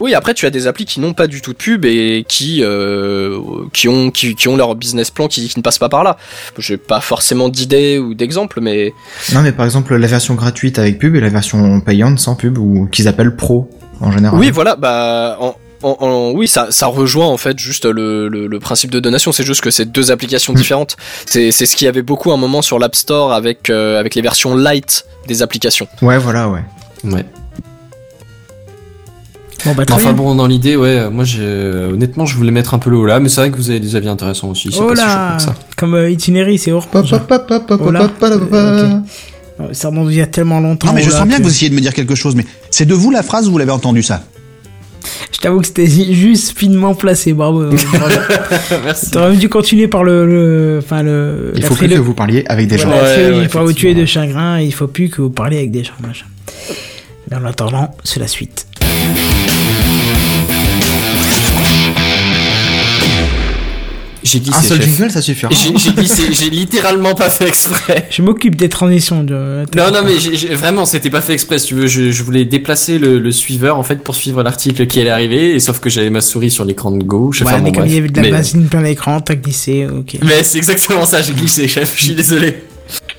H: Oui, après tu as des applis qui n'ont pas du tout de pub et qui euh, qui ont qui, qui ont leur business plan qui, qui ne passe pas par là. J'ai pas forcément d'idée ou d'exemple, mais
C: Non, mais par exemple, la version gratuite avec pub et la version payante sans pub, ou qu'ils appellent pro, en général.
H: oui, voilà, bah en, en- en- oui, ça, ça rejoint en fait juste le, le, le principe de donation. C'est juste que c'est deux applications
C: Mm.
H: différentes. C'est c'est ce qu'il y avait beaucoup à un moment sur l'App Store avec euh, avec les versions light des applications.
C: Ouais, voilà, ouais.
D: Ouais.
B: Bon, bah,
D: Mais
B: très
D: Enfin
B: bien.
D: bon, dans l'idée, ouais, euh, moi, j'ai- honnêtement, je voulais mettre un peu le haut là, mais c'est vrai que vous avez des avis intéressants aussi. C'est
B: Oh
D: pas si chaud
B: là
D: que ça.
B: Comme euh, Itinéry, c'est hors
C: Pa, pa, pa, pa, pa,
B: Oh là.
C: pa, pa, pa, pa.
B: Euh, Euh, Ça remonte il y a tellement longtemps.
J: Non, mais je
B: là,
J: sens bien que vous essayez de me dire quelque chose, mais c'est de vous la phrase ou vous l'avez entendu ça
B: Je t'avoue que c'était juste finement placé, bravo.
D: Merci.
B: T'aurais dû continuer par le. le- Enfin, le.
C: Il
B: la
C: faut plus
B: frileux-
C: que vous parliez avec des gens.
B: Voilà,
D: Ouais,
B: c'est-
D: ouais,
B: il faut vous
D: effectivement.
B: tuer de chagrin, il faut plus que vous parliez avec des gens, machin. Mais en attendant, c'est la suite.
D: J'ai glissé.
H: Ah,
C: Un seul
D: chef.
C: jingle, ça suffira.
D: J'ai j'ai glissé, j'ai littéralement pas fait exprès.
B: Je m'occupe des transitions. De...
D: Non, non, mais j'ai- j'ai- vraiment, c'était pas fait exprès. si tu veux, je, je voulais déplacer le, le suiveur en fait pour suivre l'article qui allait arriver, et sauf que j'avais ma souris sur l'écran de gauche.
B: Ouais,
D: enfin,
B: mais
D: bon,
B: comme il y
D: bref.
B: avait de la
D: Mais-
B: basine plein l'écran, t'as glissé, ok.
D: Mais c'est exactement ça, j'ai glissé, chef. Je suis désolé.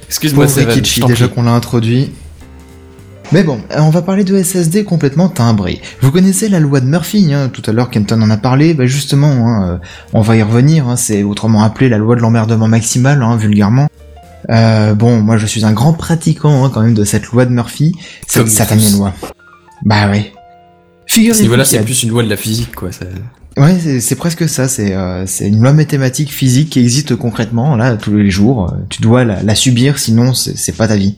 D: Excuse-moi,
C: Pauvre
D: c'est
C: Rikichi, déjà
D: déjà
C: qu'on l'a introduit. Mais bon, euh, on va parler de SSD complètement timbré. Vous connaissez la loi de Murphy, hein, tout à l'heure Kenton en a parlé, bah justement, hein, euh, on va y revenir, hein, c'est autrement appelé la loi de l'emmerdement maximal, hein, vulgairement. Euh, bon, moi je suis un grand pratiquant hein, quand même de cette loi de Murphy, cette
D: Comme nous
C: satanée
D: tous.
C: loi. Bah ouais.
D: À ce
C: Figurez-vous
D: niveau-là,
C: qu'il y a-
D: c'est plus une loi de la physique, quoi. ça-
C: Ouais, c'est- c'est presque ça. C'est euh, c'est une loi mathématique physique qui existe concrètement là tous les jours. Euh, Tu dois la, la subir, sinon c'est c'est pas ta vie.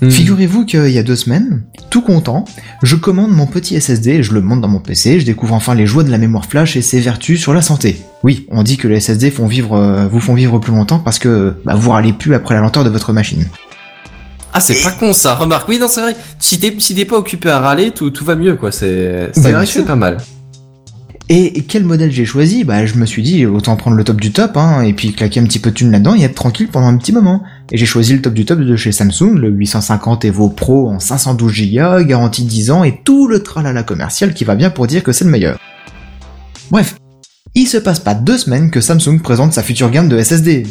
C: Hmm.
D: Hmm.
C: Figurez-vous qu'il y a deux semaines, tout content, je commande mon petit SSD, je le monte dans mon PC, je découvre enfin les joies de la mémoire flash et ses vertus sur la santé. Oui, on dit que les SSD font vivre, euh, vous font vivre plus longtemps parce que bah, vous râlez plus après la lenteur de votre machine.
D: Ah, c'est pas con ça, remarque. Oui, non, c'est vrai. Si t'es si t'es pas occupé à râler, tout, tout va mieux, quoi. C'est c'est
C: Bah, bien
D: vrai que
C: sûr.
D: c'est pas mal.
C: Et quel modèle j'ai choisi Bah je me suis dit autant prendre le top du top hein, et puis claquer un petit peu de thunes là-dedans et être tranquille pendant un petit moment. Et j'ai choisi le top du top de chez Samsung, le 850 Evo Pro en 512 Go, garantie 10 ans et tout le tralala commercial qui va bien pour dire que c'est le meilleur. Bref, il se passe pas deux semaines que Samsung présente sa future gamme de SSD.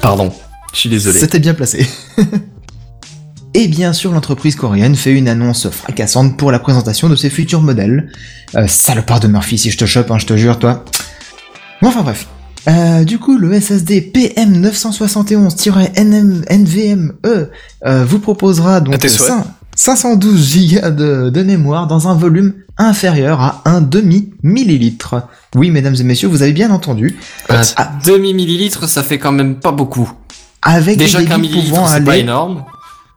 D: Pardon, je suis désolé.
C: C'était bien placé. Et bien sûr, l'entreprise coréenne fait une annonce fracassante pour la présentation de ses futurs modèles. Euh, salopard de Murphy, si je te chope, hein, je te jure, toi. Bon, enfin bref. Euh, du coup, le SSD PM971-NVMe euh, vous proposera
H: À
C: donc
H: tes souhaits.
C: 5- 512 Go de, de mémoire dans un volume inférieur à un demi millilitre. Oui, mesdames et messieurs, vous avez bien entendu.
D: Un
C: Ah.
D: demi millilitre, ça fait quand même pas beaucoup.
C: Avec
D: Déjà
C: des
D: qu'un
C: débits
D: millilitre,
C: pouvant
D: c'est pas
C: aller
D: énorme.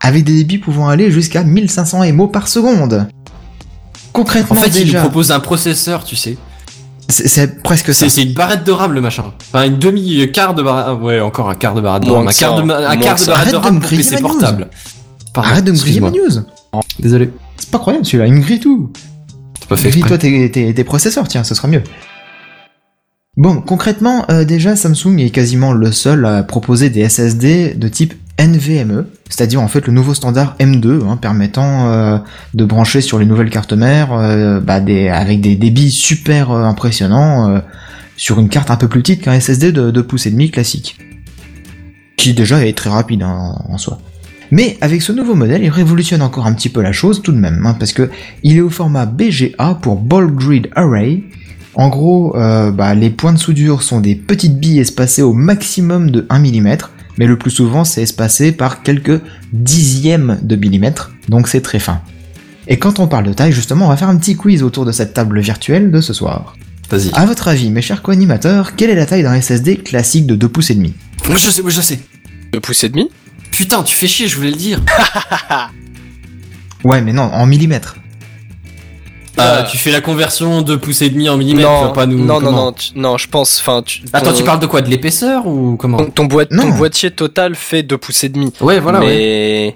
C: avec des débits pouvant aller jusqu'à 1500 MO par seconde.
D: En
C: Concrètement,
D: fait, il nous
C: déjà,
D: propose un processeur, tu sais.
C: c'est- c'est presque ça.
D: C'est c'est une barrette d'orable, le machin. Enfin, une demi, quart de barrette, Ah, ouais, encore un quart de barrette
H: Moins
D: d'orable. Un
H: que ça,
D: quart de, ma- un
H: moins
D: quart
H: que
D: de
H: ça.
D: barrette
C: Arrête de
D: d'orable
C: me
D: pour
C: griller ma
D: PC
C: news.
D: portable. Pardon,
C: Arrête de me griller
D: excuse-moi.
C: ma news.
D: Désolé.
C: C'est pas croyable celui-là, il me grille tout.
D: C'est pas fait exprès.
C: Grille-toi tes, tes- tes processeurs, tiens, ce sera mieux. Bon, concrètement, euh, déjà, Samsung est quasiment le seul à proposer des SSD de type NVMe, E, c'est-à-dire en fait le nouveau standard M2, hein, permettant euh, de brancher sur les nouvelles cartes mères euh, bah, des, avec des débits super euh, impressionnants euh, sur une carte un peu plus petite qu'un SSD de 2 pouces et demi classique. Qui déjà est très rapide hein, en soi. Mais avec ce nouveau modèle, il révolutionne encore un petit peu la chose tout de même, hein, parce que il est au format BGA pour Ball Grid Array. En gros, euh, bah, les points de soudure sont des petites billes espacées au maximum de 1 mm, mais le plus souvent c'est espacé par quelques dixièmes de millimètre, donc c'est très fin. Et quand on parle de taille, justement, on va faire un petit quiz autour de cette table virtuelle de ce soir.
D: Vas-y.
C: À votre avis, mes chers co-animateurs, quelle est la taille d'un SSD classique de 2 pouces et demi
D: Moi, je sais, moi, je sais.
H: Deux pouces et demi
D: Putain, tu fais chier, je voulais le dire.
C: Ouais, mais non, en millimètres.
D: Ah, tu fais la conversion de pouces et demi en millimètres, tu vas pas nous.
H: non, non, Euh,
D: comment
H: non, tu- non, je pense, enfin, tu,
D: Attends,
H: ton-
D: tu parles de quoi De l'épaisseur ou comment
H: ton, ton boîte- ton
C: Non.
H: boîtier total fait deux pouces et demi.
D: Ouais, voilà, ouais.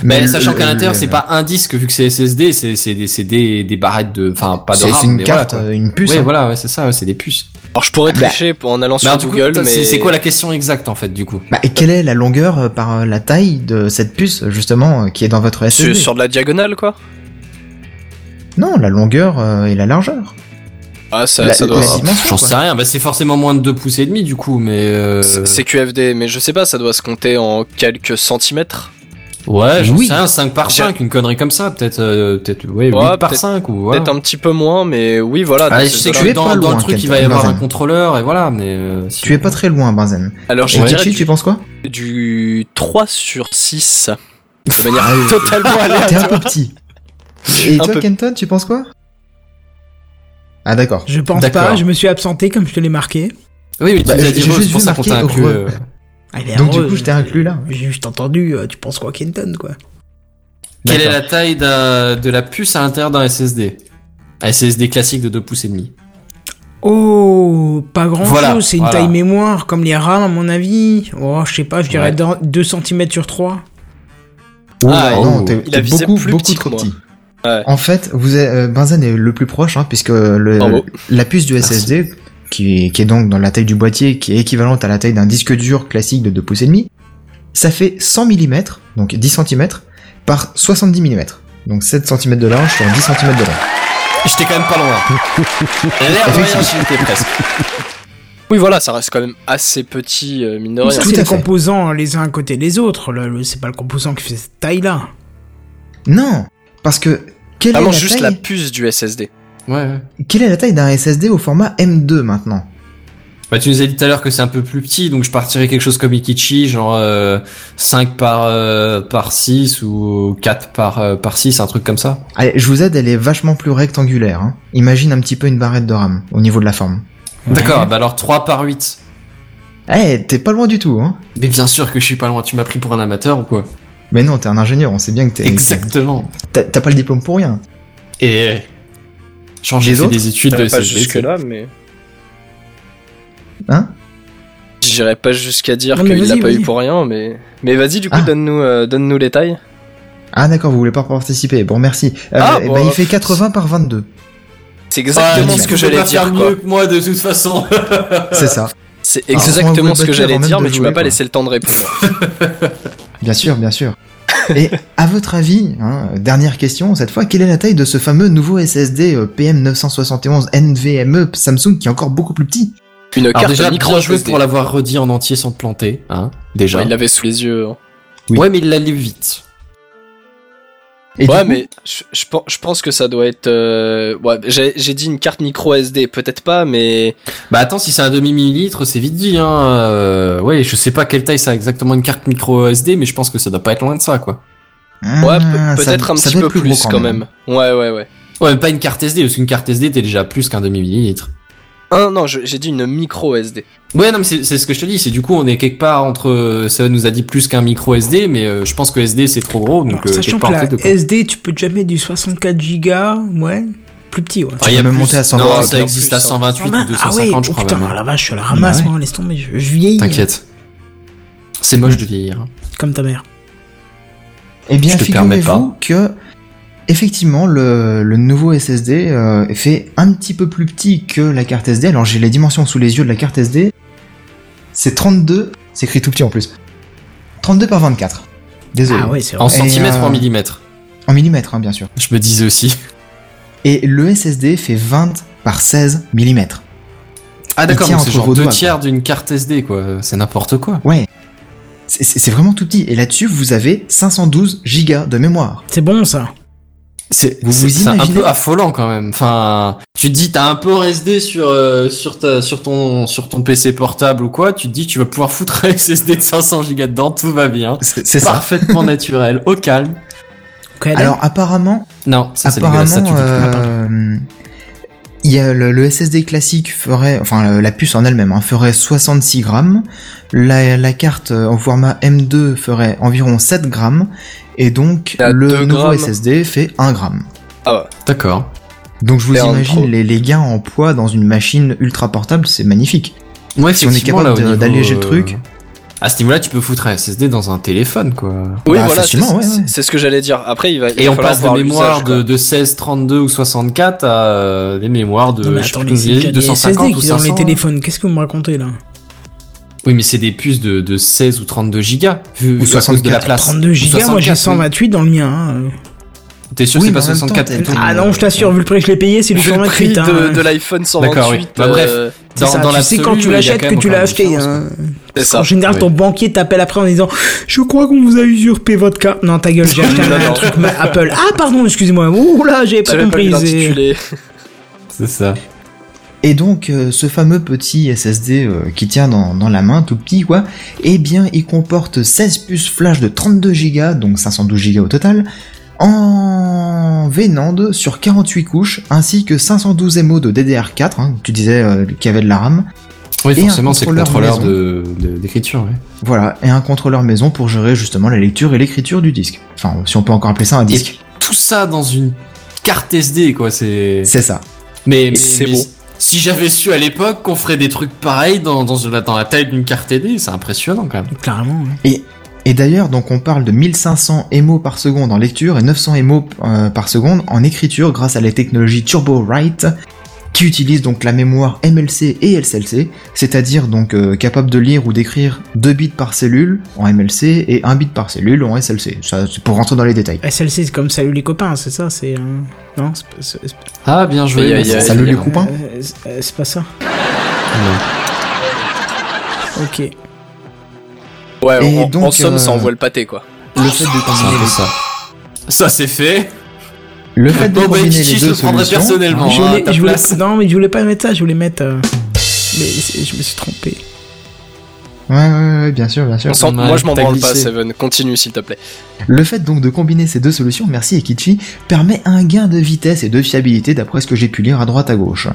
H: mais
D: Mais
C: le-
D: sachant
C: le-
D: qu'à l'intérieur,
C: le-
D: c'est pas un disque vu que c'est SSD, c'est c'est des, c'est des, des barrettes de, enfin pas de
C: C'est
D: RAM,
C: c'est une
D: mais
C: carte,
D: Voilà,
C: euh, une
D: quoi.
C: puce.
D: ouais,
C: hein.
D: voilà, ouais, c'est ça, ouais, c'est des puces.
H: alors je pourrais
C: Bah.
H: tricher pour- en allant
D: Mais
H: sur
D: alors, Ah du coup,
H: Google,
D: putain, c'est-
H: mais
D: c'est quoi la question exacte en fait du coup
C: Bah, et quelle est la longueur euh, par euh, la taille de cette puce, justement, euh, qui est dans votre SSD
H: sur, sur de la diagonale quoi
C: Non, la longueur euh, et la largeur.
H: Ah, ça,
C: La-
H: ça doit.
C: la- Ah, dimension,
D: J'en
C: quoi.
D: sais rien, bah c'est forcément moins de 2 pouces et demi du coup, mais euh...
H: C'est c'est QFD, mais je sais pas, ça doit se compter en quelques centimètres.
D: ouais, j'en
C: Oui.
D: sais rien, 5 par
H: J'ai-
D: 5, une connerie comme ça, peut-être euh, peut-être ouais, 8
H: Ouais,
D: par
H: peut-être-
D: 5 ou voilà.
H: Peut-être un petit peu moins, mais oui, voilà.
D: Ah,
H: dans
D: je
H: ces
D: sais
C: Tu
D: que
C: es
H: eaux-là.
D: dans,
C: pas
D: dans le
C: loin,
D: truc, il
C: Kenton,
D: va y avoir un
C: Benzen.
D: contrôleur et voilà, mais euh, si-
C: Tu es pas très loin, Benzen.
H: Alors je
C: Et
H: dirais
C: Kichi,
H: du,
C: tu penses quoi
H: du 3 sur 6. De manière
C: Ah oui.
H: totalement
C: T'es un
H: aléatoire.
C: peu petit. Et
H: Un
C: toi,
H: peu-
C: Kenton, tu penses quoi Ah d'accord.
B: Je pense
D: D'accord.
B: pas, je me suis absenté comme je te l'ai marqué.
D: Oui, mais tu
C: Bah,
D: nous as
C: j'ai
D: dit
C: juste
D: Rose, c'est
C: vu
D: pour ça qu'on t'a
C: marquer
D: inclus.
C: heureux.
D: euh,
B: Ah, il est
C: Donc, du
B: heureux,
C: coup, je t'ai inclus, là.
B: J'ai juste entendu, euh, tu penses quoi, Kenton, quoi
D: Quelle est
C: D'accord.
D: la taille d'un- de la puce à l'intérieur d'un SSD Un SSD classique de 2 pouces et demi.
B: Oh, pas grand
D: Voilà,
B: chose, c'est une
D: voilà.
B: taille mémoire, comme les RAM à mon avis. Oh, je sais pas, je dirais
D: Ouais.
B: dans 2 cm sur 3.
H: Ah,
D: Oh.
C: non, t'es
H: Il
C: t'es
H: a visé
C: beaucoup,
H: plus
C: beaucoup
H: petit que
C: trop
H: moi.
C: petit.
H: Ouais.
C: En fait, vous êtes, euh, Benzen est le plus proche, hein, puisque le,
H: Bravo.
C: la puce du SSD, qui est, qui est donc dans la taille du boîtier, qui est équivalente à la taille d'un disque dur classique de 2 pouces et demi, ça fait 100 mm, donc 10 cm, par 70 mm. Donc 7 cm de large sur 10 cm de long.
D: J'étais quand même pas loin. L'air de rien, j'y étais presque.
H: Oui, voilà, ça reste quand même assez petit, euh, mine de rien.
B: Ça,
C: Tout
B: c'est
C: à
B: les
C: fait.
B: composants euh, les uns à côté des autres. là, le- c'est pas le composant qui fait cette taille-là.
C: Non, parce que quelle, est
H: Vraiment
C: la,
H: juste la
C: taille,
H: puce du SSD.
D: Ouais, ouais.
C: quelle est la taille d'un SSD au format M2 maintenant
D: Bah, tu nous as dit tout à l'heure que c'est un peu plus petit, donc je partirais quelque chose comme Ikichi, genre euh, 5 par, euh, par 6 ou 4 par, euh, par 6, un truc comme ça.
C: Allez, je vous aide, elle est vachement plus rectangulaire. hein. Imagine un petit peu une barrette de RAM au niveau de la forme.
D: D'accord, bah alors 3 par 8.
C: Eh, t'es pas loin du tout, hein.
D: Mais bien sûr que je suis pas loin, tu m'as pris pour un amateur ou quoi
C: Mais non, t'es un ingénieur, on sait bien que t'es.
D: Exactement.
C: T'as t'as pas le diplôme pour rien.
D: Et... Genre
C: Les
D: j'ai fait
C: autres
D: des études de
H: J'irais pas
D: SSD.
H: jusque-là, mais.
C: Hein
H: J'irais pas jusqu'à dire
B: Non, mais
H: qu'il l'a
B: vas-y,
H: pas eu
B: vas-y.
H: pour rien, mais. Mais vas-y, du coup,
C: Ah.
H: donne-nous euh, donne-nous les tailles.
C: Ah d'accord, vous voulez pas participer. Bon, merci. Euh,
H: Ah,
C: eh
H: bon,
C: ben, il
H: euh,
C: fait 80 par 22.
H: C'est
D: Ah,
H: exactement
D: dis
H: ce
D: tu
H: que
D: peux
H: j'allais
D: pas
H: dire.
D: faire
H: quoi.
D: mieux que moi de toute façon.
C: C'est ça.
H: C'est
C: Alors, on
H: exactement
C: va
H: ce que
C: battre
H: j'allais
C: avant même
H: dire,
C: de
H: mais tu
C: jouer,
H: m'as pas
C: quoi.
H: laissé le temps de répondre.
C: Bien sûr, bien sûr. Et à votre avis, hein, dernière question cette fois, quelle est la taille de ce fameux nouveau SSD euh, PM971 NVMe E, Samsung qui est encore beaucoup plus petit
H: Une
D: Alors
H: carte
D: déjà,
H: micro
D: bien joué
H: SD.
D: pour l'avoir redit en entier sans te planter, hein, déjà.
H: Ouais,
D: Ouais,
H: il l'avait sous les yeux. hein.
D: mais il l'a lu vite.
C: Et du
H: ouais,
C: coup,
H: mais je, je pen- je pense que ça doit être. euh, ouais, j'ai j'ai dit une carte micro SD, peut-être pas, mais
D: Bah attends, si c'est un demi-millilitre, c'est vite dit, hein. euh, ouais, je sais pas quelle taille ça a exactement une carte micro SD, mais je pense que ça doit pas être loin de ça, quoi.
H: ouais, pe-
C: ah, ça-
H: peut-être un
C: ça
H: petit
C: doit
H: peu
C: être
H: plus,
C: gros
H: quand même. Ouais, ouais, ouais.
D: Ouais, mais pas une carte SD, parce qu'une carte SD, t'es déjà plus qu'un demi-millilitre.
H: Ah, non, je- j'ai dit une micro SD.
D: Ouais, non, mais c'est c'est ce que je te dis, c'est du coup, on est quelque part entre, ça nous a dit plus qu'un micro SD, mais euh, je pense que SD c'est trop gros, donc
B: Alors,
D: euh,
B: sachant
D: quelque
B: que
D: part
B: la
D: entre les deux, quoi.
B: SD, tu peux déjà mettre du 64 Go, ouais, plus petit, ouais.
D: Ah, il y a
C: peux même
D: plus-
C: monter à 128,
D: Non,
H: en
D: ça existe
H: plus,
D: à 128 ou 250,
B: ah ouais,
D: je
B: oh
D: crois.
B: putain,
D: même, hein.
B: ah la vache, je suis à la ramasse,
D: Bah ouais.
B: moi, laisse tomber, je, je vieillis. hein,
D: T'inquiète. C'est moche de vieillir. hein.
B: Comme ta mère.
C: Eh bien,
D: Je te permets
C: figurez-vous que effectivement le, le nouveau SSD euh, fait un petit peu plus petit que la carte SD. Alors j'ai les dimensions sous les yeux de la carte SD. C'est 32, c'est écrit tout petit en plus. 32 par 24. Désolé.
B: Ah ouais, c'est vrai.
D: En
C: Et,
D: centimètres ou en
C: euh,
D: millimètres
C: En millimètres, hein, bien sûr.
D: Je me disais aussi.
C: Et le SSD fait 20 par 16 millimètres.
D: Ah d'accord,
C: tient
D: donc c'est
C: entre
D: genre
C: vos
D: deux
C: doigts,
D: tiers d'une carte SD quoi. C'est n'importe quoi.
C: Ouais. C'est- C'est c'est vraiment tout petit. Et là-dessus, vous avez 512 gigas de mémoire.
B: C'est bon ça.
C: C'est vous
D: C'est
C: vous
D: c'est un
C: imaginez
D: peu affolant quand même. Enfin, tu te dis t'as un port SD sur euh, sur ta sur ton sur ton PC portable ou quoi, tu te dis tu vas pouvoir foutre un SSD de 500 Go dedans, tout va bien.
C: C'est c'est ça.
D: Parfaitement naturel, au calme.
B: Ok, d'accord.
C: Alors apparemment,
D: Non, ça c'est dégueulasse, ça tu
C: Apparemment,
D: le dis.
C: euh, il y a le, le SSD classique ferait, enfin le- la puce en elle-même hein, ferait 66 grammes, la, la carte euh, en format M2 ferait environ 7 grammes, et donc
H: À
C: le
H: deux
C: nouveau
H: grammes.
C: SSD fait 1 gramme.
D: D'accord.
C: Donc je vous
H: Et en
C: imagine
H: pro.
C: les, les gains en poids dans une machine ultra portable, c'est magnifique.
D: Ouais,
C: Si on est
D: effectivement,
C: capable
D: là, au
C: de-
D: niveau,
C: d'alléger le truc.
D: euh, À ce niveau-là, tu peux foutre un SSD dans un téléphone quoi.
H: Oui,
C: Bah,
H: voilà, c'est
C: facilement, ouais,
H: c'est-
C: ouais.
H: c'est ce que j'allais dire. Après, il va. il
D: Et
H: va
D: on
H: falloir
D: passe de
H: voir
D: mémoires
H: l'usage, quoi.
D: de, de 16, 32 ou 64 à euh, des mémoires de
B: Non, mais
D: je sais
B: attends,
D: plus
B: les,
D: combien,
B: il y a des
D: 250
B: SSD
D: ou
B: qui sont dans
D: 500.
B: les téléphones, qu'est-ce que vous me racontez là
D: Oui, mais c'est des puces de, de 16 ou 32 gigas vu
C: Ou
D: à cause de la
C: 64.
D: place.
B: 32 Go, Ah, moi j'ai
D: 64,
B: 128 dans le mien. hein.
D: oui. T'es sûr
C: Oui,
D: que c'est
C: mais en même
D: pas
C: temps,
D: 64
C: t'as-
D: plutôt
B: Ah non, je t'assure,
D: euh,
B: vu le prix que je l'ai payé, c'est du
H: Vu le prix
B: 128.
H: de,
B: hein.
H: de l'iPhone 128.
D: D'accord, oui. Bah, bref.
H: euh,
B: C'est ça, Ah, tu sais quand tu l'achètes que tu l'as acheté. hein.
H: c'est ça.
B: En général,
D: Oui.
B: ton banquier t'appelle après en disant Je crois qu'on vous a usurpé votre carte. Non, ta gueule, j'ai acheté
H: Non,
B: un
H: non.
B: truc ma- Apple. Ah, pardon, excusez-moi. Ouh là, j'avais pas
H: J'avais pas vu
B: compris. c'est-
H: l'intitulé.
D: C'est ça.
C: Et donc, euh, ce fameux petit SSD euh, qui tient dans, dans la main, tout petit, quoi, eh bien, il comporte 16 puces flash de 32 Go, donc 512 Go au total, en VNAND sur 48 couches, ainsi que 512 MO de DDR4, hein, tu disais euh, qu'il y avait de la RAM,
D: Oui,
C: Et un
D: forcément, c'est le
C: contrôleur
D: contrôleur de- de- d'écriture. ouais.
C: voilà, et un contrôleur maison pour gérer justement la lecture et l'écriture du disque. Enfin, si on peut encore appeler ça un disque,
D: Tout ça dans une carte SD, quoi. C'est.
C: c'est ça.
D: Mais, mais-
H: c'est
D: mais
H: beau.
D: Si j'avais su à l'époque qu'on ferait des trucs pareils dans, dans, la- dans la taille d'une carte SD, c'est impressionnant quand même.
B: Clairement. hein.
C: Et d'ailleurs, donc on parle de 1500 MO par seconde en lecture et 900 MO euh, par seconde en écriture grâce à la technologie TurboWrite qui utilise donc la mémoire MLC et LCLC, c'est-à-dire donc euh, capable de lire ou d'écrire 2 bits par cellule en MLC et 1 bit par cellule en SLC. Ça, c'est pour rentrer dans les détails.
B: SLC, c'est comme Salut les copains, c'est ça C'est. euh, Non, c'est pas- c'est c'est pas-
D: Ah, bien joué.
H: Mais il y a-
D: mais
H: il y a-
D: c'est-
C: Salut les
D: c'est-
C: copains.
B: euh, c'est- euh, c'est pas ça. Ok.
H: Ouais,
C: Et
H: en, en
C: donc,
H: somme,
C: euh,
H: ça envoie le pâté, quoi.
C: Le fait de
D: C'est un
C: combiner
D: peu ça. Ça c'est fait.
C: les, le fait de
D: Bon bah
C: combiner les
D: Vichy, je
C: deux
D: le prendrais
C: solutions-
D: personnellement.
H: Ah,
B: je
D: hein,
B: voulais,
D: à ta
B: je voulais-
D: place.
B: non, mais je voulais pas mettre ça, je voulais mettre. euh, Mais c'est- je me suis trompé.
C: Ouais, ouais, ouais, bien sûr, bien sûr.
H: On s'en-
D: Ouais,
H: moi, je m'en
D: t'as
H: branle pas,
D: glissé.
H: Seven. Continue, s'il te plaît.
C: Le fait donc de combiner ces deux solutions, merci Ekichi, permet un gain de vitesse et de fiabilité d'après ce que j'ai pu lire à droite à gauche.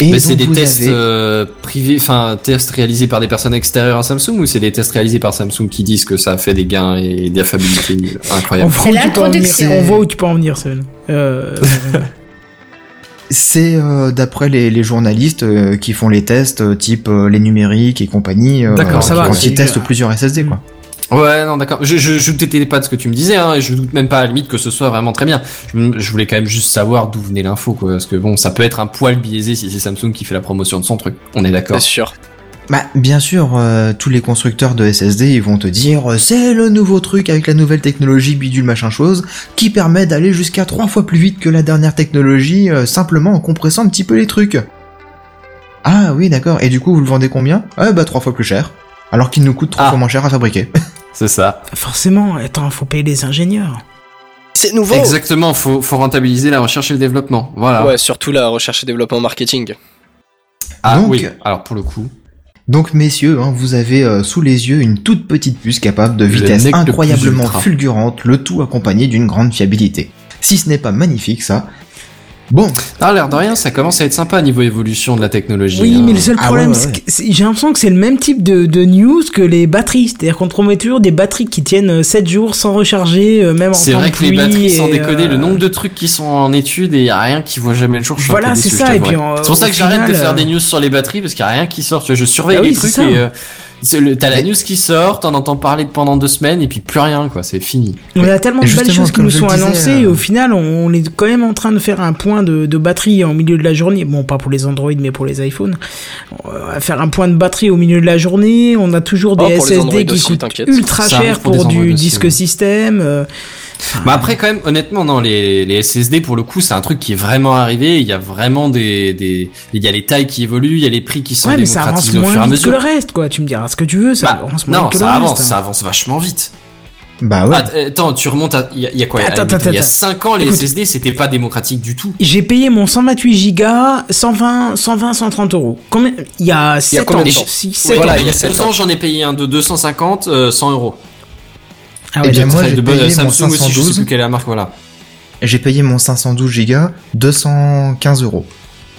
C: Et
D: Mais c'est
C: donc
D: des
C: vous
D: tests
C: avez-
D: euh, privés, enfin tests réalisés par des personnes extérieures à Samsung ou c'est des tests réalisés par Samsung qui disent que ça fait des gains et des affabilités
B: On
D: incroyables.
B: voit, où tu peux en venir,
F: l'introduction.
B: on voit où tu peux en venir, Seven. Euh,
C: C'est euh, d'après les, les journalistes euh, qui font les tests, euh, type euh, les numériques et compagnie, euh,
D: D'accord,
B: ça va,
C: quand
B: c'est-
C: ils testent plusieurs SSD quoi.
D: Ouais, non, d'accord. Je, je, je doutais pas de ce que tu me disais, hein, et je doute même pas à la limite que ce soit vraiment très bien. Je, je voulais quand même juste savoir d'où venait l'info, quoi. Parce que bon, ça peut être un poil biaisé si c'est Samsung qui fait la promotion de son truc. On est d'accord.
H: C'est sûr.
C: Bah, bien sûr, euh, tous les constructeurs de SSD ils vont te dire euh, c'est le nouveau truc avec la nouvelle technologie bidule machin chose qui permet d'aller jusqu'à trois fois plus vite que la dernière technologie euh, simplement en compressant un petit peu les trucs. Ah oui, d'accord. Et du coup, vous le vendez combien Ah bah trois fois plus cher. Alors qu'il nous coûte trois
D: Ah.
C: fois moins cher à fabriquer.
D: C'est ça.
B: Forcément, attends, faut payer les ingénieurs.
H: C'est nouveau.
D: Exactement, faut, faut rentabiliser la recherche et le développement. Voilà.
H: Oh. Ouais, surtout la recherche et développement marketing.
D: Ah
C: Donc-
D: oui, alors pour le coup.
C: Donc messieurs, hein, vous avez euh, sous les yeux une toute petite puce capable de
D: Le
C: vitesse
D: nec le plus
C: incroyablement
D: ultra.
C: fulgurante, le tout accompagné d'une grande fiabilité. Si ce n'est pas magnifique ça. Bon,
D: Ah, l'air de rien, ça commence à être sympa niveau évolution de la technologie.
B: Oui,
D: hein.
B: mais le seul
C: Ah
B: problème,
C: ouais, ouais,
B: c'est
C: ouais.
B: que c'est- j'ai l'impression que c'est le même type de, de news que les batteries. C'est-à-dire qu'on te promet toujours des batteries qui tiennent euh, 7 jours sans recharger, euh, même en temps
D: C'est vrai
B: de
D: que les
B: pluie
D: batteries, sans
B: et,
D: déconner,
B: euh,
D: le nombre de trucs qui sont en étude et y a rien qui voit jamais le jour. je suis un
B: Voilà,
D: peu
B: c'est
D: déçu,
B: ça,
D: je
B: et
D: t'avouerai.
B: puis en-
D: c'est pour ça
B: au
D: que j'arrête de
B: final,
D: faire
B: euh,
D: des news sur les batteries parce qu'il y a rien qui sort. Tu vois, je surveille
B: Ah
D: les
B: oui, c'est
D: trucs
B: ça.
D: et euh, c'est le- t'as la news qui sort, t'en entends parler pendant deux semaines et puis plus rien, quoi. C'est fini.
B: On a tellement de belles
C: Justement,
B: choses qui
C: comme
B: nous
C: je
B: sont
C: le disais,
B: annoncées et
C: euh,
B: au final, on, on est quand même en train de faire un point de, de batterie en milieu de la journée. Bon, pas pour les Android, mais pour les iPhones. On va faire un point de batterie au milieu de la journée. On a toujours des
H: Oh, pour les Android
B: SSD qui
H: aussi,
B: coûtent
H: t'inquiète.
B: ultra
D: Ça
B: cher
D: arrive pour
B: pour,
D: des
B: du
D: Android aussi,
B: disque
D: ouais.
B: système. euh,
D: Bah après quand même honnêtement non les, les SSD pour le coup c'est un truc qui est vraiment arrivé il y a vraiment des des il y a les tailles qui évoluent il y a les prix qui sont
B: Ouais, mais ça avance
D: démocratisés au fur et
B: moins
D: à
B: vite que
D: mesure
B: le reste, quoi. Tu me diras ce que tu veux, ça
D: Bah,
B: avance moins
D: non
B: vite que
D: ça
B: le
D: avance
B: reste. hein.
D: ça avance vachement vite
C: bah ouais.
D: Att- Ah, attends tu remontes à il y, a- il y a quoi à la
B: Attends,
D: limite,
B: attends,
D: il y a
B: attends.
D: 5 ans les
B: Écoute.
D: SSD c'était pas démocratique du tout
B: J'ai payé mon 128 gigas 120, 120, 130 euros. Combien Il y a 7
H: combien
B: ans.
H: de temps
B: six,
D: Ouais,
B: sept
D: voilà
B: ans.
D: il y a
H: sept
D: 7 ans j'en ai payé un de 250 euh, 100 euros
B: Ah
C: Eh
B: ouais,
C: bien, moi,
D: Très
C: j'ai
D: de bonne-
C: payé mon
D: Samsung aussi je sais
C: 512.
D: plus quelle est la marque voilà
C: J'ai payé mon 512 Go 215 euros.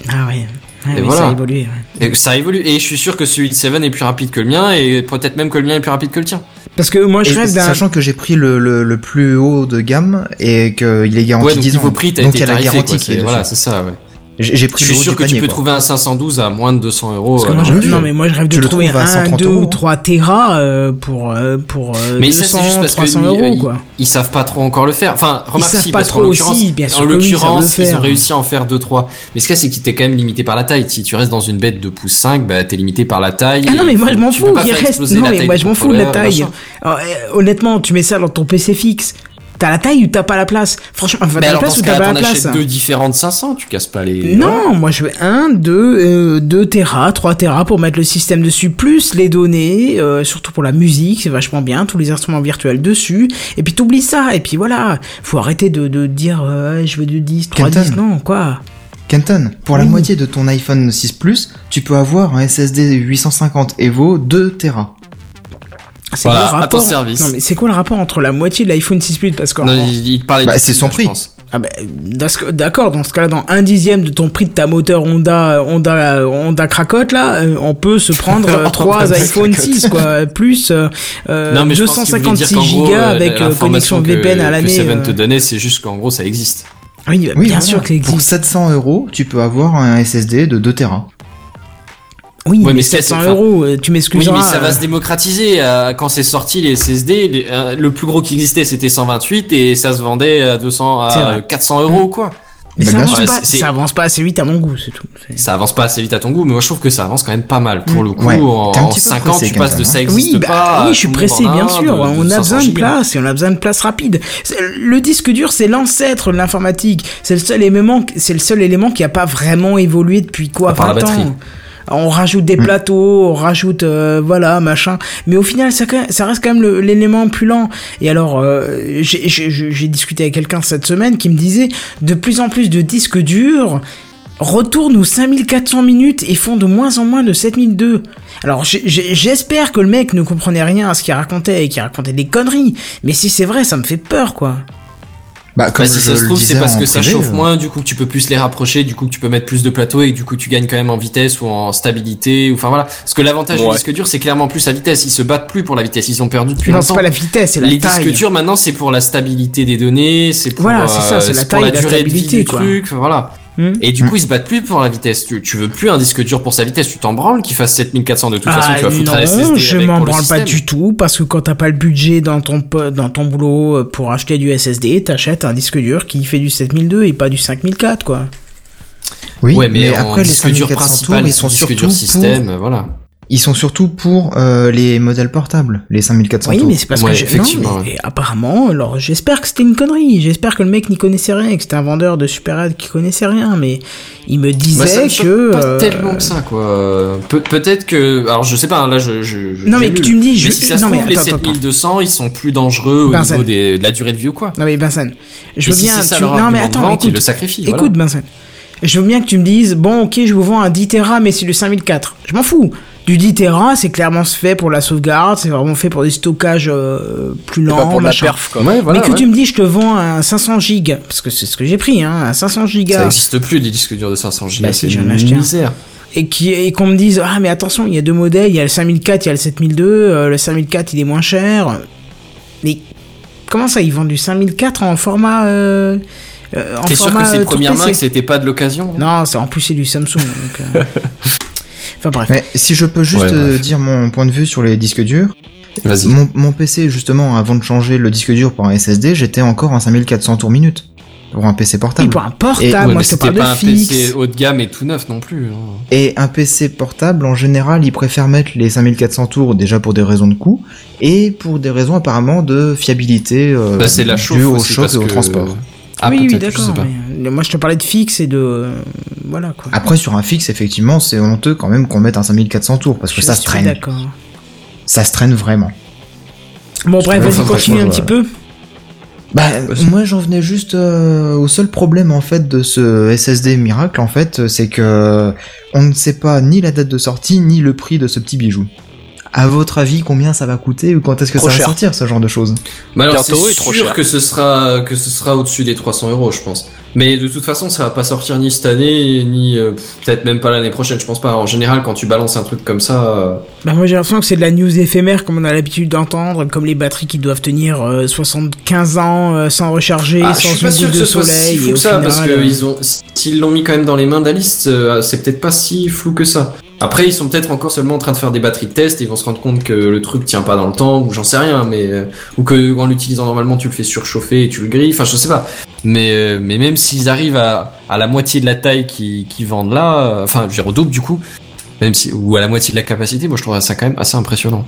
B: ah ouais. Ah
D: Et
B: oui,
D: voilà.
B: ça a évolué. ouais.
D: et ça évolue et je suis sûr que celui de Seven est plus rapide que le mien et peut-être même que le mien est plus rapide que le tien
B: Parce que moi, je
C: Et
B: rêve d'un
C: Sachant que j'ai pris le, le, le plus haut de gamme et qu'il est garanti
D: ouais donc
C: 10 ans.
D: niveau prix t'as
C: donc il y
D: été
C: a la
D: tarifé
C: garantie
D: quoi,
C: qui est
D: c'est-
C: dessus.
D: voilà c'est ça ouais
C: J'ai j'ai pris
D: Je
C: le
D: suis
C: haut
D: sûr
C: du
D: que tu
C: panier,
D: peux
C: quoi.
D: trouver un 512 à moins de 200 euros.
B: Parce que
D: euh,
B: moi,
D: non.
B: je-
C: oui.
B: non, mais moi je rêve de
C: Tu le
B: trouver
C: trouves à
B: 1,
C: 130
B: 2
C: euros.
B: ou 3 Tera euh, pour, euh, pour euh,
D: Mais ça,
B: 200,
D: c'est juste parce que
B: 300
D: ils-
B: euros
D: ils,
B: quoi.
D: ils savent pas trop encore le faire. Enfin, remarque
B: savent
D: si,
B: pas
D: parce qu'en
B: trop
D: l'occurrence,
B: aussi, bien sûr
D: en
B: que oui, ils savent
D: l'occurrence,
B: le
D: ils ont
B: faire.
D: réussi à en faire 2-3. Mais ce qu'il y a, c'est que t'es quand même limité par la taille. Si tu restes dans une bête de pouce 5, bah, t'es limité par la taille.
B: Ah non, mais moi je m'en
D: Tu peux
B: fous,
D: pas
B: il
D: faire
B: reste.
D: exploser
B: Non,
D: la
B: mais
D: taille
B: moi
D: du
B: je m'en fous de la
D: contrôleur,
B: taille.
D: machin.
B: Alors, euh, honnêtement, tu mets ça dans ton PC fixe. T'as la taille ou t'as pas la place Franchement, enfin,
D: Mais
B: t'as Bah, la
D: alors, dans
B: place
D: ce
B: ou t'as
D: cas-là,
B: pas
D: t'en
B: la
D: achètes
B: place Bah,
D: deux différentes 500, tu casses pas les.
B: Non, moi je veux euh, 1, 2, 2 Tera, 3 Tera pour mettre le système dessus, plus les données, euh, surtout pour la musique, c'est vachement bien, tous les instruments virtuels dessus, et puis t'oublies ça, et puis voilà, faut arrêter de, de dire euh, je veux du 10, 3,
C: Kenton.
B: 10, non, quoi.
C: Kenton, pour la
B: Oui.
C: moitié de ton iPhone 6 Plus, tu peux avoir un SSD 850 Evo 2 Tera.
B: C'est
D: Voilà,
B: quoi le
D: à ton
B: rapport
D: service.
B: Non mais c'est quoi le rapport entre la moitié de l'iPhone 6 Plus Parce que
D: Non, il, il te parlait
C: Bah,
D: de-
C: c'est son
D: je
C: prix.
D: pense.
B: ah bah, dans ce- d'accord, dans ce cas-là, dans un dixième de ton prix de ta moteur Honda Honda Honda cracotte là, euh, on peut se prendre euh, trois
D: Honda
B: iPhone
D: cracotte.
B: 6 quoi, plus euh, euh,
D: Non, mais je pense qu'il voulait dire
B: 256
D: qu'en gros,
B: gigas
D: euh,
B: avec euh,
D: l'information
B: connexion
D: que-
B: VPN à
D: Que
B: l'année.
D: Seven te
B: euh.
D: donnait, c'est juste qu'en gros, ça existe.
B: Oui, bah,
C: Oui,
B: bien
C: voilà.
B: sûr qu'il
C: Pour
B: existe.
C: 700 euros, tu peux avoir un SSD de 2 Tera.
B: Oui,
D: Ouais,
B: mais
D: mais c'est-
B: 700
D: enfin,
B: euros, euh, tu
D: Oui,
B: m'excuseras.
D: mais ça va
B: euh,
D: se démocratiser. euh, Quand c'est sorti les SSD, les- euh, le plus gros qui existait c'était 128 et ça se vendait à 200,
B: C'est
D: à
B: vrai.
D: 400 euros quoi.
B: mais
C: Bah,
B: ça
C: bien
B: avance
D: sûr.
B: pas,
D: Ouais, c'est-
B: ça avance pas assez vite à mon goût, c'est tout. C'est-
D: Ça avance pas assez vite à ton goût, mais moi je trouve que ça avance quand même pas mal. Pour le coup,
C: Ouais.
D: en,
C: T'es un
D: en
C: petit peu
D: 5 ans,
C: pressé,
D: tu passes de
C: Quentin,
D: ça
C: hein.
B: Mm.
D: existe
B: Oui,
D: pas.
B: bah,
D: à
B: oui, je suis
D: tout le
B: pressé,
D: monde en
B: bien
D: a,
B: sûr. hein,
D: de- de
B: on a
D: 500
B: besoin de
D: gigas.
B: place et on a besoin de place rapide. C'est- Le disque dur, c'est l'ancêtre de l'informatique. C'est le seul élément, c'est le seul élément qui a pas vraiment évolué depuis quoi
D: À part la
B: 20
D: batterie.
B: ans. On rajoute
D: Mm.
B: des plateaux, on rajoute euh, voilà machin, mais au final ça, quand- ça reste quand même le- l'élément plus lent. Et alors euh, j'ai- j'ai j'ai- j'ai discuté avec quelqu'un cette semaine qui me disait de plus en plus de disques durs retournent aux 5400 minutes et font de moins en moins de 7002. Alors j'ai- j'ai- j'espère que le mec ne comprenait rien à ce qu'il racontait et qu'il racontait des conneries, mais si c'est vrai, ça me fait peur quoi.
C: Bah,
D: Bah,
C: comme je
D: si ça se
C: le
D: trouve,
C: disais
D: c'est parce
C: en
D: que ça
C: privé,
D: chauffe
C: euh,
D: moins, du coup que tu peux plus les rapprocher, du coup que tu peux mettre plus de plateaux et du coup tu gagnes quand même en vitesse ou en stabilité. Ou enfin voilà. Parce que l'avantage
H: Ouais.
D: du disque dur, c'est clairement plus la vitesse. Ils se battent plus pour la vitesse. Ils ont perdu depuis
B: Non, c'est
D: longtemps.
B: pas la vitesse, c'est la
D: les
B: taille.
D: disques durs maintenant c'est pour la stabilité des données, c'est pour,
B: Voilà, c'est ça,
D: euh,
B: c'est la
D: pour
B: taille et la
D: durée de vie
B: stabilité,
D: du
B: quoi.
D: truc, enfin, voilà.
B: Hmm.
D: Et du coup, ils se battent plus pour la vitesse. Tu, tu veux plus un disque dur pour sa vitesse, tu t'en branles qu'il fasse 7400 de toute façon,
B: Ah,
D: tu vas foutre un
B: non,
D: SSD
B: je
D: avec
B: m'en
D: pour le
B: branle pas
D: système.
B: du tout parce que quand t'as pas le budget dans ton po- dans ton boulot euh, pour acheter du SSD, t'achètes un disque dur qui fait du 7002 et pas du 5004 quoi.
C: euh, Oui,
D: ouais, mais, en
C: après les
D: disque
C: 5400
D: dur
C: tours,
D: principal,
C: ils sont
D: disque
C: surtout
D: dur système,
C: pour,
D: euh, voilà.
C: ils sont surtout pour euh, les modèles portables, les 5400
B: Oui,
C: tours.
B: mais c'est parce que
D: Ouais,
B: j'ai-
D: effectivement,
B: non,
D: ouais.
B: mais apparemment, alors j'espère que c'était une connerie. J'espère que le mec n'y connaissait rien, que c'était un vendeur de Superhead qui connaissait rien, mais il me
D: Bah, ça
B: disait
D: me choque
B: que.
D: pas
B: euh,
D: tellement que ça, quoi. Euh, Pe- Peut-être que, alors je sais pas, hein, là je. je, je-
B: Non, mais
D: j'ai lu.
B: tu me dis, je-
D: Mais si ça
B: non,
D: se
B: mais
D: trouve, les
B: attends, attends, attends.
D: 7200, ils sont plus dangereux au
B: Ben, ça-
D: niveau des, de la durée de vie ou quoi.
B: Non mais Vincent, je
D: Et
B: veux
D: si
B: bien.
D: c'est ça
B: tu-
D: leur
B: Non mais
D: argument de
B: attends,
D: vente, ils
B: écoute,
D: le sacrifient, voilà.
B: écoute Vincent, je veux bien que tu me dises bon ok je vous vends un 10 Tera mais c'est le 5004. Je m'en fous. Du 10 Tera c'est clairement fait pour la sauvegarde, c'est vraiment fait pour des stockages euh, plus lents.
H: Pas pour de la
B: machin.
H: perf, quoi.
D: Ouais, voilà.
B: mais que
D: ouais.
B: tu me dis je te vends un 500 gigas parce que c'est ce que j'ai pris hein, un 500
D: Ça
B: gigas
D: existe plus les disques durs de 500 Go.
B: Bah, si,
D: c'est
B: j'en ai
D: une
B: acheté un.
D: misère.
B: et qui et qu'on me dise ah mais attention il y a deux modèles, il y a le 5004, il y a le 7002, euh, le 5004 il est moins cher. Mais comment ça ils vendent du 5004 en format euh, euh, en
D: T'es sûr que
B: format,
D: c'est
B: euh,
D: de première
B: tout
D: main
B: PC?
D: que c'était pas de l'occasion hein
B: Non, c'est en plus c'est du Samsung. donc, euh, Enfin bref.
C: Mais si je peux juste
D: Ouais, bref.
C: euh, dire mon point de vue sur les disques durs,
D: Vas-y.
C: mon, mon PC justement avant de changer le disque dur pour un SSD, j'étais encore en 5400 tours minute pour un PC
B: Et
C: portable.
B: pour un
C: Et-
B: portable,
D: Ouais,
B: Ah, moi
D: mais
B: je te
D: c'était
B: parle de
D: pas un
B: fixe.
D: PC haut de gamme et tout neuf non plus. hein.
C: Et un PC portable, en général, ils préfèrent mettre les 5400 tours déjà pour des raisons de coût et pour des raisons apparemment de fiabilité euh,
D: Bah, c'est la chauffe
C: due au
D: aussi,
C: choc
D: parce
C: et au
D: que-
C: transport.
D: Ah,
B: oui, oui,
D: peut-être, je sais
B: d'accord.
D: pas. Ah,
B: mais euh, Moi je te parlais de fixe et de euh, voilà quoi.
C: Après, sur un fixe, effectivement, c'est honteux quand même qu'on mette un 5400 tours parce que
B: Je
C: ça se
B: suis
C: traîne.
B: D'accord.
C: Ça se traîne vraiment.
B: Bon bref,
C: trouve
B: vas-y
C: ça
B: continue un
C: franchement,
B: petit peu.
C: Bah, moi j'en venais juste euh, au seul problème en fait de ce SSD miracle en fait, c'est que euh, on ne sait pas ni la date de sortie ni le prix de ce petit bijou. À votre avis, combien ça va coûter ou quand est-ce que
H: Trop
C: ça
H: cher.
C: va sortir ce genre de choses
D: Mais alors, c'est
H: Bientôt, il est trop
D: sûr
H: cher.
D: que ce sera que ce sera au-dessus des 300 euros, je pense. Mais de toute façon, ça va pas sortir ni cette année, ni euh, pff, peut-être même pas l'année prochaine. Je pense pas. En général, quand tu balances un truc comme ça, euh,
B: Bah moi j'ai l'impression que c'est de la news éphémère comme on a l'habitude d'entendre, comme les batteries qui doivent tenir euh, 75 ans euh, sans recharger,
D: ah, je
B: sans
D: suis pas
B: une
D: sûr
B: goutte
D: que
B: de
D: ce soit si
B: soleil.
D: flou
B: et au
D: que ça,
B: final,
D: parce que
B: euh,
D: ils ont s'ils l'ont mis quand même dans les mains d'Alice, euh, c'est peut-être pas si flou que ça. Après, ils sont peut-être encore seulement en train de faire des batteries de test. et Ils vont se rendre compte que le truc tient pas dans le temps, ou j'en sais rien, mais euh, ou que en l'utilisant normalement, tu le fais surchauffer et tu le grilles. Enfin, je sais pas. Mais, euh, mais même s'ils arrivent à, à la moitié de la taille qu'ils qu'ils vendent là, euh, enfin, je veux dire au double du coup, même si, ou à la moitié de la capacité, moi je trouve ça quand même assez impressionnant.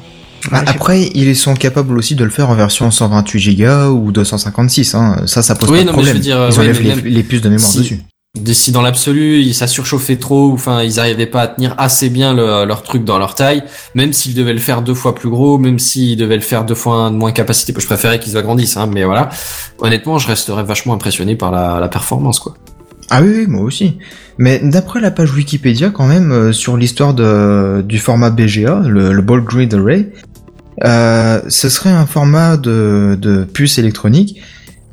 C: Bah, Après, ils sont capables aussi de le faire en version 128 Go ou 256. Hein. Ça, ça pose
D: Oui,
C: pas de
D: non, mais je
C: problème.
D: veux dire, euh,
C: ils
D: ouais,
C: enlèvent
D: mais
C: les,
D: même
C: les puces de mémoire
D: si-
C: dessus.
D: Des- si dans l'absolu ils- ça surchauffait trop ou enfin ils arrivaient pas à tenir assez bien le- leur truc dans leur taille même s'ils devaient le faire deux fois plus gros même s'ils devaient le faire deux fois un de moins de capacité je préférais qu'ils agrandissent hein, mais voilà honnêtement je resterais vachement impressionné par la, la performance quoi
C: Ah oui, oui, moi aussi. Mais d'après la page Wikipédia, quand même, euh, sur l'histoire de- du format BGA, le, le Ball Grid Array, euh, ce serait un format de, de puce électronique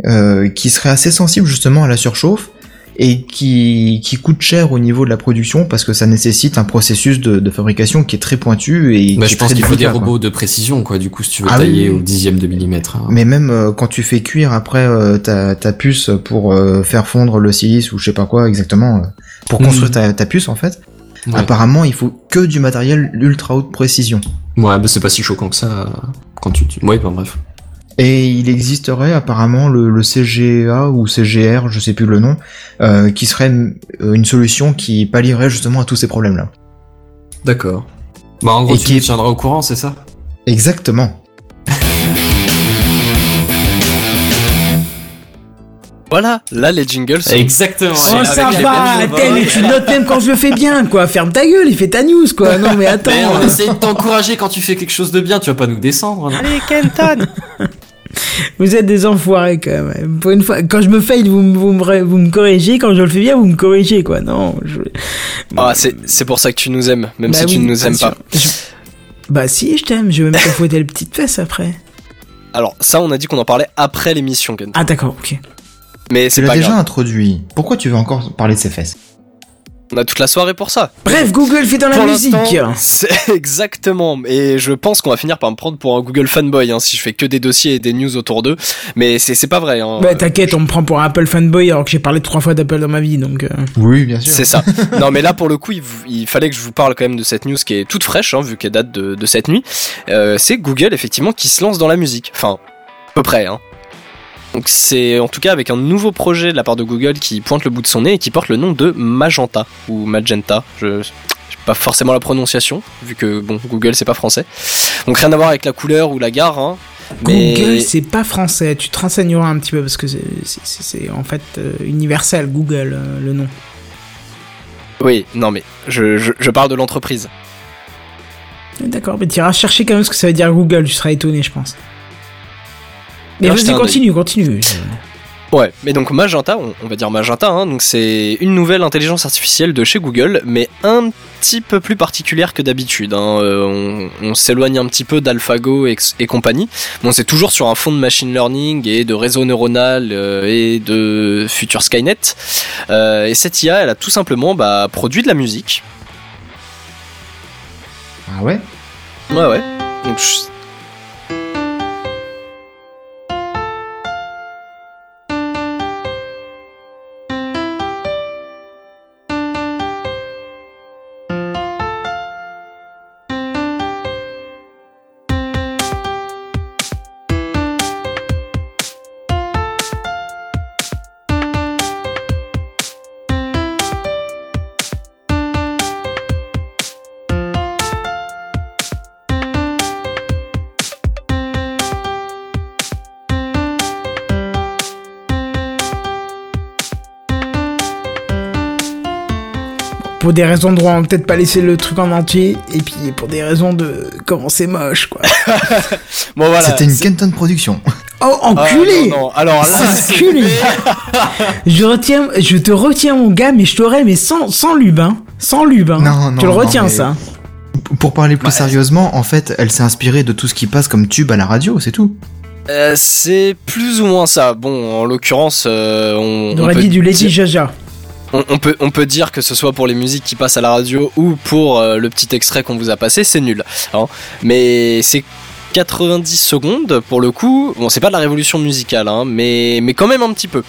C: euh, qui serait assez sensible justement à la surchauffe et qui, qui coûte cher au niveau de la production parce que ça nécessite un processus de, de fabrication qui est très pointu et
D: Bah,
C: qui
D: je
C: est
D: pense
C: très
D: qu'il faut des
C: délicat, quoi.
D: robots de précision quoi du coup si tu veux
C: Ah oui,
D: tailler
C: oui.
D: au dixième de millimètre hein.
C: Mais même euh, quand tu fais cuire après euh, ta, ta puce pour euh, faire fondre le silice ou je sais pas quoi exactement, euh, pour
D: Mhm.
C: construire ta, ta puce en fait,
D: Ouais.
C: apparemment il faut que du matériel ultra haute précision.
D: ouais bah, c'est pas si choquant que ça euh, quand tu, tu... ouais bah, bref
C: Et il existerait apparemment le, le CGA ou CGR, je sais plus le nom, euh, qui serait euh, une solution qui pallierait justement à tous ces problèmes-là.
D: d'accord bah en gros
C: Et
D: tu
C: qui est-
D: nous tiendras au courant c'est ça
C: Exactement.
H: Voilà, là les jingles sont...
D: exactement
B: Oh ça va, tel et tu notes même quand je le fais bien quoi. Ferme ta gueule, il fait ta news quoi. Non mais attends.
D: Mais on essaie de t'encourager quand tu fais quelque chose de bien, tu vas pas nous descendre. hein. là.
B: Vous êtes des enfoirés quand même. Pour une fois, quand je me faille, vous, me- vous, me, re- vous me corrigez. Quand je le fais bien, vous me corrigez quoi. Non. Je...
H: Ah, c'est c'est pour ça que tu nous aimes, même
B: Bah
H: si tu
B: oui,
H: ne nous
B: bien
H: aimes
B: sûr.
H: pas.
B: Je- Bah si, je t'aime. Je vais même te fouetter les petites fesses après.
H: Alors ça, on a dit qu'on en parlait après l'émission, Gun.
B: Ah d'accord, ok.
H: Mais
C: Tu
H: c'est
C: l'as
H: pas
C: déjà
H: grave.
C: introduit. Pourquoi tu veux encore parler de ses fesses
H: On a toute la soirée pour ça.
B: Bref, Google fait dans la
H: Pour
B: musique.
H: l'instant, C'est exactement. Et je pense qu'on va finir par me prendre pour un Google fanboy hein, si je fais que des dossiers et des news autour d'eux. Mais c'est c'est pas vrai. Hein.
B: Bah t'inquiète, on me prend pour un Apple fanboy alors que j'ai parlé trois fois d'Apple dans ma vie, donc. euh,
C: Oui, bien sûr.
H: C'est ça. non, mais là, pour le coup, il, vous- il fallait que je vous parle quand même de cette news qui est toute fraîche, hein, vu qu'elle date de, de cette nuit. Euh, c'est Google, effectivement, qui se lance dans la musique. Enfin, à peu près, hein. Donc c'est en tout cas avec un nouveau projet de la part de Google qui pointe le bout de son nez et qui porte le nom de Magenta ou Magenta. Je j'ai pas forcément la prononciation vu que bon Google c'est pas français. Donc rien à voir avec la couleur ou la gare. Hein, mais-
B: Google, c'est pas français. Tu te renseigneras un petit peu parce que c'est- c'est c'est- c'est en fait euh, universel Google euh, le nom.
H: oui non mais je, je, je parle de l'entreprise.
B: D'accord, mais tu iras chercher quand même ce que ça veut dire Google. Tu seras étonné, je pense. Mais
H: Alors, j'étais
B: vas-y,
H: un
B: continue, continue.
H: Ouais, mais donc Magenta, on, on va dire Magenta, hein, donc c'est une nouvelle intelligence artificielle de chez Google, mais un petit peu plus particulière que d'habitude. hein. Euh, on on s'éloigne un petit peu d'AlphaGo et, et compagnie. Bon, c'est toujours sur un fond de machine learning et de réseau neuronal euh, et de futur Skynet. Euh, et cette IA, elle a tout simplement bah, produit de la musique.
C: Ah ouais
H: Ouais, ouais. Donc, je-
B: Pour des raisons de droit, on va peut-être pas laisser le truc en entier. Et puis pour des raisons de comment c'est moche, quoi.
H: Bon, voilà.
C: C'était une
H: C'est-
C: Kenton production.
B: Oh,
H: Ah,
B: enculé
H: non, non. Alors là, c'est-
B: Enculé Je retiens, je te retiens mon gars, mais je t'aurais mais sans sans lubin, sans lubin.
C: Non, non,
B: tu le
C: non,
B: retiens
C: mais-
B: ça.
C: P- Pour parler plus sérieusement, en fait, elle s'est inspirée de tout ce qui passe comme tube à la radio, c'est tout.
H: euh, c'est plus ou moins ça. Bon, en l'occurrence, euh, on,
B: On
H: on
B: aurait
H: peut
B: dit du Lady
H: dire-
B: Jaja.
H: On, on peut, on peut dire que ce soit pour les musiques qui passent à la radio ou pour euh, le petit extrait qu'on vous a passé, c'est nul. hein. Mais c'est 90 secondes pour le coup. Bon, c'est pas de la révolution musicale, hein, mais, mais quand même un petit peu.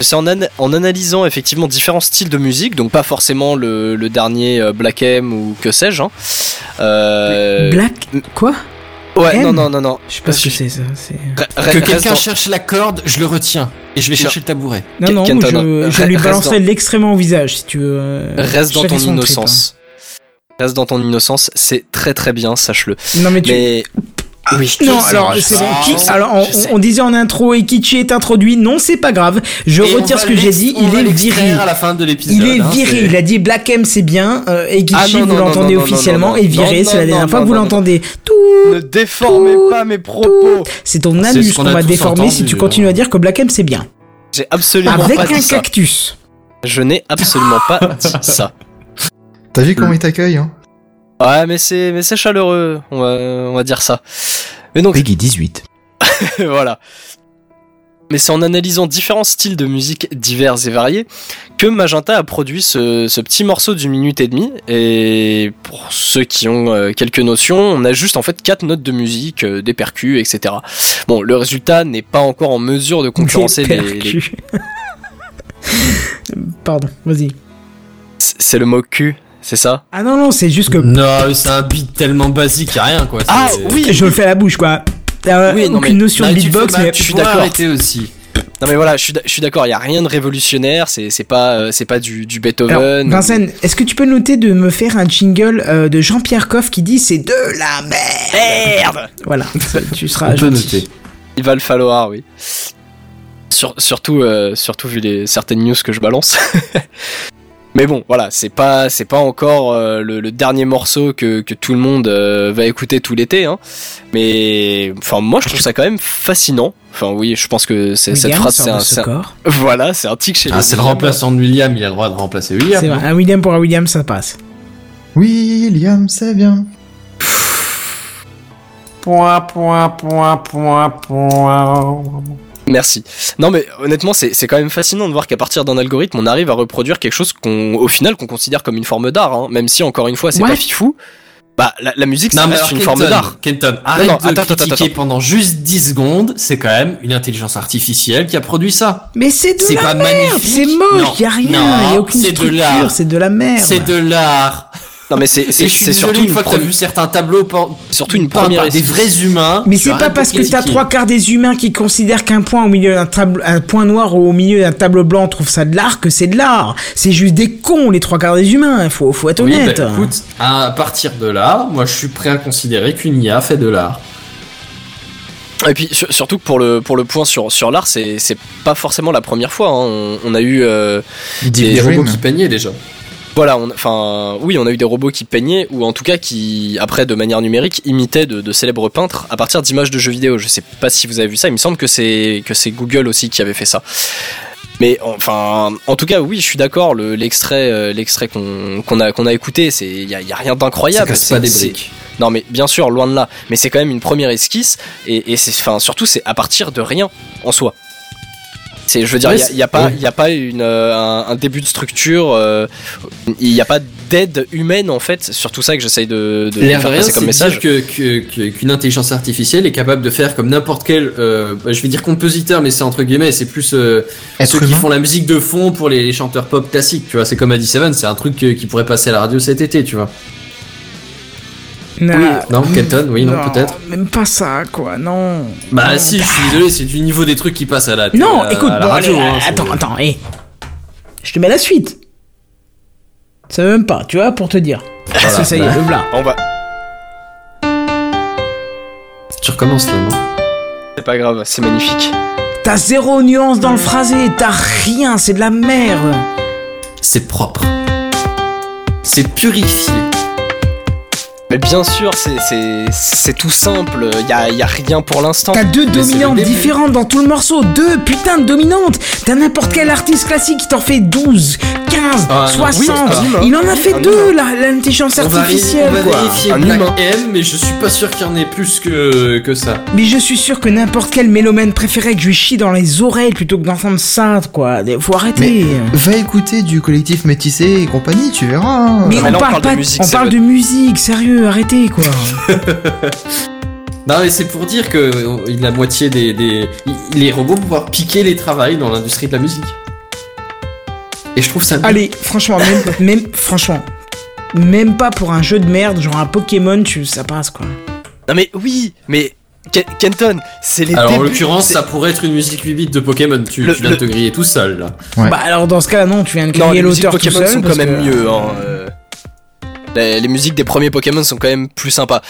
H: C'est en, an- en analysant effectivement différents styles de musique, donc pas forcément le, le dernier euh, Black M ou que sais-je. hein. Euh,
B: Black quoi
H: ouais,
B: M
H: non, non, non, non.
B: Je sais pas ce que c'est ça. c'est-
H: Re-
D: Que
H: re- reste
D: quelqu'un
H: dans-
D: cherche la corde, je le retiens. Et je vais
H: Non.
D: chercher le tabouret.
B: Non non,
H: Kenton,
B: je,
H: hein.
B: je lui
H: Reste
B: balancerai
H: dans-
B: l'extrêmement au visage si tu veux. euh,
H: Reste dans
B: chacun
H: ton
B: son trip, hein.
H: innocence. Reste dans ton innocence, c'est très très bien, sache-le.
B: hein. Non mais tu.
H: Mais oui.
B: Non,
D: sais,
B: alors
D: je
B: c'est bon. Ki-
D: sais, je sais,
B: alors on,
D: je sais.
B: on disait en intro et Kitsch est introduit. Non, c'est pas grave. Je
D: Et on
B: retire
D: va
B: ce que j'ai
D: l'ex-
B: dit.
D: on
B: Il
D: va
B: est
D: l'extraire
B: viril.
D: à la fin de l'épisode.
B: Il est
D: hein,
B: viré,
D: c'est-
B: il a dit Black M c'est bien, euh, et Guichy
H: Ah non,
B: vous
H: non,
B: l'entendez
H: non, non,
B: officiellement,
H: non,
B: et
H: non,
B: viré
H: non,
B: c'est la
H: non,
B: dernière
H: non,
B: fois que
H: non,
B: vous
H: non, non.
B: l'entendez. Tout,
H: Ne déformez
B: Tout,
H: pas mes
B: tout,
H: propos.
B: c'est ton
D: C'est
B: anus
D: ce qu'on
B: qu'on
D: a
B: va
D: tous
B: déformer si
D: entendu,
B: tu
D: hein.
B: continues à dire que Black M c'est bien.
H: J'ai absolument
B: Avec
H: pas
B: un
H: dit ça.
B: cactus.
H: Je n'ai absolument pas dit ça.
C: T'as vu comment il t'accueille, hein
H: Ouais, mais c'est mais c'est chaleureux. On va on va dire ça. Mais donc
C: Peggy 18.
H: voilà. Mais c'est en analysant différents styles de musique divers et variés que Magenta a produit ce, ce petit morceau d'une minute et demie. Et pour ceux qui ont euh, quelques notions, on a juste en fait quatre notes de musique, euh, des percus, etc. Bon, le résultat n'est pas encore en mesure de concurrencer
B: Des
H: les, les-
B: percus. Pardon, vas-y.
H: C'est c'est le mot cul, c'est ça
B: Ah non, non, c'est juste que.
D: Non, c'est un beat tellement basique, y a rien quoi.
H: Ah
D: C'est-
H: oui,
B: Je le fais à la bouche quoi. Euh,
H: Oui, non,
B: aucune
H: mais-
B: notion
D: Non,
B: de
D: et tu
B: beatbox,
D: fais mal,
B: mais.
D: tu
H: suis
D: dois
H: d'accord.
D: arrêter aussi.
H: Non mais voilà, je suis, d'a- je suis d'accord, il y a rien de révolutionnaire, c'est c'est pas euh, c'est pas du, du
B: Alors,
H: Beethoven.
B: Vincent, est-ce que tu peux noter de me faire un jingle euh, de Jean-Pierre Coff qui dit c'est de la merde
H: merde,
B: Voilà, ça, tu seras
D: On peut
B: Ah, gentil.
D: noter.
H: il va le falloir, oui. Sur- surtout euh, surtout vu les certaines news que je balance. mais bon, voilà, c'est pas c'est pas encore euh, le, le dernier morceau que, que tout le monde euh, va écouter tout l'été hein. Mais enfin moi je trouve ça quand même fascinant. Enfin oui, je pense que c'est- cette
B: William
H: phrase
B: sort
H: c'est
B: de
H: un,
B: ce
H: c'est un-
B: corps.
H: voilà, c'est un tic chez
D: Ah,
H: les
D: c'est le
H: Williams.
D: remplaçant de William, il a le droit de remplacer William.
B: C'est vrai, un William pour un William, ça passe.
C: William, c'est bien.
H: Merci. Non mais honnêtement c'est c'est quand même fascinant de voir qu'à partir d'un algorithme on arrive à reproduire quelque chose qu'on au final qu'on considère comme une forme d'art, hein. même si encore une fois c'est
B: Ouais.
H: pas fifou. Bah la, la musique
D: Non,
H: c'est
D: mais
H: reste
D: alors,
H: une
D: Kenton,
H: forme d'art.
D: Kenton, arrête
H: non,
D: de
H: attends, attends,
D: critiquer
H: attends.
D: pendant juste 10 secondes. C'est quand même une intelligence artificielle qui a produit ça.
B: Mais c'est de
D: C'est
B: la
D: pas
B: merde,
D: magnifique.
B: c'est moche,
D: Non,
B: y a rien,
D: non,
B: y a aucune
D: c'est de
B: structure,
D: l'art.
B: c'est de la merde.
D: C'est de l'art.
H: Non mais c'est
D: Et
H: c'est
D: je suis
H: c'est
D: désolé,
H: surtout
D: une
H: une,
D: fois que t'as
H: pre-
D: vu certains tableaux por-
H: surtout une
D: peints
H: première
D: par des
H: esquisse.
D: vrais humains.
B: Mais
D: tu
B: c'est pas
D: arrêtes de
B: parce que t'as
D: critiquer.
B: trois quarts des humains qui considèrent qu'un point au milieu d'un tableau, un point noir ou au milieu d'un tableau blanc trouve ça de l'art que c'est de l'art. C'est juste des cons les trois quarts des humains. Faut, faut être
D: Oui,
B: honnête.
D: bah, écoute, à partir de là, moi je suis prêt à considérer qu'une IA fait de l'art.
H: Et puis sur- surtout que pour le pour le point sur sur l'art c'est c'est pas forcément la première fois. hein. On, on a eu euh,
D: Des
H: des-
C: Dream.
D: robots qui peignaient déjà.
H: Voilà, on- enfin, oui, on a eu des robots qui peignaient, ou en tout cas qui, après, de manière numérique, imitaient de, de célèbres peintres à partir d'images de jeux vidéo. Je sais pas si vous avez vu ça, il me semble que c'est que c'est Google aussi qui avait fait ça. Mais enfin, en tout cas, oui, je suis d'accord. le- L'extrait, euh, l'extrait qu'on qu'on a qu'on a écouté, c'est il y a, y a rien
D: Ça
H: d'incroyable.
D: casse
H: bah, c'est-
D: pas des
H: c'est-
D: briques.
H: Non, mais bien sûr, loin de là. Mais c'est quand même une première esquisse, et, et c'est, enfin, surtout, c'est à partir de rien en soi. C'est, je veux dire,
D: Ouais,
H: il
D: c'est-
H: n'y a, pas,
D: ouais.
H: y a pas une, euh, un, un début de structure. euh, il n'y a pas d'aide humaine en fait, c'est surtout ça que j'essaye de, de
D: L'air
H: faire
D: de rien,
H: passer comme
D: c'est dire
H: message.
D: que que- que- qu'une intelligence artificielle est capable de faire comme n'importe quel, euh, bah, je vais dire compositeur, mais c'est entre guillemets, c'est plus euh,
C: Être
D: ceux qui
C: humain.
D: font la musique de fond pour les, les chanteurs pop classiques. Tu vois, c'est comme Eddie Seven, c'est un truc euh, qui pourrait passer à la radio cet été, tu vois.
B: Non,
D: Non, Kenton, oui, non, peut-être.
B: Même pas ça, quoi. Non.
D: Bah
B: Non.
D: si, je suis désolé, c'est du niveau des trucs qui passent à la.
B: Oh, Non,
D: à-
B: écoute,
D: à la
B: bon,
D: radio,
B: allez,
D: hein, c'est-
B: attends, attends, hé. Je te mets la suite. Ça veut même pas, tu vois, pour te dire. Parce que ça y est, le blanc.
H: On va,
D: Tu recommences là, non
H: c'est pas grave, c'est magnifique.
B: T'as zéro nuance dans le phrasé, t'as rien, c'est de la merde.
D: C'est propre. C'est purifié.
H: Mais bien sûr, c'est, c'est, c'est tout simple. Il n'y a, y a rien pour l'instant.
B: T'as deux
D: c'est le
B: dominantes
D: début.
B: différentes dans tout le morceau, deux putains de dominantes. T'as n'importe quel artiste classique qui t'en fait 12, 15,
D: Ah, non,
B: 60.
D: oui, un
B: Il en a fait
H: Un
B: deux, la- l'intelligence
D: On va, vérifier-
B: artificielle.
D: on va
B: quoi.
D: vérifier
H: Un
D: Black
H: humain.
D: M, mais je suis pas sûr qu'il y en ait plus que, que ça.
B: Mais je suis sûr que n'importe quel mélomane préférait que je lui chie dans les oreilles plutôt que d'entendre ça, quoi. Faut arrêter.
C: Va écouter du collectif métissé et compagnie, tu verras. hein.
B: Mais,
H: mais
B: on,
H: là, on
B: parle
H: parle de
B: pas,
H: musique,
B: on
H: c'est
B: parle
H: le-
B: de musique, sérieux, arrêtez quoi.
D: Non mais c'est pour dire que euh, la moitié des, des il- les robots vont pouvoir piquer les travails dans l'industrie de la musique. Et je trouve ça bien.
B: Allez, franchement, même, même, franchement, même pas pour un jeu de merde, genre un Pokémon, tu, ça passe quoi.
H: Non mais oui, mais Ken- Kenton, c'est les
D: Alors en
H: débuts,
D: l'occurrence
H: c'est-
D: ça pourrait être une musique 8 bits de Pokémon, tu,
H: Le-
D: tu viens de
H: le-
D: te griller tout seul là.
C: Ouais.
B: Bah alors dans ce cas-là, non, tu viens de
H: Non,
B: crier
H: les musiques
B: l'auteur tout
H: Pokémon
B: seul.
H: sont quand
B: parce
H: même
B: que-
H: mieux. hein, euh, Les, les musiques des premiers Pokémon sont quand même plus sympas.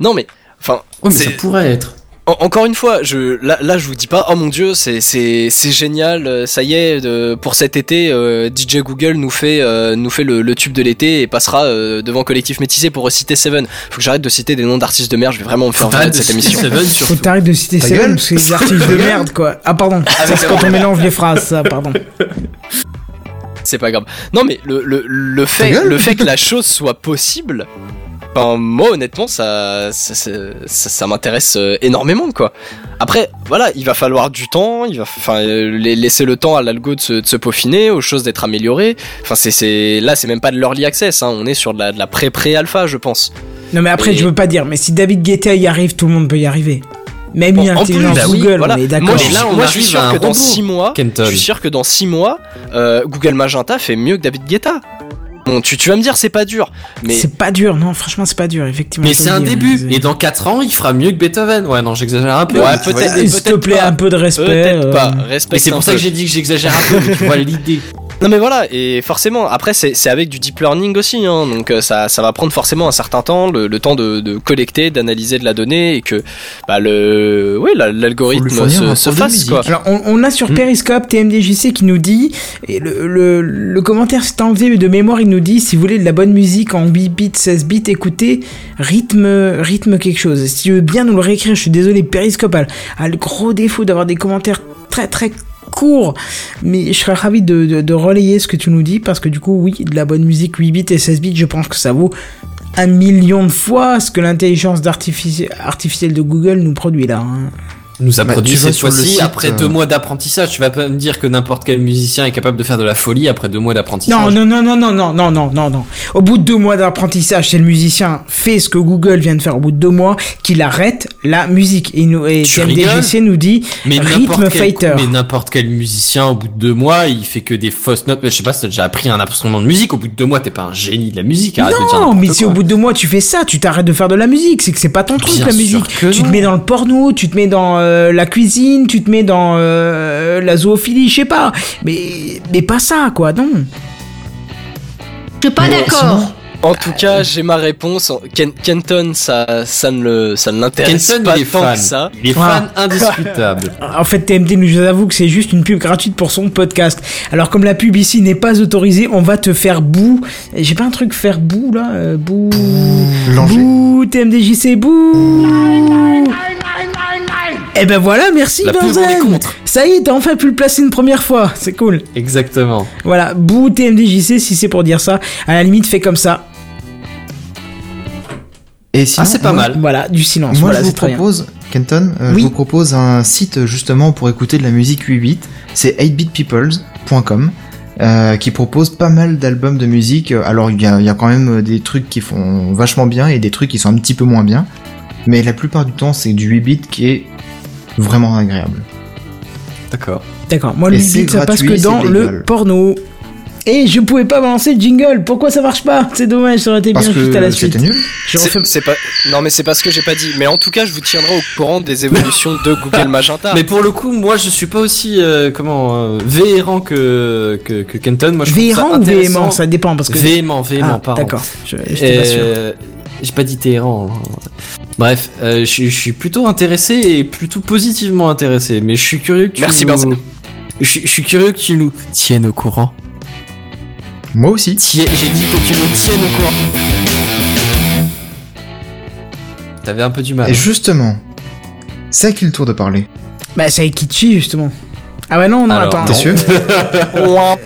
H: Non mais, enfin,
B: Oh,
D: Ouais mais
H: c'est-
D: ça pourrait être.
H: En- encore une fois, je, là, là, je vous dis pas, oh mon dieu, c'est, c'est, c'est génial, euh, ça y est, euh, pour cet été, euh, DJ Google nous fait, euh, nous fait le, le tube de l'été et passera euh, devant Collectif Métissé pour reciter Seven. Faut que j'arrête de citer des noms d'artistes de merde, je vais vraiment me faire virer
D: T'arrêtes
H: de cette
D: de
H: émission.
D: citer Seven sur
B: Faut que t'arrêtes de citer
C: Ta
B: ces
C: gueule.
B: parce que c'est des artistes de merde quoi. Ah pardon, ça c'est quand on mélange les phrases, ça, pardon.
H: C'est pas grave. Non mais le, le, le fait,
C: gueule
H: le fait que la chose soit possible, enfin, moi honnêtement, ça, ça, ça, ça- ça m'intéresse euh, énormément quoi. Après, voilà, il va falloir du temps, il va, enfin, euh, la- laisser le temps à l'algo de se, de se peaufiner, aux choses d'être améliorées. Enfin, c'est, c'est, là, c'est même pas de l'early access, hein, on est sur de la, de la pré-pré-alpha, je pense.
B: Non mais après,
H: Et-
B: je veux pas dire, mais si David Guetta y arrive, tout le monde peut y arriver. Même une
H: Bon, en plus,
B: intelligence
H: bah oui,
B: Google,
H: voilà.
B: on est
H: Moi,
B: d'accord.
H: je, suis-
D: Là, on
H: moi, je suis
D: arrive à
H: sûr
D: un
H: que dans
D: robot,
H: 6 mois,
D: Kenton.
H: je suis sûr que dans 6 mois, euh, Google Magenta fait mieux que David Guetta. Bon, tu, tu vas me dire, c'est pas dur, mais
B: C'est pas dur, non, franchement, c'est pas dur, effectivement.
D: Mais
B: je te
D: c'est
B: le
D: un
B: dis,
D: début.
B: hein, c'est-
D: Et dans 4 ans, il fera mieux que Beethoven. Ouais, non, j'exagère un peu.
H: Ouais,
D: mais tu vois
H: peut-être,
D: l'idée.
B: S'il te
H: peut-être
B: plaît,
H: pas.
B: un peu de respect.
H: peut-être
B: euh,
H: pas. Respecte
D: Mais c'est
H: un
D: pour ça que
H: peu.
D: j'ai dit que j'exagère un peu. mais tu vois l'idée.
H: Non mais voilà, et forcément, après c'est c'est avec du deep learning aussi, hein, donc euh, ça, ça va prendre forcément un certain temps, le, le temps de, de collecter, d'analyser de la donnée, et que bah, le, ouais, la-
C: Faut
H: l'algorithme
C: lui fournir
H: bah, se,
C: un
H: se
C: prof de
H: fasse.
C: musique.
H: Quoi.
B: Alors, on, on a sur Periscope TMDJC qui nous dit, et le, le, le commentaire s'est enlevé de mémoire, il nous dit si vous voulez de la bonne musique en 8 bits, 16 bits, écoutez rythme, rythme quelque chose. Si tu veux bien nous le réécrire, je suis désolé, Periscope a, a le gros défaut d'avoir des commentaires très très courts, mais je serais ravi de, de, de relayer ce que tu nous dis parce que du coup, oui, de la bonne musique 8 bits et 16 bits, je pense que ça vaut un million de fois ce que l'intelligence d'artifici- artificielle de Google nous produit là. hein.
D: nous a
C: Bah,
D: produit
C: tu vas
D: cette
C: sur le
D: fois-ci
C: site,
D: après
C: euh,
D: deux mois d'apprentissage. Tu vas pas me dire que n'importe quel musicien est capable de faire de la folie après deux mois d'apprentissage.
B: Non, non, non, non, non, non, non, non, non, non. Au bout de deux mois d'apprentissage, c'est le musicien fait ce que Google vient de faire au bout de deux mois, qu'il arrête la musique. Et, nous, et
D: Tu
B: TMDJC nous dit
D: Mais n'importe
B: rythme
D: quel,
B: fighter.
D: mais n'importe quel musicien au bout de deux mois, il fait que des fausses notes. Mais je sais pas si t'as déjà appris un instrument de musique. Au bout de deux mois, t'es pas un génie de la musique. Arrête de
B: non,
D: dire n'importe
B: mais si au
D: quoi.
B: bout de deux mois tu fais ça, tu t'arrêtes de faire de la musique. C'est que c'est pas ton truc
D: Bien
B: la
D: sûr
B: musique.
D: que
B: Tu te
D: non.
B: mets dans le porno, tu te mets dans euh, la cuisine, tu te mets dans euh, la zoophilie, je sais pas. Mais mais pas ça quoi, non.
I: Je suis pas
G: Oh,
I: d'accord.
H: En tout cas, j'ai ma réponse. Ken- Kenton, ça, ça ne le- ça ne l'intéresse
D: Kenton,
H: pas
D: il est
H: tant
D: fan.
H: que ça.
D: Il est fan indiscutable.
B: En fait, TMD nous avoue que c'est juste une pub gratuite pour son podcast. Alors, comme la pub ici n'est pas autorisée, on va te faire boue. J'ai pas un truc faire boue là euh, Boue.
C: Langer.
B: Boue, TMDJC, boue Eh ben voilà, merci
D: La pub, on est
B: Benzen
D: contre.
B: Ça y est, t'as enfin pu le placer une première fois, c'est cool.
D: Exactement.
B: Voilà, boue TMDJC si c'est pour dire ça. À la limite, fais comme ça.
C: Et sinon,
D: Ah, c'est pas
C: moi,
D: mal.
B: Voilà, du silence.
C: Moi,
B: voilà,
C: je vous
B: c'est très bien.
C: propose, Kenton, euh,
B: Oui.
C: je vous propose un site justement pour écouter de la musique 8-bit. C'est 8bitpeoples.com euh, qui propose pas mal d'albums de musique. Euh, Alors, il y, a- il y a quand même euh, des trucs qui font vachement bien et des trucs qui sont un petit peu moins bien. Mais la plupart du temps, c'est du 8-bit qui est vraiment agréable.
B: Eh
D: D'accord.
B: D'accord, moi le
C: Et c'est
B: 8-bit ça passe que
C: gratuit,
B: dans
C: c'est
B: le
C: légal.
B: porno. Et je pouvais pas balancer le jingle, pourquoi ça marche pas C'est dommage, ça aurait été
C: Parce
B: bien juste à la
C: que
B: suite.
C: c'était nul.
B: Je refais-
H: C'est c'est pas. Non, mais c'est pas ce que j'ai pas dit. Mais en tout cas, je vous tiendrai au courant des évolutions de Google Magenta.
D: Mais pour le coup, moi, je suis pas aussi euh, comment euh, véhérent que, que que Kenton. Moi, je trouve
B: Véhérent
D: ça
B: ou
D: intéressant.
B: véhément Ça dépend parce que.
D: Véhément,
B: Ah,
D: véhément, pardon.
B: d'accord. Je- J'étais pas sûr.
D: Euh, J'ai pas dit Téhéran. hein. Bref, euh, je suis- je suis plutôt intéressé et plutôt positivement intéressé, mais je suis curieux que tu
H: Merci,
D: nous...
H: Benzen.
D: Je suis- je suis curieux que tu nous tiennes au courant.
C: Moi aussi.
D: Tiens- J'ai dit que tu nous tiennes au courant. T'avais un peu du mal.
C: Et justement, c'est à qui le tour de parler
B: Bah, c'est Aikichi justement. Ah, bah non, non,
D: Alors,
B: attends.
C: T'es
D: non.
C: sûr
H: Point,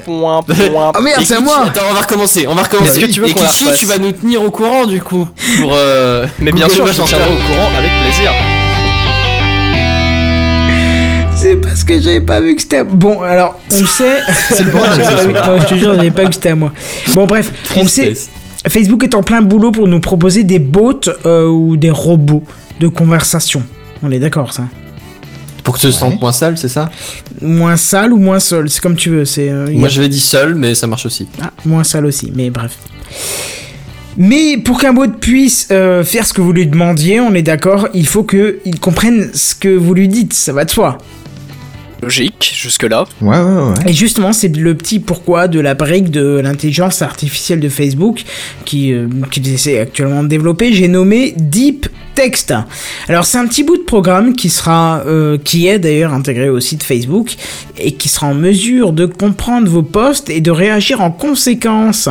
H: point, point.
B: Ah merde, c'est à
D: Ekichi,
B: moi
D: Attends, on va recommencer, on va recommencer.
H: Est-ce que tu veux qu'on la
D: Ekichi,
H: refasse
D: tu vas nous tenir au courant du coup pour euh,
H: Mais bien
D: Google
H: sûr, je vous
D: Magenta.
H: tiendrai au courant avec plaisir.
B: C'est parce que j'avais pas vu que c'était. à- Bon, alors, on le sait. C'est le Je te jure, j'avais pas vu que c'était à moi. Bon, bref, on le sait.
D: Tristesse.
B: Facebook est en plein boulot pour nous proposer des bots euh, ou des robots de conversation. On est d'accord, ça
D: Pour que tu te sentes moins sale, c'est ça
B: Moins sale ou moins seul, c'est comme tu veux. C'est euh, il y a-
D: Moi j'avais dit seul, mais ça marche aussi.
B: Ah, moins sale aussi, mais bref. Mais pour qu'un bot puisse euh, faire ce que vous lui demandiez, on est d'accord, il faut que il comprenne ce que vous lui dites, ça va de soi.
H: Logique, jusque-là.
C: Ouais, ouais, ouais.
B: Et justement, c'est le petit pourquoi de la brique de l'intelligence artificielle de Facebook qui, euh, qu'ils essaient actuellement de développer. J'ai nommé Deep Text. Alors, c'est un petit bout de programme qui sera, euh, qui est d'ailleurs intégré au site Facebook et qui sera en mesure de comprendre vos posts et de réagir en conséquence.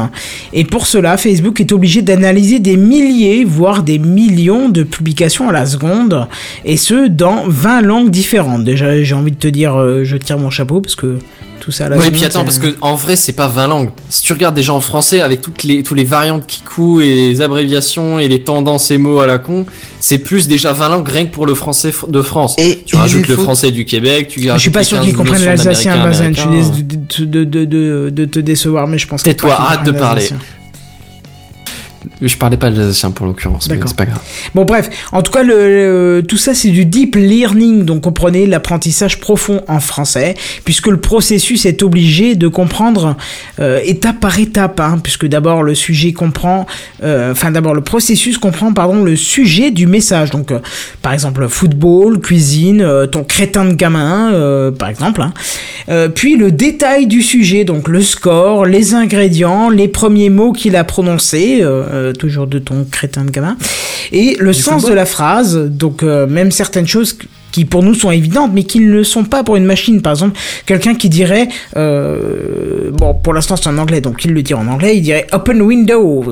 B: Et pour cela, Facebook est obligé d'analyser des milliers, voire des millions de publications à la seconde et ce dans 20 langues différentes. Déjà, j'ai envie de te dire, euh, je tire mon chapeau parce que tout ça là.
D: Oui, puis attends, parce
B: euh,
D: que en vrai, c'est pas 20 langues. Si tu regardes déjà en français avec toutes les, tous les variantes qui couent et les abréviations et les tendances et mots à la con, c'est plus déjà 20 langues rien que pour le français fr- de France.
C: Et
D: tu
C: et
D: rajoutes
C: les
D: le
C: fautes-
D: français du Québec, tu
B: Je suis pas sûr qu'ils comprennent l'alsacien, Bazin. Je suis
D: Tais-toi,
B: désolé de, de, de, de- de te décevoir, mais je pense que. pas qu'ils
D: arrête de
B: comprennent
D: parler.
B: l'alsacien.
D: Je parlais pas de l'alsacien pour l'occurrence, mais
B: D'accord.
D: c'est pas grave.
B: Bon, bref. En tout cas, le, le- tout ça, c'est du deep learning. Donc, comprenez l'apprentissage profond en français, puisque le processus est obligé de comprendre euh, étape par étape, hein, puisque d'abord le sujet comprend, euh, enfin, d'abord le processus comprend, pardon, le sujet du message. Donc, euh, par exemple, football, cuisine, euh, ton crétin de gamin, euh, par exemple. hein. Euh, puis le détail du sujet, donc le score, les ingrédients, les premiers mots qu'il a prononcés, euh, euh, toujours de ton crétin de gamin, et le sens de la phrase, donc euh, même certaines choses qui pour nous sont évidentes, mais qui ne le sont pas pour une machine. Par exemple, quelqu'un qui dirait, euh, bon, pour l'instant c'est en anglais, donc il le dit en anglais, il dirait Open Windows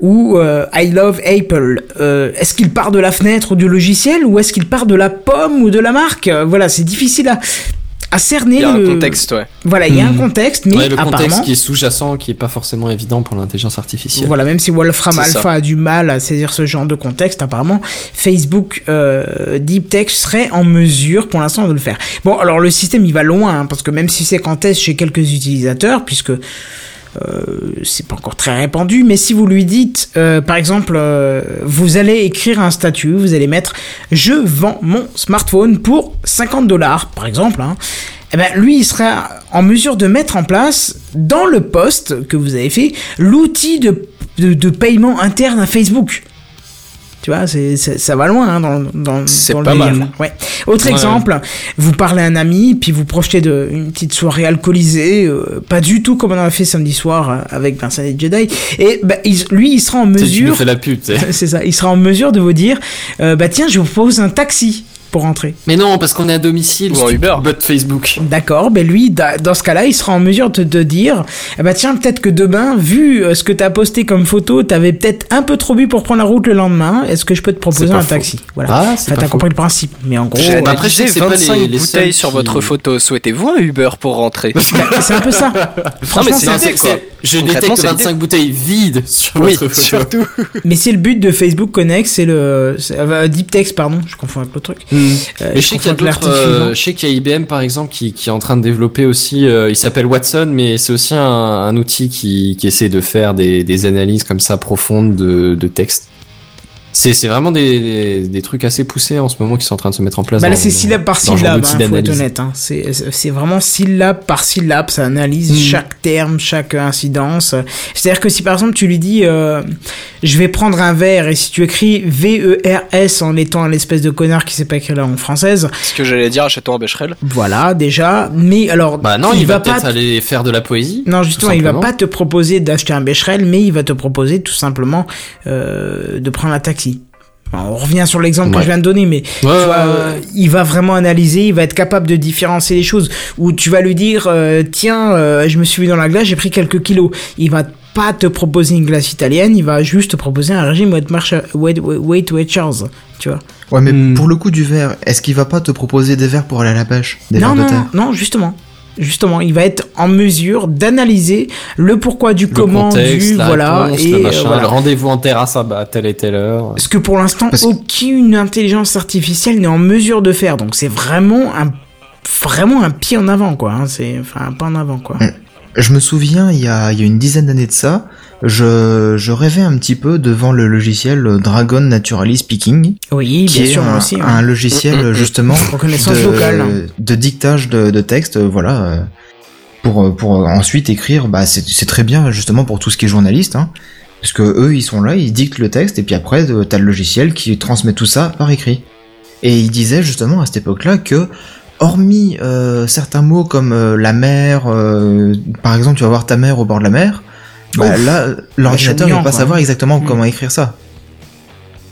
B: ou euh, I love Apple. Euh, est-ce qu'il part de la fenêtre ou du logiciel ou est-ce qu'il part de la pomme ou de la marque Euh, Voilà, c'est difficile à, à cerner
H: Il y a un
B: le-
H: contexte, ouais.
B: Voilà, il y a
D: Mhm.
B: un contexte, mais
D: Ouais, le
B: apparemment.
D: contexte qui est sous-jacent, qui est pas forcément évident pour l'intelligence artificielle.
B: Voilà, même si Wolfram
H: C'est
B: Alpha
H: ça.
B: a du mal à saisir ce genre de contexte, apparemment, Facebook euh, Deep Tech serait en mesure pour l'instant de le faire. Bon, alors le système il va loin, hein, parce que même si c'est qu'en test chez quelques utilisateurs, puisque euh, c'est pas encore très répandu, mais si vous lui dites, euh, par exemple, euh, vous allez écrire un statut, vous allez mettre je vends mon smartphone pour 50 dollars, par exemple, hein, eh ben, lui, il sera en mesure de mettre en place, dans le poste que vous avez fait, l'outil de, de, de paiement interne à Facebook. Tu vois, c'est, c'est- ça va loin hein, dans, dans,
H: C'est
B: dans le
H: pas mal.
B: délire, là. Ouais. Autre
D: Ouais.
B: exemple, vous parlez à un ami, puis vous projetez de, une petite soirée alcoolisée, euh, pas du tout comme on en a fait samedi soir euh, avec Vincent et Jedi, et ben, il- lui, il sera en
D: Tu sais, Tu nous
B: mesure...
D: fais la pub, tu sais.
B: C'est ça, il sera en mesure de vous dire, euh, bah tiens, je vous propose un taxi pour rentrer.
D: Mais non, parce qu'on est à domicile.
H: Ou en
D: stupide
H: Uber.
D: Bot Facebook.
B: D'accord, ben lui, da- dans ce cas-là, il sera en mesure de te dire, eh ben tiens, peut-être que demain, vu euh, ce que t'as posté comme photo, t'avais peut-être un peu trop bu pour prendre la route le lendemain. Est-ce que je peux te proposer
D: C'est pas
B: un
D: faux.
B: taxi Voilà.
D: Ah,
B: Enfin, t'as compris le principe, mais en gros,
H: J'ai
D: bah,
B: euh,
D: après, je sais que
H: analysé
D: c'est pas
H: 25
D: les- les seuls
H: bouteilles sur
D: qui-
H: votre photo. Souhaitez-vous un Uber pour rentrer
B: c'est un peu ça. Franchement,
H: mais c'est
B: c'est-
H: un-
D: Tu sais que
H: quoi.
D: c'est- Je
H: Concrètement,
D: détecte
H: c'est l'idée.
D: 25 bouteilles vides sur
H: Oui,
D: votre photo.
H: surtout.
B: mais c'est le but de Facebook Connect, c'est le c'est- euh, Deep Text, pardon, je confonds avec le truc. Euh,
D: Hmm. Mais je sais qu'il
B: confonds
D: y a
B: avec
D: d'autres,
B: l'article
D: euh,
B: suivant.
D: je sais qu'il y a IBM par exemple qui, qui est en train de développer aussi, euh, il s'appelle Watson, mais c'est aussi un, un outil qui, qui essaie de faire des, des analyses comme ça profondes de, de texte. C'est, c'est vraiment des, des, des trucs assez poussés en ce moment qui sont en train de se mettre en place.
B: Bah là,
D: dans-
B: c'est syllabe par
D: dans le genre
B: syllabe, hein,
D: d'outils
B: faut être
D: d'analyse.
B: honnête. hein. C'est c'est vraiment syllabe par syllabe, ça analyse
D: Hmm.
B: chaque terme, chaque incidence. C'est-à-dire que si par exemple tu lui dis euh, je vais prendre un verre et si tu écris V-E-R-S en étant l'espèce de connard qui sait pas écrire la langue française,
H: Ce que j'allais dire à Château-en-Becherel.
B: voilà déjà. Mais alors,
D: Bah non, il, va, peut-être
B: te-
D: aller faire de la poésie.
B: non, justement,
D: tout
B: il va
D: simplement.
B: pas te proposer d'acheter un Becherel, mais il va te proposer tout simplement euh, de prendre un taxi. Enfin, on revient sur l'exemple que
D: Ouais.
B: je viens de donner, mais
D: Ouais,
B: tu vois,
D: ouais, ouais.
B: euh, il va vraiment analyser, il va être capable de différencier les choses. Ou tu vas lui dire, euh, tiens, euh, je me suis vu dans la glace, j'ai pris quelques kilos. Il va pas te proposer une glace italienne, il va juste te proposer un régime Weight, Marcha- Weight, Weight Watchers, tu vois.
C: Ouais, mais
D: Hmm.
C: pour le coup du verre, est-ce qu'il va pas te proposer des verres pour aller à la pêche Des
B: non,
C: verres
B: non,
C: de terre
B: non, justement. Justement, il va être en mesure d'analyser le pourquoi du
D: Le
B: comment
D: contexte,
B: du
D: la
B: voilà
D: réponse,
B: et
D: le
B: euh,
D: machin,
B: voilà.
D: le rendez-vous en terrasse à bah, à telle et telle heure.
B: Ce que pour l'instant,
C: Parce que-
B: aucune intelligence artificielle n'est en mesure de faire. Donc c'est vraiment un, vraiment un pied en avant, quoi. hein. C'est, enfin, un pas en avant, quoi.
C: Mm. Je me souviens, il y a, il y a une dizaine d'années de ça, je, je rêvais un petit peu devant le logiciel euh, Dragon Naturally Speaking,
B: Oui,
C: qui
B: bien
C: est
B: sûr, moi
C: un,
B: aussi. hein. ouais. Mm,
C: un logiciel euh, justement
B: Reconnaissance
C: de,
B: vocale.
C: de dictage de, de texte, euh, voilà, euh, pour, euh, pour euh, ensuite écrire. Bah, c'est c'est très bien justement pour tout ce qui est journaliste, hein, parce que eux, ils sont là, ils dictent le texte, et puis après, euh, t'as le logiciel qui transmet tout ça par écrit. Et il disait justement à cette époque-là que, hormis euh, certains mots comme euh, la mer, euh, par exemple, tu vas voir ta mère au bord de la mer, bah,
B: Ouf.
C: là, l'ordinateur ne
B: Achomiant,
C: va pas
B: quoi.
C: savoir exactement
B: Mm.
C: comment écrire ça.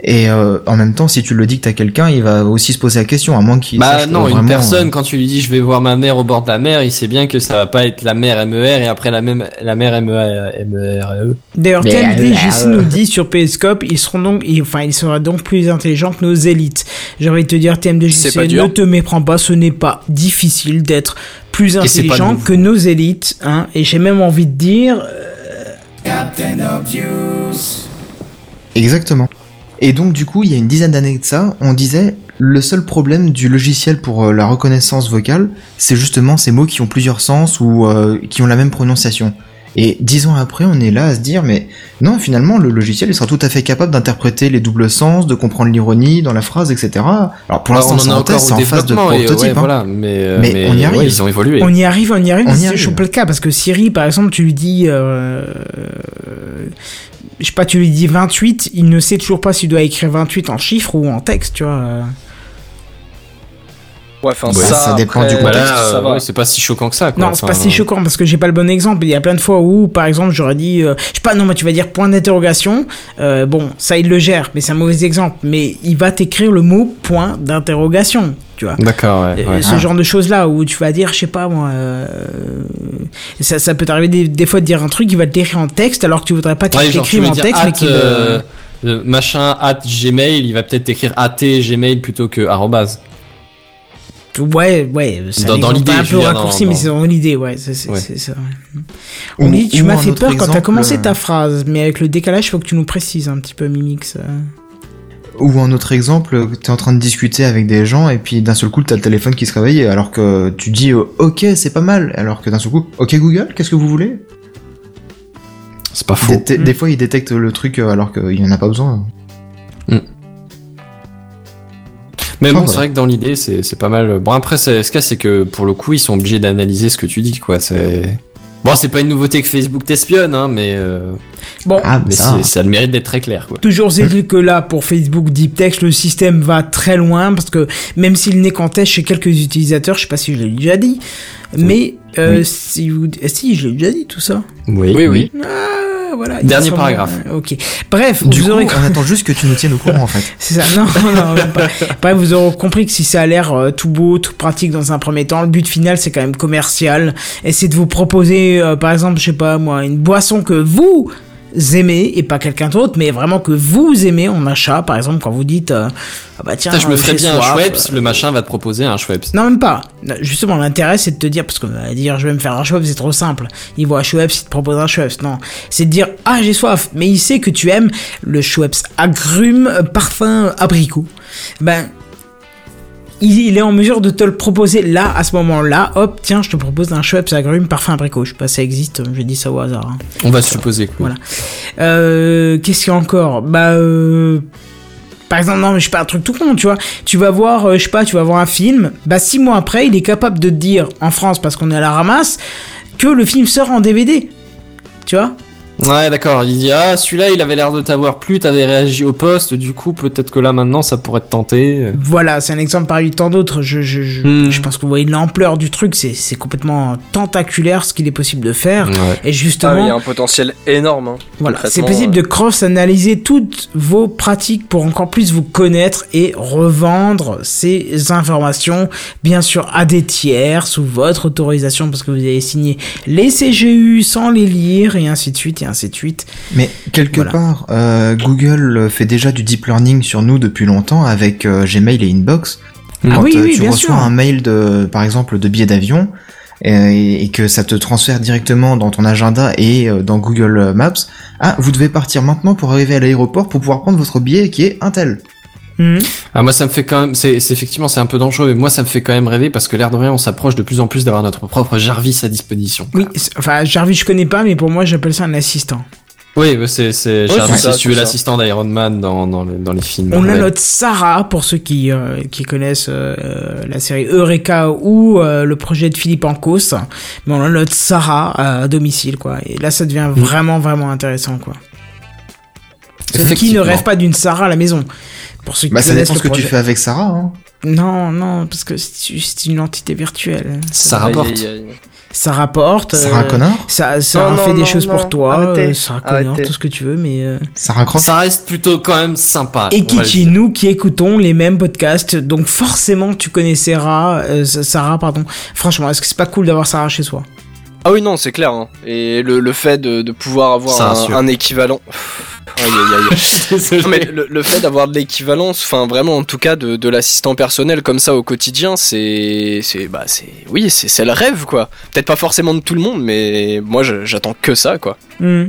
C: Et euh, en même temps, si tu le dictes à quelqu'un, il va aussi se poser la question, à moins qu'il.
D: Bah
C: sache
D: non, une
C: vraiment, euh, hein.
D: personne, quand tu lui dis je vais voir ma mère au bord de la mer, il sait bien que ça va pas être la mer MER et après la même la E mer MER MERE.
B: D'ailleurs,
C: Mais,
B: TMD,
C: euh,
B: JC nous dit sur Periscope, ils seront donc, ils- enfin, ils seront donc plus intelligents que nos élites. J'ai envie de te dire, TMD,
H: C'est pas
B: JC,
H: dur.
B: ne te méprends pas, ce n'est pas difficile d'être plus
D: c'est pas
B: intelligent
D: nouveau.
B: que nos élites, hein. Et j'ai même envie de dire, euh,
C: Exactement. Et donc, du coup, il y a une dizaine d'années de ça, on disait le seul problème du logiciel pour euh, la reconnaissance vocale, c'est justement ces mots qui ont plusieurs sens ou euh, qui ont la même prononciation. Et dix ans après, on est là à se dire, mais non, finalement, le logiciel, il sera tout à fait capable d'interpréter les doubles sens, de comprendre l'ironie dans la phrase, etc. Alors, pour
D: Alors,
C: l'instant, c'est en
D: encore
C: test, c'est en phase de
D: et, euh,
C: prototype.
D: ouais,
C: hein.
D: voilà, mais, euh,
C: Mais on y
D: ouais,
C: arrive.
D: ils ont évolué.
B: on y arrive, on y arrive,
C: On y
B: mais c'est
C: arrive.
B: chaud le cas, parce que Siri, par exemple, tu lui dis, euh, euh, je sais pas, tu lui dis 28, il ne sait toujours pas s'il doit écrire 28 en chiffres ou en texte, tu vois. euh.
H: Ouais, enfin,
D: Ouais,
H: ça,
C: ça dépend
H: après,
C: du
D: Bah
C: contexte,
D: là,
H: ça
D: euh,
H: va.
D: ouais, c'est pas si choquant que ça. Quoi.
B: Non, c'est
D: Enfin, euh,
B: pas si choquant parce que j'ai pas le bon exemple. Il y a plein de fois où, par exemple, j'aurais dit, euh, je sais pas, non, mais tu vas dire point d'interrogation. Euh, bon, ça, il le gère, mais c'est un mauvais exemple. Mais il va t'écrire le mot point d'interrogation, tu vois.
D: D'accord, ouais.
B: Euh,
C: Ah.
D: ouais.
B: ce genre de choses là où tu vas dire je sais pas moi euh, ça, ça peut t'arriver des, des fois de dire un truc il va te l'écrire en texte alors que tu voudrais pas qu'il
D: Ouais, genre, tu
B: t'écrive
D: veux
B: en
D: dire
B: texte mais
D: at,
B: qu'il
D: euh,
B: euh,
D: euh, machin at Gmail, il va peut-être écrire at Gmail plutôt que arrobase.
B: Ouais, ouais. c'est
D: Dans-
B: un
D: dans
B: exemple
D: l'idée,
B: un
D: je
B: peu
D: veux dire,
B: raccourci,
D: dans-
B: mais c'est dans l'idée, ouais. C'est c'est-
D: Ouais.
B: c'est ça.
C: Ou-
B: On dit, tu
C: ou
B: m'as
C: un
B: fait
C: autre
B: peur quand t'as
C: exemple,
B: commencé
C: euh,
B: ta phrase, mais avec le décalage, faut que tu nous précises un petit peu, Mimix. euh.
C: Ou un autre exemple, t'es en train de discuter avec des gens et puis d'un seul coup t'as le téléphone qui se réveille alors que tu dis euh, ok c'est pas mal alors que d'un seul coup ok Google qu'est-ce que vous voulez
D: C'est pas
C: des, des- des fois ils détectent le truc euh, alors qu'il n'y en a pas besoin.
D: Mais bon,
C: Ah,
D: c'est
C: ouais.
D: vrai que dans l'idée, c'est c'est pas mal. Bon, après, c'est- ce cas, c'est que pour le coup, ils sont obligés d'analyser ce que tu dis, quoi. C'est. Bon, c'est pas une nouveauté que Facebook t'espionne, hein, mais, euh,
B: Bon,
C: Ah mais
D: mais
C: ça.
D: c'est- ça a le mérite d'être très clair, quoi.
B: Toujours est-il que là, pour Facebook Deep Text, le système va très loin parce que même s'il n'est qu'en test chez quelques utilisateurs, je sais pas si je l'ai déjà dit, mais euh, si vous, eh, si je l'ai déjà dit tout ça.
H: Oui, oui.
B: Ah, voilà. il
D: Dernier
B: semble-
D: paragraphe.
B: Ok. Bref,
C: Du
B: vous
C: coup,
B: aurez.
C: on attend juste que tu nous tiennes au courant en fait.
B: C'est ça. Non, non, même pas. Bref, vous aurez compris que si ça a l'air euh, tout beau, tout pratique dans un premier temps, le but final c'est quand même commercial. Et c'est de vous proposer, euh, par exemple, je sais pas moi, une boisson que vous aimez et pas quelqu'un d'autre, mais vraiment que vous aimez en achat. Par exemple, quand vous dites, euh, ah bah tiens,
D: Putain, je me ferais
B: j'ai
D: bien
B: soif,
D: un Schweppes,
B: euh,
D: le machin va te proposer un Schweppes.
B: non, même pas. Justement, l'intérêt, c'est de te dire, parce que euh, dire je vais me faire un Schweppes, c'est trop simple. Il voit un Schweppes, il te propose un Schweppes. Non. C'est de dire, ah, j'ai soif, mais il sait que tu aimes le Schweppes agrume, euh, parfum, euh, abricot. Ben, il, il est en mesure de te le proposer là, à ce moment-là. Hop, tiens, je te propose un Schweppes agrume, parfum, abricot. Je sais pas si ça existe, je dis ça au hasard. hein.
D: On va supposer, quoi.
B: Voilà. Euh, qu'est-ce qu'il y a encore Bah euh, par exemple, non, mais je sais pas un truc tout con, tu vois. Tu vas voir, euh, je sais pas, tu vas voir un film. Bah six mois après, il est capable de te dire en France parce qu'on est à la ramasse que le film sort en DVD. Tu vois
D: Ouais, d'accord. Il dit ah celui-là, il avait l'air de t'avoir plu, t'avais réagi au poste, du coup peut-être que là maintenant ça pourrait te tenter.
B: Voilà, c'est un exemple parmi tant d'autres. Je, je, je,
D: Hmm.
B: je pense que vous voyez l'ampleur du truc. C'est, c'est complètement tentaculaire ce qu'il est possible de faire.
D: Ouais.
B: Et
H: Ah,
B: justement,
H: mais il y a un potentiel énorme. hein,
B: Voilà, c'est
H: concrètement,
B: possible de
C: euh,
B: cross-analyser toutes vos pratiques pour encore plus vous connaître et revendre ces informations, bien sûr, à des tiers, sous votre autorisation, parce que vous avez signé les CGU sans les lire, et ainsi de suite, et ainsi de suite.
C: Mais quelque
B: Voilà.
C: part, euh, Google fait déjà du deep learning sur nous depuis longtemps avec euh, Gmail et Inbox.
B: Ah
C: Quand
B: oui,
C: euh,
B: oui,
C: tu
B: bien sûr.
C: reçois un mail de, par exemple, de billet d'avion euh, et, et que ça te transfère directement dans ton agenda et euh, dans Google Maps, ah, vous devez partir maintenant pour arriver à l'aéroport pour pouvoir prendre votre billet qui est un tel.
B: Mhm.
D: Ah moi ça me fait quand même, c'est c'est- effectivement c'est un peu dangereux, mais moi ça me fait quand même rêver parce que l'air de rien on s'approche de plus en plus d'avoir notre propre Jarvis à disposition.
B: Oui, c'est- enfin, Jarvis, je connais pas, mais pour moi, j'appelle ça un assistant.
D: Oui, mais c'est c'est
H: Ouais,
D: Jarvis,
H: c'est ça,
D: si tu es
H: c'est ça.
D: l'assistant d'Iron Man dans dans les, dans les films.
B: On a
D: Marvel.
B: notre Sarah, pour ceux qui, euh, qui connaissent euh, la série Eureka ou euh, le projet de Philippe Ancos, mais on a notre Sarah euh, à domicile, quoi. Et là, ça
C: Mm.
B: devient vraiment, vraiment intéressant, quoi. Sauf qui ne
D: Effectivement.
B: rêve pas d'une Sarah à la maison Pour ceux qui
C: Bah, ça
B: connaissent
C: dépend
B: le
C: ce que tu
B: projet.
C: fais avec Sarah. Hein.
B: Non, non, parce que c'est c'est une entité virtuelle.
D: Ça
H: Aïe,
D: rapporte.
H: aïe, aïe.
B: Ça rapporte.
C: Sarah
B: euh,
C: Connor
B: ça, ça
H: Non, non,
B: fait des
H: non,
B: choses
H: non,
B: pour toi,
H: arrêtez,
B: euh, Sarah Connor,
H: arrêtez.
B: tout ce que tu veux, mais. euh,
C: Sarah Croft
D: Ça reste plutôt quand même sympa.
B: Et
D: on va
B: qui,
D: le
B: qui
D: dire.
B: nous qui écoutons les mêmes podcasts, donc forcément tu connais Sarah, euh, Sarah pardon. Franchement, est-ce que c'est pas cool d'avoir Sarah chez soi
H: Ah oui, non, c'est clair. hein. Et le, le fait de, de pouvoir avoir
D: Ça
H: un,
D: rassure.
H: un équivalent. Aïe, aïe, aïe. Non, mais le, le fait d'avoir de l'équivalence, enfin vraiment en tout cas de, de l'assistant personnel comme ça au quotidien, c'est, c'est, bah c'est, oui, c'est, c'est le rêve quoi. Peut-être pas forcément de tout le monde, mais moi je- j'attends que ça quoi.
B: Hmm.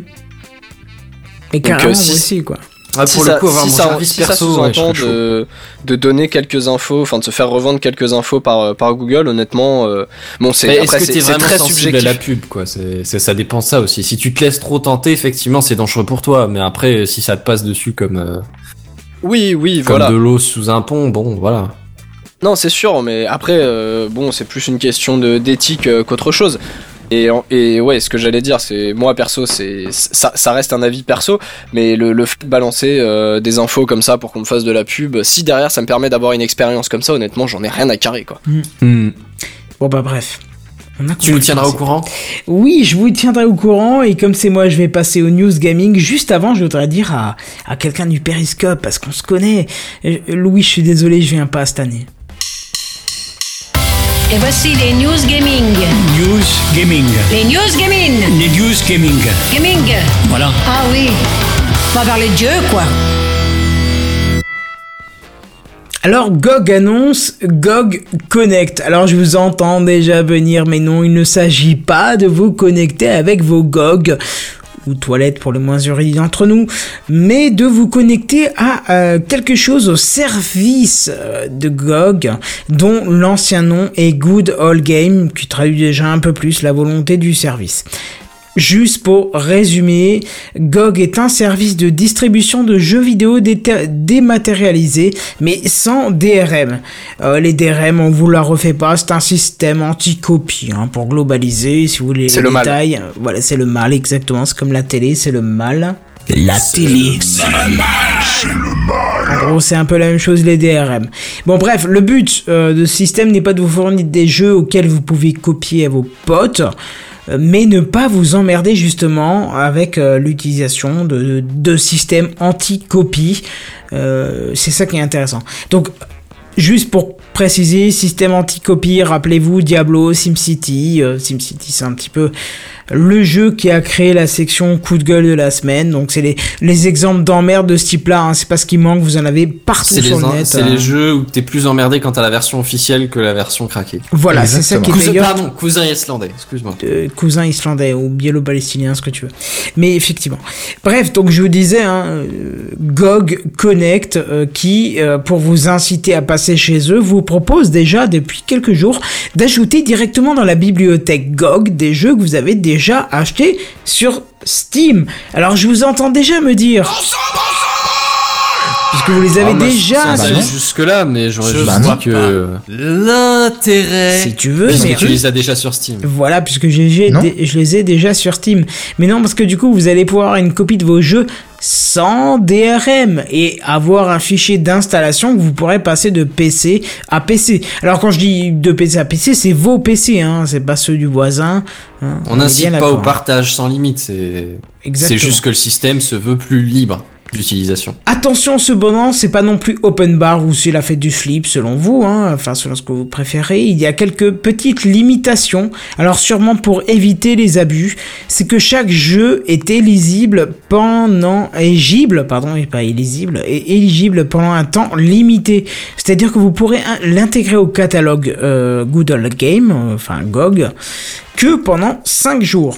B: Et
H: Donc, euh,
B: carrément
H: si-
B: moi aussi quoi.
D: Ah, pour
H: si
D: le
H: ça,
D: coup avoir
H: si
D: mon
H: ça-
D: Jarvis
H: si ça
D: perso, ouais, je
H: sous-entend
D: serais chaud.
H: de, de donner quelques infos, enfin de se faire revendre quelques infos par euh, par Google, honnêtement, euh, bon c'est,
D: Mais
H: après
D: est-ce que
H: c'est,
D: t'es
H: c'est
D: vraiment
H: très
D: sensible
H: subjectif.
D: à la pub quoi c'est, c'est- ça dépend de ça aussi. Si tu te laisses trop tenter, effectivement, c'est dangereux pour toi. Mais après, si ça te passe dessus comme euh,
H: Oui, oui,
D: comme
H: voilà.
D: de l'eau sous un pont, bon, voilà.
H: Non, c'est sûr, mais après, euh, bon, c'est plus une question de d'éthique euh, qu'autre chose. Et, en- et ouais, ce que j'allais dire, c'est moi perso, c'est ça, ça reste un avis perso, mais le, le fait de balancer euh, des infos comme ça pour qu'on me fasse de la pub, si derrière ça me permet d'avoir une expérience comme ça, honnêtement, j'en ai rien à carrer quoi. Hmm.
B: Bon bah bref. On a
D: Tu
B: compris
D: nous
B: le
D: tiendras au
B: principe.
D: courant.
B: Oui, je vous tiendrai au courant et comme c'est moi, je vais passer aux news gaming. Juste avant, je voudrais dire à, à quelqu'un du Periscope parce qu'on se connaît. Euh, Louis, je suis désolé, je viens pas cette année.
I: Et voici les news gaming.
G: News Gaming.
I: Les news gaming.
G: Les News Gaming.
I: Gaming.
G: Voilà.
I: Ah oui. On va parler de Dieu, quoi.
B: Alors GOG annonce GOG Connect. Alors je vous entends déjà venir, mais non, il ne s'agit pas de vous connecter avec vos GOG ou toilettes pour les moins urines d'entre nous, mais de vous connecter à euh, quelque chose au service euh, de GOG, dont l'ancien nom est Good All Game, qui traduit déjà un peu plus la volonté du service. Juste pour résumer, GOG est un service de distribution de jeux vidéo déter- dématérialisés, mais sans DRM. Euh, les DRM, on vous la refait pas, c'est un système anti-copie hein, pour globaliser, si vous voulez
H: C'est
B: les
H: le mal.
B: détails. Voilà, c'est le mal, exactement. C'est comme la télé, c'est le mal. La télé, c'est le mal. En gros, c'est un peu la même chose les DRM. Bon, bref, le but euh, de ce système n'est pas de vous fournir des jeux auxquels vous pouvez copier à vos potes, euh, mais ne pas vous emmerder justement avec euh, l'utilisation de, de systèmes anti-copie. Euh, c'est ça qui est intéressant. Donc, Juste pour préciser, système anti-copie, rappelez-vous Diablo, SimCity. euh, SimCity, c'est un petit peu le jeu qui a créé la section coup de gueule de la semaine. Donc, c'est les, les exemples d'emmerde de ce type-là. hein, C'est pas ce qui manque, vous en avez partout
D: C'est
B: sur
D: les,
B: le net.
D: c'est
B: hein.
D: les jeux où t'es plus emmerdé quand t'as la version officielle que la version craquée.
B: Voilà, c'est ça qui est
D: Cousin,
B: meilleur.
D: pardon, cousin islandais, excuse-moi.
B: euh, cousin islandais ou biélo-palestinien, ce que tu veux. Mais effectivement. Bref, donc je vous disais, hein, euh, GOG Connect, euh, qui, euh, pour vous inciter à passer chez eux, vous propose déjà depuis quelques jours d'ajouter directement dans la bibliothèque GOG des jeux que vous avez déjà achetés sur Steam. Alors je vous entends déjà me dire... Puisque vous les avez
D: Ah, moi,
B: déjà Bah,
D: ça, ça
B: achetés.
D: allait jusque-là, mais j'aurais
G: Je
D: juste
G: vois
D: dit que. L'intérêt.
B: Si tu veux,
D: Parce
B: mais-
D: que tu les as déjà sur Steam.
B: Voilà, puisque j'ai- j'ai
C: Non.
B: dé- je les ai déjà sur Steam. Mais non, parce que du coup, vous allez pouvoir avoir une copie de vos jeux sans DRM et avoir un fichier d'installation que vous pourrez passer de PC à PC. Alors quand je dis de PC à PC, c'est vos PC, hein, c'est pas ceux du voisin. hein.
D: On
B: est
D: n'incite
B: bien
D: pas
B: d'accord,
D: au
B: hein.
D: partage sans limite, c'est. C'est
B: Exactement.
D: juste que le système se veut plus libre d'utilisation.
B: Attention cependant, c'est pas non plus open bar ou c'est la fête du slip selon vous, hein, enfin selon ce que vous préférez. Il y a quelques petites limitations, alors sûrement pour éviter les abus, c'est que chaque jeu est élisible pendant éligible, pardon, et pas élisible, est éligible pendant un temps limité. C'est-à-dire que vous pourrez hein, l'intégrer au catalogue euh, Good Old Game, euh, enfin GOG, que pendant 5 jours.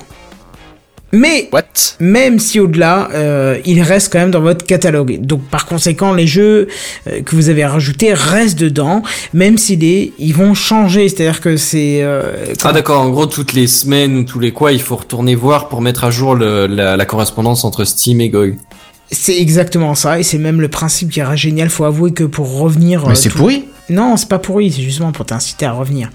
B: Mais
H: What
B: même si au-delà, euh, il reste quand même dans votre catalogue. Donc par conséquent, les jeux euh, que vous avez rajoutés restent dedans, même si les, ils vont changer. C'est-à-dire que c'est... euh,
D: Ah d'accord, en gros toutes les semaines ou tous les quoi, il faut retourner voir pour mettre à jour le- la, la correspondance entre Steam et GOG.
B: c'est exactement ça, et c'est même le principe qui est génial. Faut avouer que pour revenir... euh,
C: Mais c'est
B: tout-
C: pourri.
B: Non, c'est pas pourri, c'est justement pour t'inciter à revenir.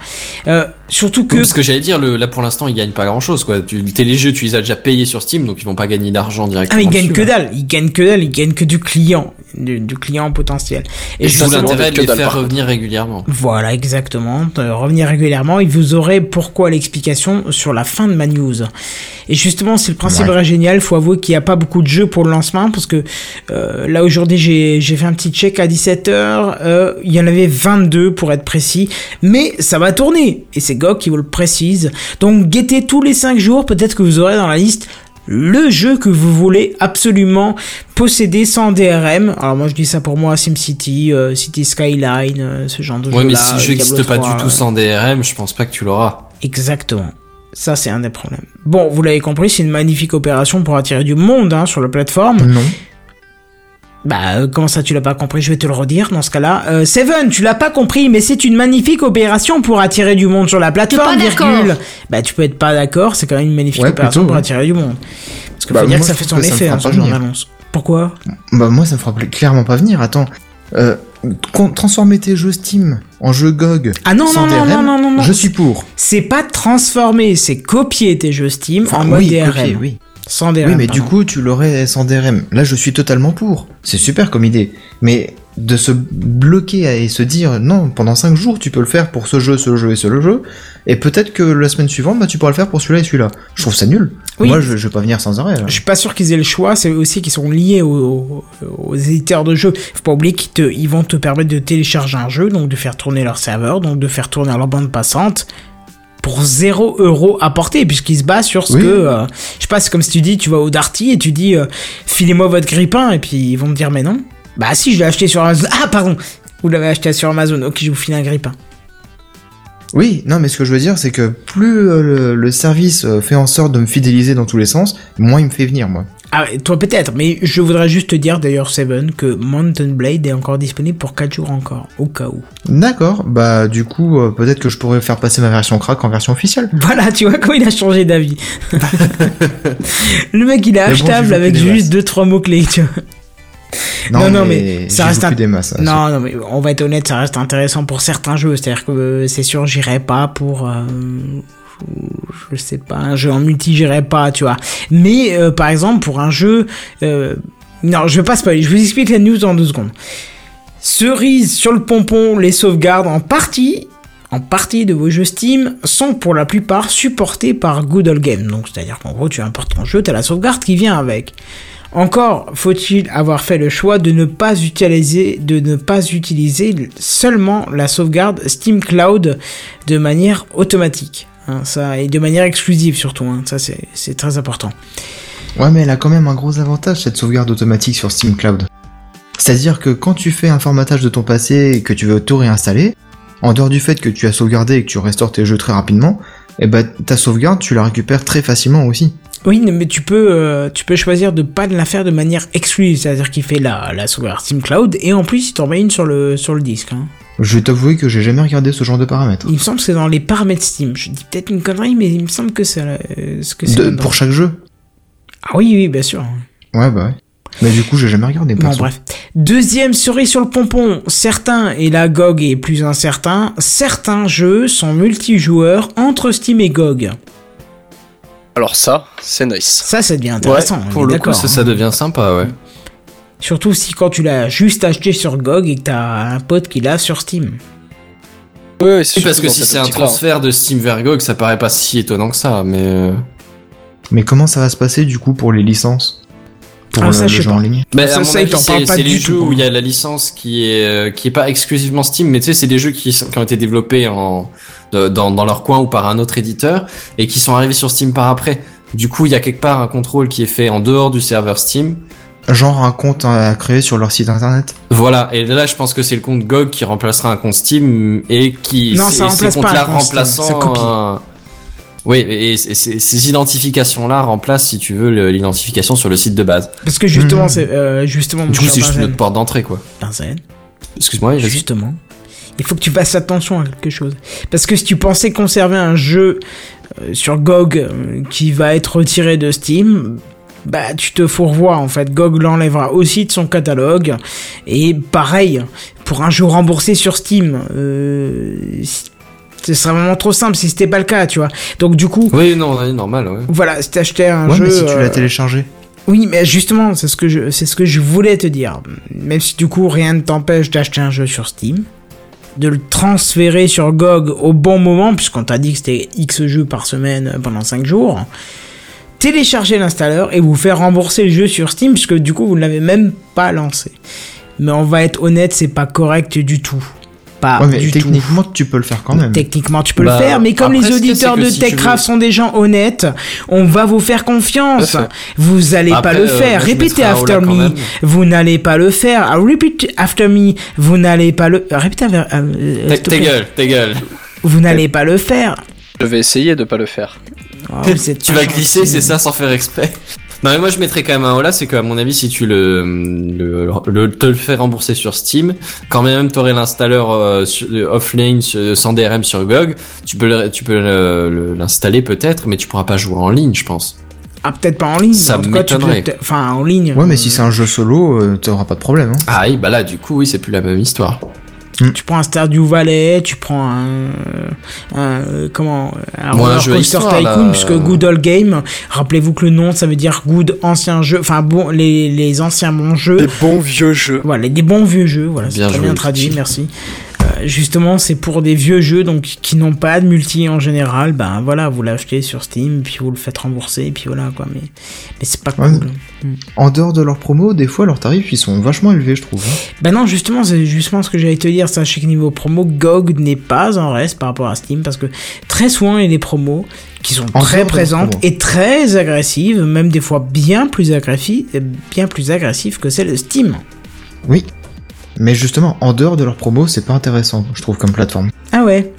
B: Euh, surtout que...
D: Parce que j'allais dire, le, là pour l'instant ils gagnent pas grand chose quoi. Tu, t'es les jeux, tu les as déjà payés sur Steam, donc ils vont pas gagner d'argent
B: Ah
D: directement.
B: mais ils gagnent
D: dessus,
B: que
D: là.
B: dalle, ils gagnent que dalle, ils gagnent que du client, du, du client potentiel.
D: Et je
B: justement-
D: trouve l'intérêt de
E: que
D: les
E: dalle,
D: faire
E: par contre.
D: revenir régulièrement.
B: Voilà, exactement. De revenir régulièrement et vous aurez pourquoi l'explication sur la fin de ma news. Et justement, c'est le principe
C: Ouais.
B: est génial. Faut avouer qu'il n'y a pas beaucoup de jeux pour le lancement parce que euh, là aujourd'hui, j'ai j'ai fait un petit check à 17h. euh, il y en avait 22 pour être précis. Mais ça va tourner. Et c'est GOG qui vous le précise. Donc guettez tous les 5 jours. Peut-être que vous aurez dans la liste le jeu que vous voulez absolument posséder sans DRM. Alors moi je dis ça pour moi SimCity, euh, City Skyline, euh, ce genre de jeu.
D: Ouais mais si le jeu n'existe pas du tout
B: euh.
D: sans DRM, je pense pas que tu l'auras.
B: Exactement. Ça c'est un des problèmes. Bon, vous l'avez compris, c'est une magnifique opération pour attirer du monde hein, sur la plateforme.
C: Non.
B: Bah, euh, comment ça, tu l'as pas compris Je vais te le redire dans ce cas-là. Euh, Seven, tu l'as pas compris, mais c'est une magnifique opération pour attirer du monde sur la plateforme,
F: T'es pas
B: virgule. Bah, tu peux être pas d'accord, c'est quand même une magnifique
C: Ouais,
B: opération
C: plutôt,
B: pour
C: ouais.
B: attirer du monde. Parce que
C: Bah,
B: faut dire
C: moi,
B: que ça
C: je
B: fait son
C: trouve que ça me
B: effet,
C: fera
B: hein,
C: pas
B: ce genre
C: venir.
B: d'annonce. Pourquoi
C: Bah moi ça me fera pl- clairement pas venir. Attends, euh, con- transformer tes jeux Steam en jeux GOG.
B: Ah non,
C: sans
B: non, non,
C: DRM,
B: non, non, non, non.
C: Je suis pour.
B: C'est pas transformer, c'est copier tes jeux Steam en
C: Enfin,
B: mode
C: oui,
B: DRM.
C: copier, oui.
B: Sans DRM.
C: Oui, mais du
B: Ah, pardon.
C: coup, tu l'aurais sans DRM. Là, je suis totalement pour. C'est super comme idée. Mais de se bloquer et se dire non, pendant 5 jours, tu peux le faire pour ce jeu, ce jeu et ce jeu. Et peut-être que la semaine suivante, bah, tu pourras le faire pour celui-là et celui-là. Je trouve ça nul.
B: Oui.
C: Moi, je, je vais pas venir sans arrêt. là.
B: Je suis pas sûr qu'ils aient le choix, c'est aussi qu'ils sont liés aux, aux- aux éditeurs de jeux. Faut pas oublier qu'ils te- ils vont te permettre de télécharger un jeu, donc de faire tourner leur serveur, donc de faire tourner leur bande passante pour 0 euro apporté, puisqu'ils se basent sur ce
C: Oui.
B: que... euh, je sais pas, c'est comme si tu dis, tu vas au Darty et tu dis, euh, filez-moi votre grippin, et puis ils vont te dire, mais non. Bah si, je l'ai acheté sur Amazon. Ah, pardon Vous l'avez acheté sur Amazon. Ok, je vous file un grippin.
C: Oui, non, mais ce que je veux dire, c'est que plus euh, le, le service euh, fait en sorte de me fidéliser dans tous les sens, moins il me fait venir, moi.
B: Ah, ouais, toi peut-être, mais je voudrais juste te dire d'ailleurs, Seven, que Mountain Blade est encore disponible pour 4 jours encore, au cas où.
C: D'accord, bah du coup, euh, peut-être que je pourrais faire passer ma version crack en version officielle.
B: Voilà, tu vois comment il a changé d'avis. le mec, il est
C: Mais bon,
B: achetable
C: j'ai joué
B: avec
C: des
B: juste deux trois mots clés. Tu vois. Non, non, mais ça
C: j'y
B: reste
C: joue
B: un-
C: plus des masses. hein,
B: non, non, mais on va être honnête, ça reste intéressant pour certains jeux. C'est-à-dire que euh, c'est sûr, j'irai pas pour. euh, je sais pas, un jeu en multi, j'irai pas, tu vois. Mais euh, par exemple, pour un jeu. euh, non, je vais pas spoiler, je vous explique la news dans deux secondes. Cerise sur le pompon, les sauvegardes en partie. En partie de vos jeux Steam sont pour la plupart supportés par Good Old Game. Donc, c'est-à-dire qu'en gros, tu importes ton jeu, t'as la sauvegarde qui vient avec. Encore faut-il avoir fait le choix de ne pas utiliser, de ne pas utiliser seulement la sauvegarde Steam Cloud de manière automatique. hein, ça, et de manière exclusive surtout, hein, ça c'est- c'est très important.
C: c'est- Ouais, mais elle a quand même un gros avantage, cette sauvegarde automatique sur Steam Cloud. C'est-à-dire que quand tu fais un formatage de ton passé et que tu veux tout réinstaller, en dehors du fait que tu as sauvegardé et que tu restaures tes jeux très rapidement, eh bah, ta sauvegarde, tu la récupères très facilement aussi.
B: Oui, mais tu peux, euh, tu peux choisir de pas de la faire de manière exclusive, c'est-à-dire qu'il fait la, la sauvegarde Steam Cloud et en plus il t'en met une sur le, sur le disque. hein.
C: Je vais t'avouer que j'ai jamais regardé ce genre de paramètres.
B: Il me semble que c'est dans les paramètres Steam. Je dis peut-être une connerie, mais il me semble que c'est euh, ce que c'est.
C: De-
B: dedans.
C: pour chaque jeu
B: Ah oui, oui, bien sûr.
C: Ouais, bah ouais. Mais du coup, j'ai jamais regardé.
B: Bon,
C: perso.
B: Bah, bref. Deuxième cerise sur le pompon. Certains, et là GOG est plus incertain, certains jeux sont multijoueurs entre Steam et GOG.
H: Alors ça, c'est nice.
B: Ça, ça devient intéressant. on
D: Pour
B: est
D: le coup,
B: d'accord,
D: ça,
B: hein.
D: ça devient sympa, ouais.
B: Surtout si quand tu l'as juste acheté sur GOG et que t'as un pote qui l'a sur Steam.
H: Oui,
D: Oui, parce que si c'est un transfert de Steam vers GOG, ça paraît pas si étonnant que ça, mais. euh,
B: Bah,
C: Mais comment ça va se passer du coup pour les licences Pour
B: Ah,
C: le,
B: ça,
C: le
B: je sais
C: jeu
B: pas.
C: en ligne
D: Mais
B: Ça,
D: à mon
B: ça, ils
D: avis,
B: t'en parlent
D: c'est
B: pas
D: c'est
B: du
D: les
B: tout, hein.
D: jeux
B: pour
D: où
B: le
D: il y a la licence qui est euh, qui est pas exclusivement Steam, mais tu sais, c'est des jeux qui, sont- qui ont été développés en de- dans, dans leur coin ou par un autre éditeur et qui sont arrivés sur Steam par après. Du coup, il y a quelque part un contrôle qui est fait en dehors du serveur Steam.
C: Genre un compte à créer sur leur site internet
D: Voilà. Et là, je pense que c'est le compte GOG qui remplacera un compte Steam et qui
B: Non,
D: et
B: ça
D: ces
B: remplace pas un
D: comptes-là
B: compte Steam,
D: remplaçant
B: ça copie.
D: un- Oui, et, et ces- ces identifications-là remplacent, si tu veux, le- l'identification sur le site de base.
B: Parce que justement,
C: Mhm.
B: c'est euh, justement. mon
D: Mmh. Du coup,
B: cher
D: c'est juste
B: Benzen-
D: notre porte d'entrée, quoi.
B: Benzen,
D: Excuse-moi, je
B: justement. Il faut que tu fasses attention à quelque chose. Parce que si tu pensais conserver un jeu euh, sur GOG euh, qui va être retiré de Steam, bah tu te fourvoies en fait. GOG l'enlèvera aussi de son catalogue. Et pareil, pour un jeu remboursé sur Steam, euh, c- ce serait vraiment trop simple si c'était pas le cas, tu vois. Donc du coup,
D: Oui, non, oui, normal, ouais.
B: voilà, si t'achetais un
C: Ouais,
B: jeu...
C: mais si tu l'as
B: euh,
C: téléchargé.
B: oui, mais justement, c'est ce que je, c'est ce que je voulais te dire. Même si du coup rien ne t'empêche d'acheter un jeu sur Steam, de le transférer sur GOG au bon moment, puisqu'on t'a dit que c'était X jeux par semaine pendant 5 jours, télécharger l'installeur et vous faire rembourser le jeu sur Steam, puisque du coup vous ne l'avez même pas lancé. Mais on va être honnête, c'est pas correct du tout. ah, Pas
C: ouais, mais
B: du tout.
C: techniquement, tu peux le faire quand même.
B: Techniquement, tu peux
D: Bah,
B: le faire, mais comme
D: après,
B: les
D: ce qu'il y a,
B: auditeurs
D: c'est que
B: de
D: si tu
B: TechCraft
D: veux-
B: sont des gens honnêtes, on va vous faire confiance.
H: Tout à fait.
B: Vous allez
D: Après,
B: pas le
D: euh,
B: faire.
D: moi, je
B: Répétez
D: mettrai un haut là
B: after
D: quand
B: me.
D: même.
B: Vous n'allez pas le faire. Ah, Repeat after me. Vous n'allez pas le. Répétez. euh, euh,
D: Ta,
B: s'il te
D: ta
B: plaît.
D: gueule, ta gueule.
B: Vous n'allez pas le faire.
H: Je vais essayer de pas le faire.
B: Oh, vous êtes
D: tu
B: pas
D: vas glisser,
B: gentil.
D: c'est ça, sans faire exprès. Non, mais moi je mettrais quand même un hola, c'est qu'à mon avis, si tu le, le, le- te le fais rembourser sur Steam, quand même t'aurais l'installeur euh, sur- euh, offline sur- sans DRM sur GOG, tu peux le- tu peux le- le- l'installer peut-être, mais tu pourras pas jouer en ligne, je pense.
B: Ah, peut-être pas en ligne.
D: Ça
B: en tout cas, tu peux
D: m'étonnerait.
B: peut-être- Enfin, en ligne.
C: Ouais, mais
B: euh,
C: si c'est un jeu solo, euh, t'auras pas de problème. Hein.
D: Ah oui, bah là, du coup, oui, c'est plus la même histoire. Hmm.
B: Tu prends un Stardew Valley, tu prends un, un euh, comment un
D: Bon, un
B: Roller
D: jeu
B: Coaster
D: histoire, là. euh.
B: Tycoon puisque Good Old Game. Rappelez-vous que le nom ça veut dire Good ancien jeu, enfin bon les, les anciens bons jeux.
H: Des bons vieux jeux.
B: Voilà, des bons vieux jeux, voilà, c'est
D: Bien
B: très
D: joué,
B: bien traduit,
D: Titi.
B: merci. Euh, justement, c'est pour des vieux jeux donc qui n'ont pas de multi en général, ben voilà, vous l'achetez sur Steam, puis vous le faites rembourser, puis voilà quoi, mais mais c'est pas cool.
C: Ouais. En dehors de leur promo, des fois leurs tarifs ils sont vachement élevés, je trouve. hein.
B: Bah non, justement, c'est justement ce que j'allais te dire. Sachez que niveau promo, GOG n'est pas en reste par rapport à Steam parce que très souvent, il y a des promos qui sont
C: En
B: très
C: dehors de
B: présentes
C: la promo.
B: et très agressives, même des fois bien plus agressives, bien plus agressives que celles de Steam.
C: Oui. Mais justement, en dehors de leur promo, c'est pas intéressant, je trouve, comme plateforme.
B: Ah ouais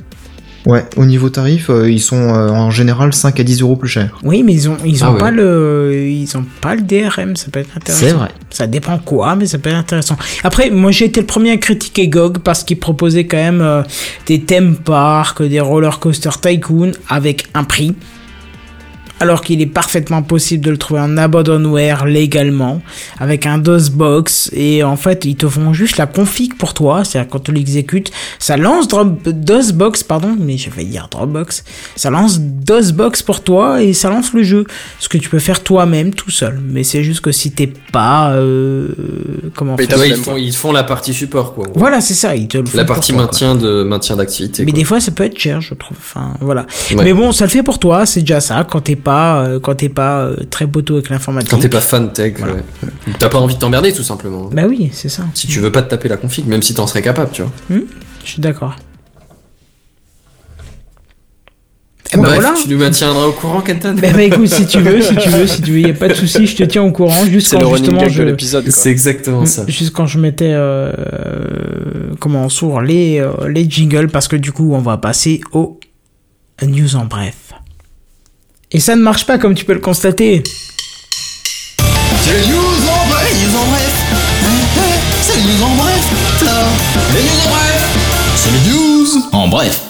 C: Ouais, au niveau tarif, euh, ils sont euh, en général 5 à 10 euros plus chers.
B: Oui, mais ils ont, ils ont
D: Ah
B: pas
D: ouais.
B: le, ils ont pas le DRM, ça peut être intéressant.
C: C'est vrai.
B: Ça dépend quoi, mais ça peut être intéressant. Après, moi j'ai été le premier à critiquer GOG parce qu'il proposait quand même euh, des thèmes parcs, des roller coaster tycoon avec un prix. Alors qu'il est parfaitement possible de le trouver en abandonware légalement, avec un DOSBox, et en fait, ils te font juste la config pour toi, c'est-à-dire quand tu l'exécutes, ça lance Drop- DOSBox, pardon, mais je vais dire Dropbox, ça lance DOSBox pour toi, et ça lance le jeu, ce que tu peux faire toi-même, tout seul. Mais c'est juste que si t'es pas... euh, comment
H: Mais
B: faire
H: t'as-
D: Ah Ouais, ils, font, ils font la partie support, quoi.
B: Voilà, c'est ça, ils te le font
D: La
B: pour
D: partie
B: toi, quoi.
D: maintien de maintien d'activité.
B: Mais
D: quoi.
B: des fois, ça peut être cher, je trouve. Enfin, voilà.
D: Ouais.
B: Mais bon, ça le fait pour toi, c'est déjà ça. Quand t'es pas, euh, quand t'es pas euh, très poteau avec l'informatique.
D: Quand t'es pas fan tech, ouais. t'as pas envie de t'emmerder tout simplement.
B: Bah oui, c'est ça.
D: Si tu veux pas te taper la config, même si t'en serais capable, tu vois.
B: Je suis d'accord. Eh
D: Bref,
B: ben voilà.
D: tu nous maintiendras au courant, Kenton.
B: Bah, bah, écoute, si tu veux, si tu veux, si tu veux, y a pas de souci, je te tiens au courant. Juste
H: C'est
B: quand
H: le running
B: justement
H: gag de
B: je.
H: l'épisode. quoi.
D: C'est
B: Mm.
D: exactement ça.
B: Juste quand je mettais euh, comment sourd les euh, les jingles parce que du coup on va passer aux news en bref. Et ça ne marche pas comme tu peux le constater.
G: En bref.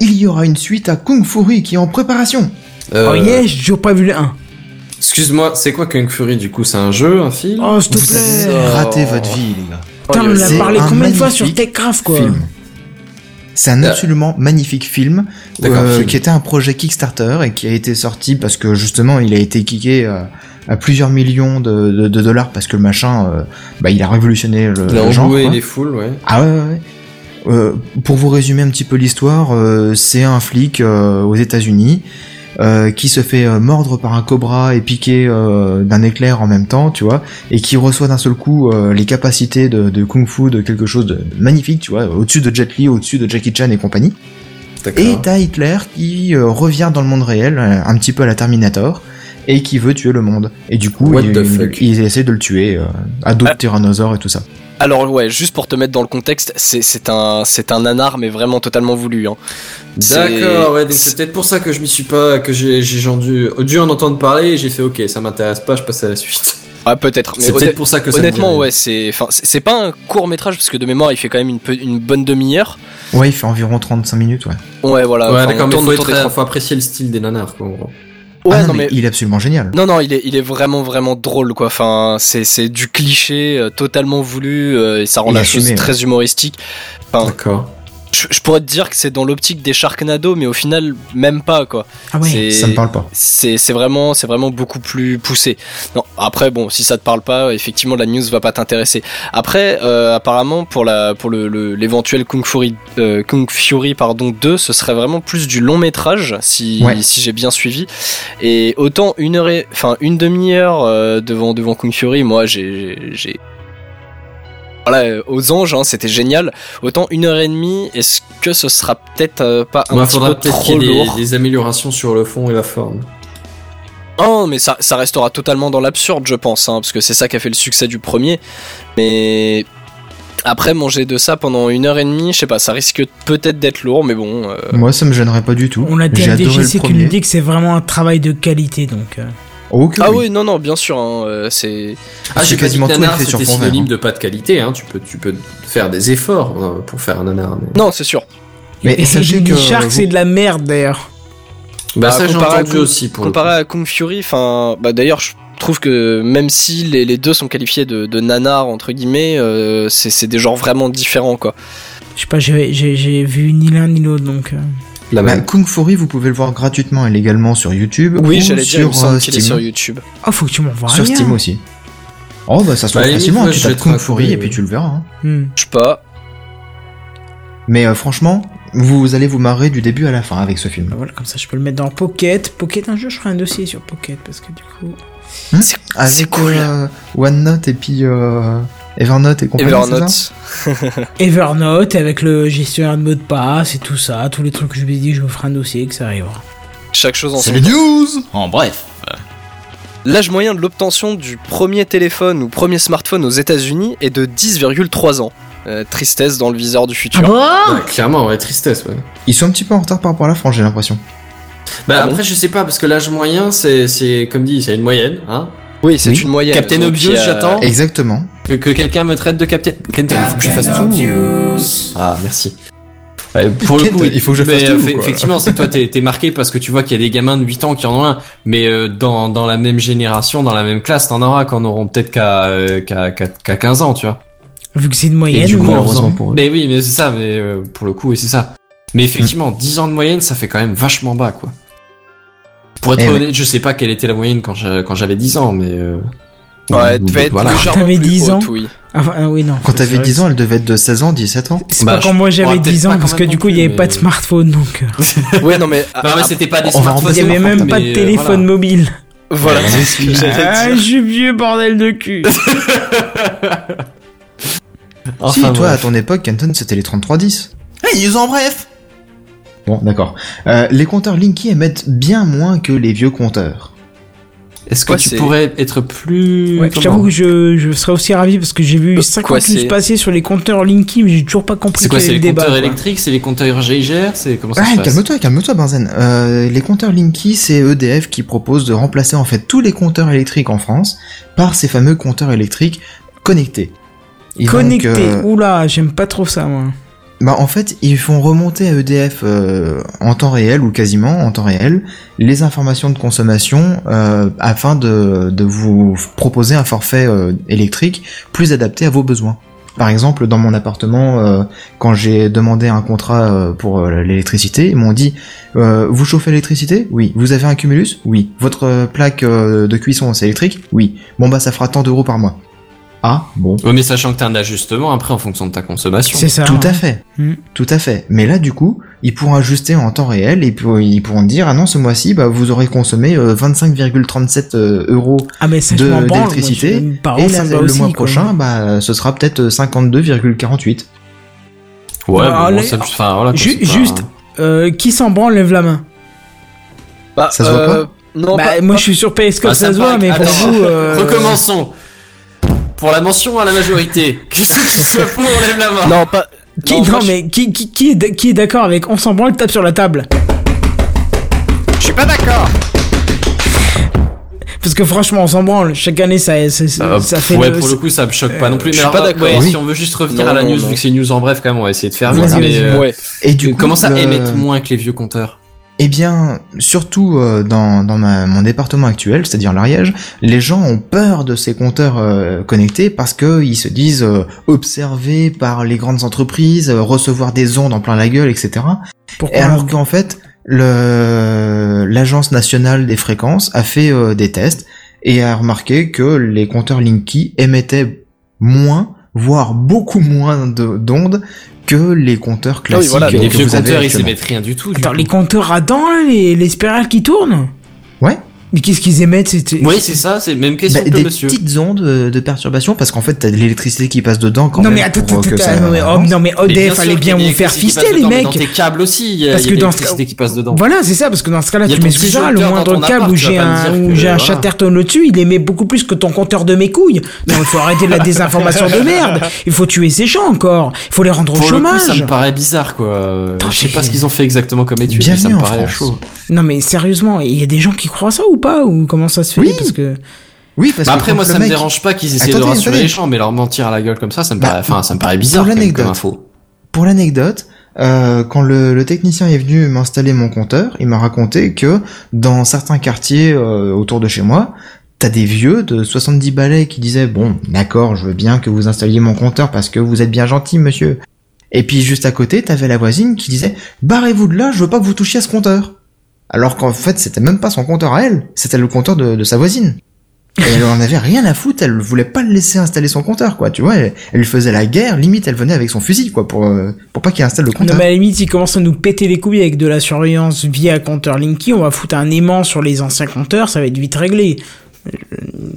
C: Il y aura une suite à Kung Fury qui est en préparation.
D: Euh,
B: Oh yeah, j'ai toujours pas vu le 1.
D: Excuse-moi, c'est quoi Kung Fury du coup C'est un jeu, un film
B: Oh, s'il te plaît.
C: Ratez votre vie, les gars.
B: Putain, on
C: c'est
B: l'a parlé
C: un
B: combien de fois sur
C: magnifique
B: TechCraft, quoi.
C: Film. C'est un
D: Euh.
C: absolument magnifique film,
D: D'accord,
C: euh,
D: film.
C: qui était un projet Kickstarter et qui a été sorti parce que justement il a été kické euh, à plusieurs millions de, de- de dollars parce que le machin, euh, bah, il a révolutionné le,
D: Il a
C: le genre.
D: enjoué
C: quoi.
D: les foules, ouais.
C: Ah ouais, ouais, ouais. Euh, pour vous résumer un petit peu l'histoire, euh, c'est un flic euh, aux États-Unis euh, qui se fait euh, mordre par un cobra et piquer euh, d'un éclair en même temps, tu vois, et qui reçoit d'un seul coup euh, les capacités de, de kung-fu de quelque chose de magnifique, tu vois, au-dessus de Jet Li, au-dessus de Jackie Chan et compagnie. Et
D: D'accord.
C: t'as Hitler qui euh, revient dans le monde réel, euh, un petit peu à la Terminator, et qui veut tuer le monde. Et du coup,
D: What
C: il,
D: the fuck. Ah.
C: il essaie de le tuer euh, à d'autres tyrannosaures et tout ça.
H: Alors ouais, juste pour te mettre dans le contexte, c'est c'est un c'est un nanar mais vraiment totalement voulu. Hein. C'est-
D: D'accord, ouais, donc
H: c'est-
D: c'est peut-être pour ça que je m'y suis pas, que j'ai j'ai genre dû, dû en entendre parler et j'ai fait ok, ça m'intéresse pas, je passe à la suite.
H: Ah, peut-être. mais
D: C'est
H: honnêt-
D: peut-être pour ça que ça me
H: Honnêtement,
D: dirait.
H: ouais, c'est, enfin, c'est c'est pas un court métrage parce que de mémoire, il fait quand même une, peu- une bonne demi-heure.
C: Ouais, il fait environ 35 minutes, ouais.
H: Ouais, voilà.
D: Ouais,
H: enfin,
D: d'accord,
H: on
D: mais
H: tourne
D: faut,
H: autour
D: être,
H: des trois-
D: faut apprécier le style des nanars, quoi, en gros.
H: Ouais,
C: Ah
H: non mais.
C: il est absolument génial.
H: Non, non, il est, il est vraiment, vraiment drôle, quoi. Enfin, c'est, c'est du cliché euh, totalement voulu euh, et ça rend
C: Il
H: la
C: est assumé,
H: chose
C: ouais.
H: très humoristique.
D: D'accord.
H: Je, je pourrais te dire que c'est dans l'optique des Sharknado, mais au final, même pas, quoi.
B: Ah ouais.
H: c'est,
C: Ça me parle pas.
H: c'est, c'est vraiment, c'est vraiment beaucoup plus poussé. Non, après, bon, si ça te parle pas, effectivement, la news va pas t'intéresser. Après, euh, apparemment, pour la, pour le, le- l'éventuel Kung Fury, euh, Kung Fury, pardon, 2, ce serait vraiment plus du long métrage, si,
C: Ouais.
H: si j'ai bien suivi. Et autant une heure et, enfin, une demi-heure, euh, devant, devant Kung Fury, moi, j'ai, j'ai- j'ai- voilà, euh, aux anges, hein, c'était génial. Autant une heure et demie, est-ce que ce sera peut-être euh, pas un
D: Il
H: petit peu
D: faudra peut-être
H: trop
D: qu'il y ait
H: lourd
D: des, des améliorations sur le fond et la forme.
H: Oh, mais ça, ça restera totalement dans l'absurde, je pense, hein, parce que c'est ça qui a fait le succès du premier. Mais après, manger de ça pendant une heure et demie, je sais pas, ça risque peut-être d'être lourd, mais bon. euh,
C: Moi, ça me gênerait pas du tout.
B: On l'a dit
C: J'ai
B: à
C: adoré le
B: DGC qui nous
C: premier.
B: dit que c'est vraiment un travail de qualité, donc. euh,
C: Oh, que
H: Ah
C: oui.
H: oui, non, non, bien sûr, hein, euh, c'est.
D: Ah, j'ai
C: C'est quasiment
D: quasiment
C: tout,
D: dit
C: il
D: nanar,
C: fait sur
D: c'était
C: fond vert,
D: synonyme
C: hein.
D: de pas de qualité, hein. Tu peux, tu peux faire des efforts euh, pour faire un nanar. mais-
H: Non, c'est sûr.
C: Mais
B: et
C: sachez
B: les
C: que
B: Sharks,
C: vous-
B: c'est de la merde d'ailleurs.
D: Bah,
H: Bah,
D: ça, j'ai
H: comparé à
D: entendu
H: Kung-
D: aussi pour le
H: Comparé à Kung Fury, enfin, bah d'ailleurs, je trouve que même si les, les deux sont qualifiés de, de nanars, entre guillemets, euh, c'est c'est des genres vraiment différents, quoi.
B: Je sais pas, j'ai- j'ai j'ai vu ni l'un ni l'autre, donc. euh,
D: coup. La
C: Bah,
D: même.
C: Kung Fury, vous pouvez le voir gratuitement et légalement sur YouTube.
H: Oui,
C: ou
H: j'allais dire, il me
C: sur euh,
H: semble qu'il est
C: Steam.
H: sur YouTube.
B: Oh, faut que tu m'envoies
C: Sur
B: un lien.
C: Steam aussi. Oh, bah ça se trouve
D: Bah, à la limite,
C: facilement.
D: moi,
C: tu
D: je
C: tapes
D: vais te
C: Kung
D: raconter,
C: Fury et
D: euh,
C: puis tu le verras. hein.
B: Hmm.
H: Je sais pas.
C: Mais euh, franchement, vous allez vous marrer du début à la fin avec ce film.
B: Bah voilà, comme ça je peux le mettre dans Pocket. Pocket, un jour je ferai un dossier sur Pocket parce que du coup.
C: Avec
H: cool.
C: euh, OneNote et puis euh, Evernote et compagnie. c'est ça
H: Evernote.
B: Evernote avec le gestionnaire de mot de passe et tout ça, tous les trucs que je me dis, je vous ferai un dossier et que ça arrivera.
H: Chaque chose en son
G: news. En bref.
H: L'âge moyen de l'obtention du premier téléphone ou premier smartphone aux États-Unis est de 10,3 ans. Euh, tristesse dans le viseur du futur.
F: Ah
D: Ouais, clairement, ouais, tristesse, ouais.
C: Ils sont un petit peu en retard par rapport à la France, j'ai l'impression.
D: Bah
H: Ah bon
D: après, je sais pas, parce que l'âge moyen, c'est, c'est, comme dit, c'est une moyenne, hein.
H: oui, c'est
C: Oui.
H: une moyenne.
D: Captain
H: Donc,
D: Obvious,
H: il y a-
D: j'attends.
C: Exactement.
D: Que, que quelqu'un me traite de Captain. Kenton, il faut que je fasse tout. Ah, merci. Ouais, pour le
C: Kenton,
D: coup,
C: il faut que je
D: mais,
C: fasse tout,
D: euh, fait-
C: quoi.
D: Effectivement, c'est toi, t'es t'es marqué parce que tu vois qu'il y a des gamins de 8 ans qui en ont un. Mais euh, dans, dans la même génération, dans la même classe, t'en auras qu'en auront peut-être qu'à euh, qu'à- qu'à- qu'à 15 ans, tu vois.
B: Vu que c'est une
D: Et
B: moyenne,
D: du coup,
B: oui.
C: malheureusement pour eux.
D: Mais oui, mais c'est ça, mais euh, pour le coup, oui, c'est ça. Mais effectivement,
H: Mm.
D: 10 ans de moyenne, ça fait quand même vachement bas, quoi. Pour être
C: Eh ouais.
D: honnête, je sais pas quelle était la moyenne quand je- quand j'avais 10 ans, mais... euh,
H: Ouais,
D: bon,
H: devait être
D: voilà.
H: légèrement
B: T'avais
H: plus
B: 10 ans.
H: haute, oui.
B: Ah, ah oui, non.
C: Quand t'avais 10 ans, elle devait être de 16 ans, 17 ans.
B: C'est
D: Bah,
B: pas quand moi j'avais
D: pourrais
B: 10 ans,
D: peut-être pas
B: parce
D: quand
B: que
D: même
B: du
D: non
B: coup il n'y avait
D: plus,
B: pas
D: mais-
B: de smartphone donc. euh,
H: Ouais, non mais. ah,
D: Non, mais Bah c'était pas des
C: on va
D: smartphones.
B: Il n'y avait même pas de
D: mais, euh,
B: téléphone
D: voilà.
B: mobile.
H: Voilà.
D: Ouais.
H: c'est ce que j'allais
B: Ah,
H: dire.
B: je suis vieux bordel de cul.
C: si,
D: Enfin,
C: toi,
D: bref.
C: à ton époque, Canton, c'était les 3310. Hey, ils en bref Bon, d'accord. Euh, les compteurs Linky émettent bien moins que les vieux compteurs.
D: Est-ce que
H: Ouais,
D: tu
H: c'est-
D: pourrais être plus...
B: Ouais, je
D: comment
B: t'avoue que je, je serais aussi ravi parce que j'ai vu
H: Quoi,
B: 50 news
H: c'est-
B: passer sur les compteurs Linky, mais j'ai toujours pas compris
D: C'est quoi,
B: quel
D: c'est
B: est
D: les
B: le débat.
D: compteurs
B: quoi.
D: électriques, c'est les compteurs GIGR, c'est comment ça se
C: Ouais,
D: passe
C: calme-toi, calme-toi, Benzen. Euh, les compteurs Linky, c'est EDF qui propose de remplacer en fait tous les compteurs électriques en France par ces fameux compteurs électriques connectés. Ils vont, donc,
B: Connecté,
C: euh,
B: oula, j'aime pas trop ça moi.
C: Bah en fait, ils font remonter à EDF euh, en temps réel ou quasiment en temps réel les informations de consommation euh, afin de, de vous proposer un forfait euh, électrique plus adapté à vos besoins. Par exemple, dans mon appartement, euh, quand j'ai demandé un contrat euh, pour euh, l'électricité, ils m'ont dit euh, vous chauffez à l'électricité Oui. Vous avez un cumulus Oui. Votre euh, plaque euh, de cuisson c'est électrique Oui. Bon bah ça fera tant d'euros par mois. Ah bon.
D: Ouais, mais sachant que t'as un ajustement après en fonction de ta consommation.
B: C'est ça.
C: Tout
B: hein.
C: à fait.
B: Mm.
C: Tout à fait. Mais là, du coup, ils pourront ajuster en temps réel et puis ils pourront dire ah non, ce mois-ci, bah, vous aurez consommé euh, 25,37 euh, euros
B: Ah mais ça je
C: de-
B: m'en branle.
C: d'électricité,
B: moi, je- par
C: et
B: an, Ah, oh, ça
C: la-
B: me
C: le
B: va aussi,
C: mois
B: quoi.
C: prochain, bah, euh, ce sera peut-être euh, 52,48.
D: Ouais,
B: Ah,
D: mais bon,
B: allez,
D: ça- enfin,
C: bah,
D: voilà, quoi,
B: Ju-
D: c'est pas-
B: juste, euh, qui s'en branle lève la main.
H: Bah,
C: Ça se voit
H: euh, Non,
B: bah,
H: pas-
B: moi je suis sur PS4,
D: Ah,
B: ça
D: me
B: se voit,
D: paraît-
B: mais pour
D: Attends,
B: vous. euh,
D: Recommençons. Pour la mention à la majorité. Qu'est-ce que tu sois pour, on lève la main.
H: Non, pas.
B: Qui,
H: non,
B: non,
H: moi, je-
B: mais qui, qui, qui est d- qui est d'accord avec on s'en branle, tape sur la table
H: Je suis pas d'accord.
B: Parce que franchement, on s'en branle. Chaque année, ça, ça, ça-
H: Ah,
D: Euh,
B: ça
D: pff,
B: fait
D: ouais,
B: le.
D: pour le coup, ça me choque pas non plus.
H: Euh, je
D: mais
H: suis
D: alors, euh,
H: pas d'accord.
D: ouais,
C: Oui.
D: Si on veut juste revenir
H: Non,
D: à la
H: non,
D: news,
H: non.
D: vu que c'est une news en bref, quand même, on va essayer de faire vite.
B: Vas-y,
D: mais,
B: vas-y.
D: euh,
H: Ouais.
C: Et du coup,
D: Comment
B: euh,
D: ça
C: le-
D: émettre moins que les vieux compteurs
B: Ah,
C: Eh bien, surtout euh, dans, dans ma- mon département actuel, c'est-à-dire l'Ariège, les gens ont peur de ces compteurs euh, connectés parce que ils se disent euh, observés par les grandes entreprises, euh, recevoir des ondes en plein la gueule, etc.
B: Pourquoi
C: Et alors qu'en fait, le- l'agence nationale des fréquences a fait euh, des tests et a remarqué que les compteurs Linky émettaient moins, voire beaucoup moins de- d'ondes que les compteurs
H: Ah oui,
C: classiques.
H: voilà,
C: que
H: donc
D: Les
C: vous
D: vieux
C: avez
D: compteurs, ils
C: actuellement.
D: s'émettent rien du tout. du
B: Attends,
D: coup.
B: les compteurs à dents, là, les, les spirales qui tournent
C: Ouais.
B: Mais qu'est-ce qu'ils émettent c'était-
D: Oui, c'est ça, c'est même question
C: Bah,
D: que
C: des
D: monsieur.
C: petites ondes euh, de perturbation parce qu'en fait t'as de l'électricité qui passe dedans quand
B: Non
C: même
B: mais attends,
C: pour,
B: attends,
C: euh, que ça
B: attends, non mais, oh,
C: avance.
B: non mais
D: Mais
B: ODF
D: sûr
B: fallait
D: qu'il y
B: bien
D: a de
B: vous faire
D: l'électricité qui passe
B: fister les
D: dedans, mais
B: mecs.
D: Dans tes câbles aussi, il y a,
B: Parce
D: il y a
B: que
D: de
B: dans ce
D: l'électricité
B: cas-
D: qui passe dedans.
B: Voilà, c'est ça, parce que dans ce cas-là,
D: Il y a
B: tu
D: ton
B: mets
D: petit
B: ça, le
D: jeteur
B: moindre
D: dans ton
B: câble où
D: appart, tu
B: j'ai
D: vas pas
B: un,
D: me dire
B: où
D: que,
B: j'ai un
D: voilà.
B: chatterton au-dessus, il émet beaucoup plus que ton compteur de mes couilles. Non, il faut arrêter de la désinformation de merde. Il faut tuer ces gens encore. Il faut les rendre au
D: Pour le coup,
B: chômage.
D: ça me paraît bizarre, quoi. Euh,
B: Attends,
D: Je sais
B: j'ai-
D: pas ce qu'ils ont fait exactement comme étude, mais ça
C: Bienvenue
D: me
C: en
D: paraît
C: France.
D: chaud.
B: Non mais sérieusement, il y a des gens qui croient ça ou pas Ou comment ça se fait
C: Oui.
B: Parce que...
C: oui parce
D: Bah
C: que
D: après
C: quand
D: moi
C: le
D: ça me
C: mec-
D: dérange pas qu'ils essayent de
C: Attendez,
D: rassurer
C: attendez.
D: les gens mais leur mentir à la gueule comme ça ça me
C: Bah,
D: paraît enfin ça me paraît bizarre
C: pour
D: quand même, comme
C: l'anecdote.
D: info.
C: Pour l'anecdote, euh, quand le, le technicien est venu m'installer mon compteur, il m'a raconté que dans certains quartiers euh, autour de chez moi, t'as des vieux de 70 balais qui disaient bon, d'accord, je veux bien que vous installiez mon compteur parce que vous êtes bien gentil, monsieur. Et puis juste à côté, t'avais la voisine qui disait barrez-vous de là, je veux pas que vous touchiez à ce compteur. Alors qu'en fait, c'était même pas son compteur à elle, c'était le compteur de, de sa voisine. Et elle en avait rien à foutre, elle voulait pas le laisser installer son compteur, quoi, tu vois, elle, elle lui faisait la guerre, limite elle venait avec son fusil, quoi, pour, euh, pour pas qu'il installe le
B: Non,
C: compteur.
B: mais à la limite, ils commencent à nous péter les couilles avec de la surveillance via compteur Linky. On va foutre un aimant sur les anciens compteurs, ça va être vite réglé. Euh,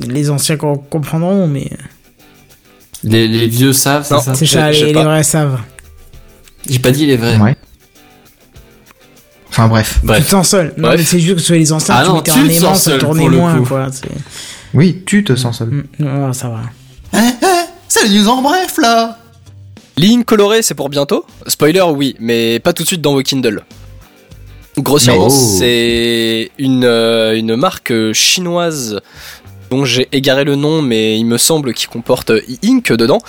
B: Les anciens com- comprendront, mais
D: Les, les vieux savent c'est
H: Non.
D: ça
B: c'est
H: je-
B: ça,
H: je sais
B: les, les
H: pas.
B: vrais savent.
D: J'ai pas dit les vrais.
C: Ouais. Enfin bref.
B: Tu te sens seul. Non,
D: Bref.
B: mais c'est juste que ce soit les enceintes,
D: Ah non, tu te
B: mettais un aimant,
D: sens
B: ça
D: seul,
B: tournait
D: pour le
B: moins,
D: coup.
B: quoi. c'est-
C: Oui, tu te sens seul.
B: Mm, ah, ça va.
J: Hein, c'est les news en bref là
H: Ligne colorée, c'est pour bientôt Spoiler, oui, mais pas tout de suite dans vos Kindle. Grossièrement,
D: Mais- Oh.
H: c'est une, euh, une marque euh, chinoise dont j'ai égaré le nom, mais il me semble qu'il comporte euh, e-ink dedans,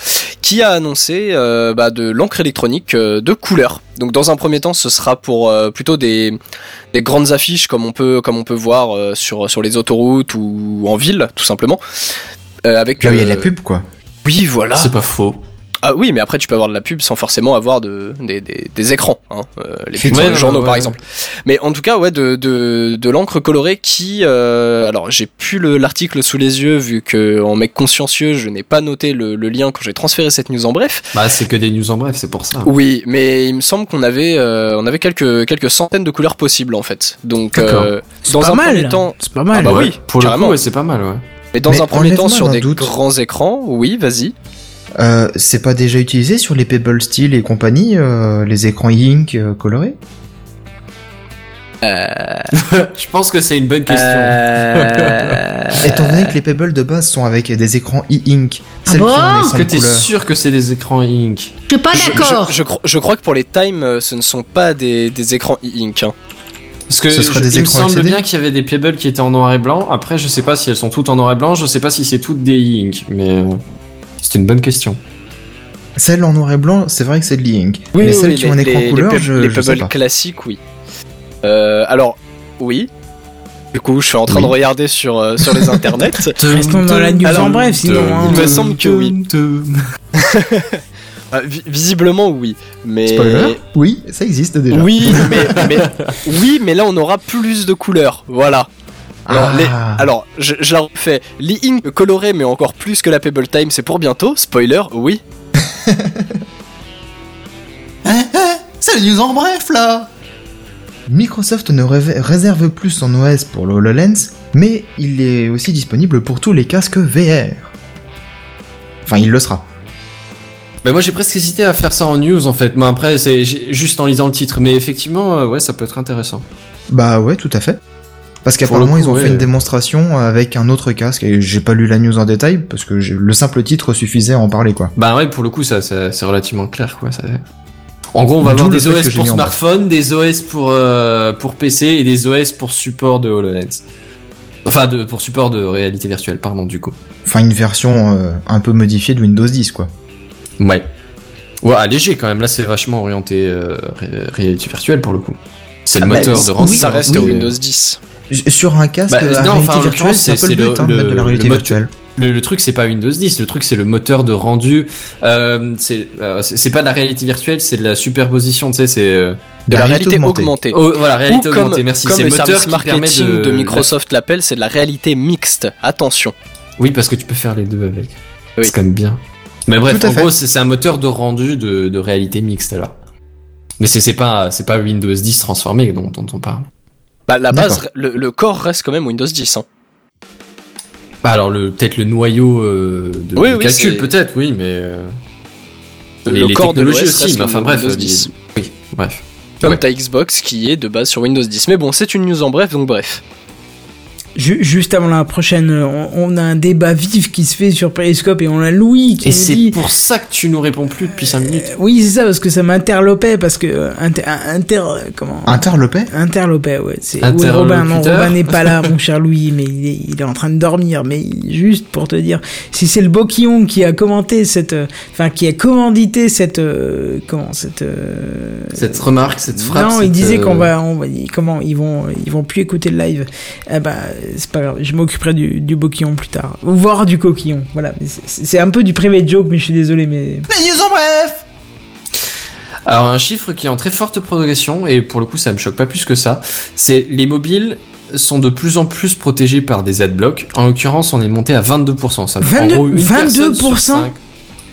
H: qui a annoncé euh, bah, de l'encre électronique euh, de couleur. Donc dans un premier temps, ce sera pour euh, plutôt des, des grandes affiches comme on peut, comme on peut voir euh, sur, sur les autoroutes ou en ville, tout simplement. Euh, avec,
C: Là où Ah il y a de
H: euh,
C: la pub, quoi.
H: Oui, voilà.
D: C'est pas faux.
H: Ah oui, mais après tu peux avoir de la pub sans forcément avoir de, des, des, des écrans, hein. Euh, les pubs
D: Ouais,
H: sur les
D: ouais,
H: journaux
D: ouais,
H: par
D: ouais.
H: exemple. Mais en tout cas, ouais, de, de, de l'encre colorée qui, euh, alors j'ai plus le- l'article sous les yeux vu que en mec consciencieux, je n'ai pas noté le, le lien quand j'ai transféré cette news en bref.
D: Bah, c'est que des news en bref, c'est pour ça.
H: Oui, mais il me semble qu'on avait, euh, on avait quelques quelques centaines de couleurs possibles en fait. Donc
D: D'accord.
H: euh,
B: C'est
H: dans
B: pas
H: un
B: mal.
H: premier temps,
B: C'est pas mal.
H: Ah bah
D: Ouais,
H: oui,
D: pour le
H: carrément.
D: coup, ouais, c'est pas mal, ouais.
H: mais dans
C: Mais
H: un premier temps
C: enlève-moi
H: sur
C: d'un
H: des
C: doute.
H: grands écrans, oui, vas-y.
C: Euh, c'est pas déjà utilisé sur les Pebble Steel et compagnie, euh, les écrans ink euh, colorés
D: Je pense que c'est une bonne question.
H: Euh,
C: Étant donné que les Pebble de base sont avec des écrans e-ink, celles
I: bon
C: qui ont
I: Est-ce
D: Est-ce
C: les
D: que
C: cinq
D: t'es
C: couleurs.
D: sûr que c'est des écrans ink
I: Je suis pas
H: Je-
I: d'accord.
H: Je, je cro- je crois que pour les times, euh, ce ne sont pas des, des écrans e-ink. hein.
D: Parce que
C: Ce serait des
D: il me
C: écrans
D: semble
C: LCD.
D: bien qu'il y avait des Pebble qui étaient en noir et blanc. Après, je sais pas si elles sont toutes en noir et blanc, je sais pas si c'est toutes des ink, mais euh, c'est une bonne question.
C: Celles en noir et blanc, c'est vrai que c'est de l'e-ink. mais celles qui ont un
H: les-
C: écran
H: les-
C: couleur,
H: les,
C: je,
H: les
C: je sais
H: Pebble
C: pas.
H: classiques, oui. Euh, alors, oui. Du coup, je suis en train de regarder sur, euh, sur les internets.
B: Restons dans la news
H: Alors,
B: en bref, sinon. hein.
H: il me semble que oui. Ah, vi- visiblement, oui. Mais.
C: Spoiler Oui, ça existe déjà.
H: Oui, mais, mais- oui, mais là on aura plus de couleurs. Voilà. Alors,
C: Ah.
H: les- alors, je, je la refais. L'e-ink coloré, mais encore plus que la Pebble Time, c'est pour bientôt. Spoiler, oui.
J: C'est les news en bref là
C: Microsoft ne réve- réserve plus son OS pour le HoloLens, mais il est aussi disponible pour tous les casques VR. Enfin, il le sera.
D: Mais moi, j'ai presque hésité à faire ça en news, en fait. Mais après, c'est j'ai- juste en lisant le titre. Mais effectivement, euh, ouais, ça peut être intéressant.
C: Bah ouais, tout à fait. Parce
D: Pour
C: qu'apparemment,
D: le
C: ils
D: coup,
C: ont
D: ouais.
C: fait une démonstration avec un autre casque, et j'ai pas lu la news en détail, parce que j'ai- le simple titre suffisait à en parler, quoi.
D: Bah ouais, pour le coup, ça, ça- c'est relativement clair, quoi. ça- En gros, on va
C: D'où
D: avoir
C: le
D: des
C: fait que
D: OS
C: j'ai
D: pour
C: mis en bas.
D: smartphone, des OS pour euh, pour PC et des OS pour support de HoloLens. Enfin, de, pour support de réalité virtuelle, pardon, du coup.
C: Enfin, une version euh, un peu modifiée de Windows 10, quoi.
D: Ouais. Ouais, ah, léger quand même. Là, c'est vachement orienté euh, ré- réalité virtuelle pour le coup. C'est le
C: Ah, bah,
D: moteur de
C: oui,
D: rendu.
H: ça reste
C: oui.
H: Windows 10.
C: J- Sur un casque
D: Bah,
C: à
D: non,
C: réalité
D: enfin, en
C: virtuelle,
D: l'occurrence,
C: c'est un peu
D: c'est-
C: le
D: c'est
C: but, hein, de
D: le-
C: mettre de la
D: le-
C: réalité
D: le mode-
C: virtuelle.
D: Le, le truc, c'est pas Windows 10. Le truc, c'est le moteur de rendu. Euh, c'est euh, c'est c'est pas de la réalité virtuelle, c'est de la superposition. Tu sais, c'est euh,
H: De la,
C: La
H: réalité,
C: réalité
H: augmentée.
D: oh, voilà réalité
H: Ou comme-
D: augmentée. Merci.
H: Comme
D: C'est
H: le
D: le moteur
H: service
D: qui permet
H: marketing
D: de,
H: de, Microsoft l'appelle, c'est de la réalité mixte. Attention.
D: Bah, Oui, parce que tu peux faire les deux avec.
H: Oui.
D: C'est quand même bien. Mais bref,
C: Tout à
D: en
C: fait.
D: gros, c'est c'est un moteur de rendu de, de réalité mixte là. Mais c'est c'est pas c'est pas Windows 10 transformé dont, dont on parle.
H: Bah, la
C: D'accord.
H: base, le, le corps reste quand même Windows 10. hein.
D: Bah alors le peut-être le noyau euh, de,
H: Oui,
D: de
H: oui,
D: calcul
H: c'est-
D: peut-être oui mais euh,
H: Le-
D: les-
H: le
D: les
H: corps de
D: technologies
H: l'OS
D: aussi
H: reste
D: mais enfin bref
H: Windows
D: euh,
H: 10.
D: les- oui bref
H: Comme
D: Ouais.
H: ta Xbox qui est de base sur Windows 10. Mais bon, c'est une news en bref, donc bref.
B: Ju- Juste avant la prochaine, euh, on, on a un débat vif qui se fait sur Periscope et on a Louis qui
D: et
B: nous
D: c'est
B: dit.
D: pour ça que tu nous réponds plus depuis 5 minutes
B: Oui, c'est ça, parce que ça m'interlopait, parce que. euh, Inter. inter euh, comment
C: Interlopé
B: Interlopait, ouais. C'est ouais, Robin, non,
D: Interlocuteur.
B: Robin n'est pas là, mon cher Louis, mais il est, il est en train de dormir. Mais juste pour te dire, si c'est le Boquillon qui a commenté cette, euh, enfin qui a commandité cette, euh, comment cette, euh,
D: cette remarque cette frappe
B: non, il
D: cette,
B: disait
D: euh,
B: qu'on va, on va- ils- comment ils vont, ils vont plus écouter le live. Eh ben, c'est pas grave, je m'occuperai du, du Boquillon plus tard, Ou voire du coquillon. Voilà, Mais c'est- c'est un peu du private joke, mais je suis désolé, mais
J: Les news en bref
D: alors un chiffre qui est en très forte progression et pour le coup ça me choque pas plus que ça c'est les mobiles sont de plus en plus protégés par des adblocks en l'occurrence on est monté à 22% ça fait en
B: 22
D: gros une personne
B: 22%?
D: sur cinq.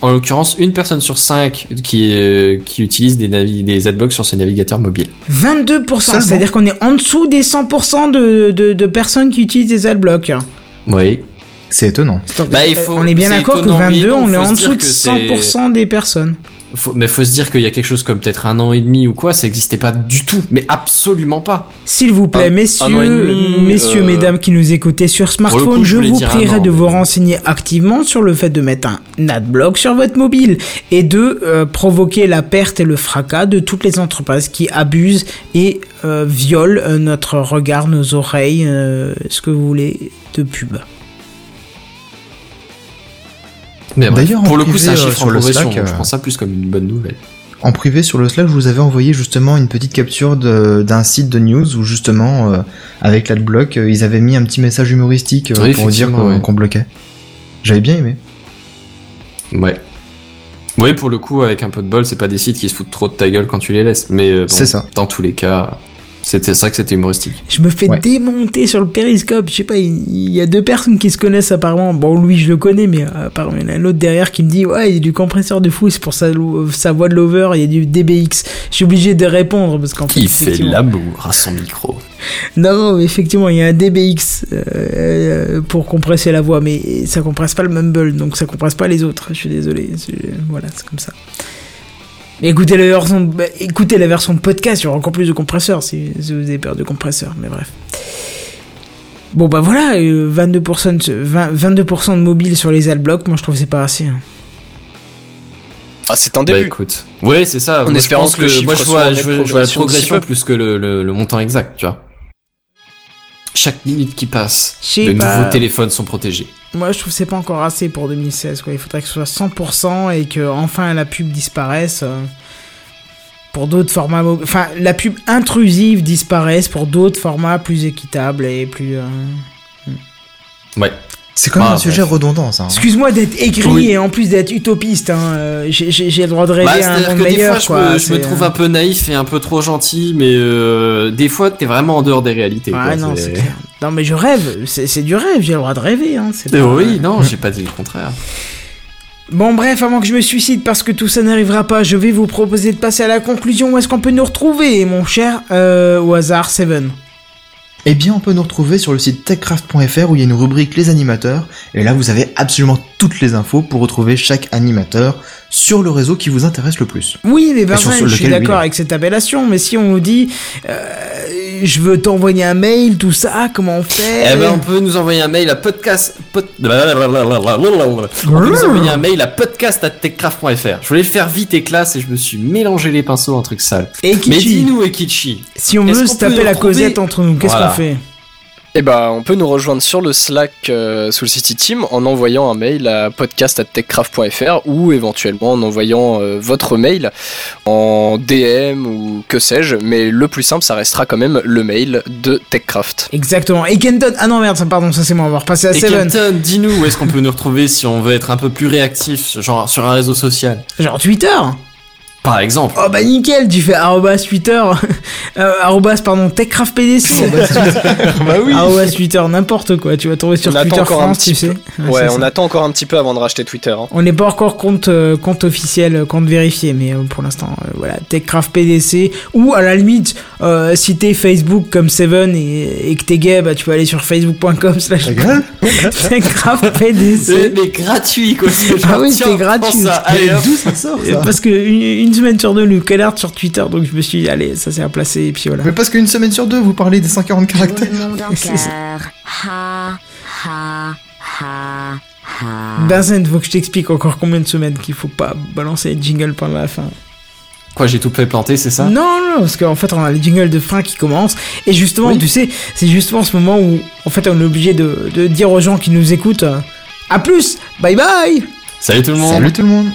D: en l'occurrence, une personne sur cinq qui, euh, qui utilise des, navi- des adblocks sur ses navigateurs mobiles.
B: 22%,
C: Seulement.
B: c'est-à-dire qu'on est en dessous des 100% de, de, de personnes qui utilisent des adblocks.
D: Oui.
C: C'est étonnant.
B: Attends,
D: Bah, il faut-
B: on est bien
D: c'est
B: d'accord que
D: étonnant, oui,
B: 22,
D: non,
B: on est
D: faut
B: en
D: se dire
B: dessous de
D: que c'est-
B: 100% des personnes.
D: faut, mais faut se dire qu'il y a quelque chose comme peut-être un an et demi ou quoi, ça n'existait pas du tout, mais absolument pas.
B: S'il vous plaît,
D: Un-
B: messieurs,
D: un an et demi,
B: messieurs,
D: euh,
B: mesdames qui nous écoutez sur
D: pour le
B: smartphone,
D: coup, je
B: je
D: voulais
B: vous
D: dire un
B: prierai
D: an,
B: de
D: mais-
B: vous renseigner activement sur le fait de mettre un adblock sur votre mobile et de euh, provoquer la perte et le fracas de toutes les entreprises qui abusent et euh, violent euh, notre regard, nos oreilles, euh, ce que vous voulez de pub.
D: Mais bref,
C: D'ailleurs, en
D: pour le coup,
C: privé,
D: c'est un
C: euh,
D: chiffre
C: sur
D: en
C: le
D: progression,
C: Slack,
D: donc je
C: euh,
D: prends ça plus comme une bonne nouvelle.
C: En privé sur le Slack, je vous avais envoyé justement une petite capture de- d'un site de news où justement, euh, avec l'adblock, euh, ils avaient mis un petit message humoristique euh,
D: Oui,
C: pour dire
D: effectivement,
C: qu'on
D: ouais.
C: qu'on bloquait. J'avais bien aimé.
D: Ouais. Oui, pour le coup, avec un peu de bol, c'est pas des sites qui se foutent trop de ta gueule quand tu les laisses, mais euh, bon,
C: C'est ça.
D: dans tous les cas, c'était ça que c'était humoristique.
B: Je me fais
C: Ouais.
B: démonter sur le périscope. Je sais pas, il il y a deux personnes qui se connaissent apparemment. Bon, lui, je le connais, mais euh, apparemment, il y en a l'autre derrière qui me dit Ouais, il y a du compresseur de fou, c'est pour sa, lo- sa voix de lover, il y a du DBX. Je suis obligé de répondre parce qu'en fait.
D: Qui fait
B: effectivement-
D: l'amour
H: Ah,
D: à son micro.
B: Non, non, mais effectivement, il y a un DBX euh, euh, pour compresser la voix, mais ça compresse pas le mumble, donc ça compresse pas les autres. Je suis désolé. c'est- Voilà, c'est comme ça. Mais écoutez la version, bah, écoutez la version podcast, il y aura encore plus de compresseurs si, si vous avez peur de compresseurs, mais bref. Bon bah voilà, euh, 22%, de- 20 22% de mobile sur les adblocks, moi je trouve que c'est pas assez. hein.
H: Ah, c'est un
D: Bah
H: début.
D: écoute. Ouais, c'est ça.
H: En
D: Moi, je
H: espérant
D: pense
H: que le chiffre
D: moi je
H: soit
D: vois,
H: en
D: je,
H: nette
D: vois- je vois la
H: progression d'ici
D: progression
H: peu.
D: plus que le, le- le montant exact, tu vois. Chaque minute qui passe,
B: Je sais
D: de
B: pas.
D: nouveaux téléphones sont protégés.
B: Moi, je trouve que c'est pas encore assez pour 2016. Quoi. Il faudrait que ce soit 100% et que enfin la pub disparaisse euh, pour d'autres formats. mo- Enfin, la pub intrusive disparaisse pour d'autres formats plus équitables et plus. euh,
D: Ouais.
C: C'est quand même
D: Ah,
C: un sujet
D: bref.
C: redondant, ça. hein.
B: Excuse-moi d'être aigri
D: Oui.
B: et en plus d'être utopiste. Hein. euh, J'ai j'ai- j'ai le droit de rêver
D: Bah,
B: à un
D: c'est-à-dire
B: monde
D: que des fois,
B: meilleur.
D: je
B: quoi.
D: me, je me
B: C'est,
D: trouve
B: euh,
D: un peu naïf et un peu trop gentil, mais euh, des fois, t'es vraiment en dehors des réalités.
B: Ouais,
D: quoi.
B: non,
D: C'est-
B: c'est clair. Non, mais je rêve. C'est c'est du rêve. J'ai le droit de rêver. Hein. c'est
D: Euh,
B: pas-
D: oui, non, j'ai pas dit le contraire.
B: Bon bref, avant que je me suicide parce que tout ça n'arrivera pas, je vais vous proposer de passer à la conclusion où est-ce qu'on peut nous retrouver, mon cher euh, au hasard Seven.
C: Eh bien, on peut nous retrouver sur le site techcraft.fr où il y a une rubrique Les animateurs. Et là, vous avez absolument toutes les infos pour retrouver chaque animateur sur le réseau qui vous intéresse le plus.
B: Oui, mais
C: sur
B: Benjamin,
C: ce-
B: je suis
C: lequel, oui,
B: d'accord
C: là.
B: avec cette appellation, mais si on nous dit euh, je veux t'envoyer un mail, tout ça, comment on fait
D: Eh ben, on peut nous envoyer un mail à podcast. pod- On
B: Hein
D: peut nous envoyer un mail à podcast@techcraft.fr. Je voulais faire vite et classe et je me suis mélangé les pinceaux, un truc sale.
B: Et
D: Mais
B: Kichi,
D: dis-nous, eh, Ekichi,
B: si on
D: est-ce
B: veut
D: qu'on
B: se
D: peut
B: taper
D: nous
B: la
D: retrouver
B: causette entre nous, qu'est-ce
D: Voilà.
B: qu'on fait
H: Eh ben, on peut nous rejoindre sur le Slack euh, sous le site Team en envoyant un mail à podcast@techcraft.fr ou éventuellement en envoyant euh, votre mail en DM ou que sais-je. Mais le plus simple, ça restera quand même le mail de Techcraft.
B: Exactement. Et Kenton, ah non merde, ça- pardon, ça c'est moi, on va repasser à
D: Et
B: Seven.
D: Kenton, dis-nous où est-ce qu'on peut nous retrouver si on veut être un peu plus réactif, genre sur un réseau social,
B: Genre Twitter
D: par exemple.
B: Oh bah nickel, tu fais arrobas Twitter, euh, arrobas pardon, Techcraft PDC.
H: bah oui.
B: arrobas Twitter, n'importe quoi, tu vas trouver sur
H: On attend
B: Twitter
H: encore un
B: France,
H: petit
B: tu sais.
H: Ouais,
B: c'est
H: on
B: ça.
H: attend encore un petit peu avant de racheter Twitter. hein.
B: On n'est pas encore compte, euh, compte officiel, euh, compte vérifié, mais euh, pour l'instant, euh, voilà, Techcraft PDC, ou à la limite, euh, si t'es Facebook comme Seven et, et que t'es gay, bah tu peux aller sur facebook.com slash
C: Ta gueule
B: Techcraft
D: C'est
B: PDC.
D: mais gratuit quoi. c'est genre,
B: Ah oui,
D: tiens,
B: c'est
D: prends
B: gratuit.
D: ça, allez, hop.
C: D'où ça sort,
B: Euh,
C: ça
B: Parce que une, une semaine sur deux, le alert sur Twitter, donc je me suis dit, allez, ça c'est à placer, et puis voilà.
C: Mais parce qu'une semaine sur deux, vous parlez des 140 caractères.
I: Le monde en
B: C'est ça.
I: cœur. Ha, ha, ha, ha.
B: Benzen, faut que je t'explique encore combien de semaines qu'il faut pas balancer les jingles par la fin.
D: Quoi, j'ai tout fait planter, c'est ça
B: Non, non, parce qu'en fait, on a les jingles de fin qui commencent. Et justement, tu sais, c'est justement ce moment où, en fait, on est obligé de, de dire aux gens qui nous écoutent euh, à plus, bye bye
D: Salut tout le monde.
C: Salut tout le monde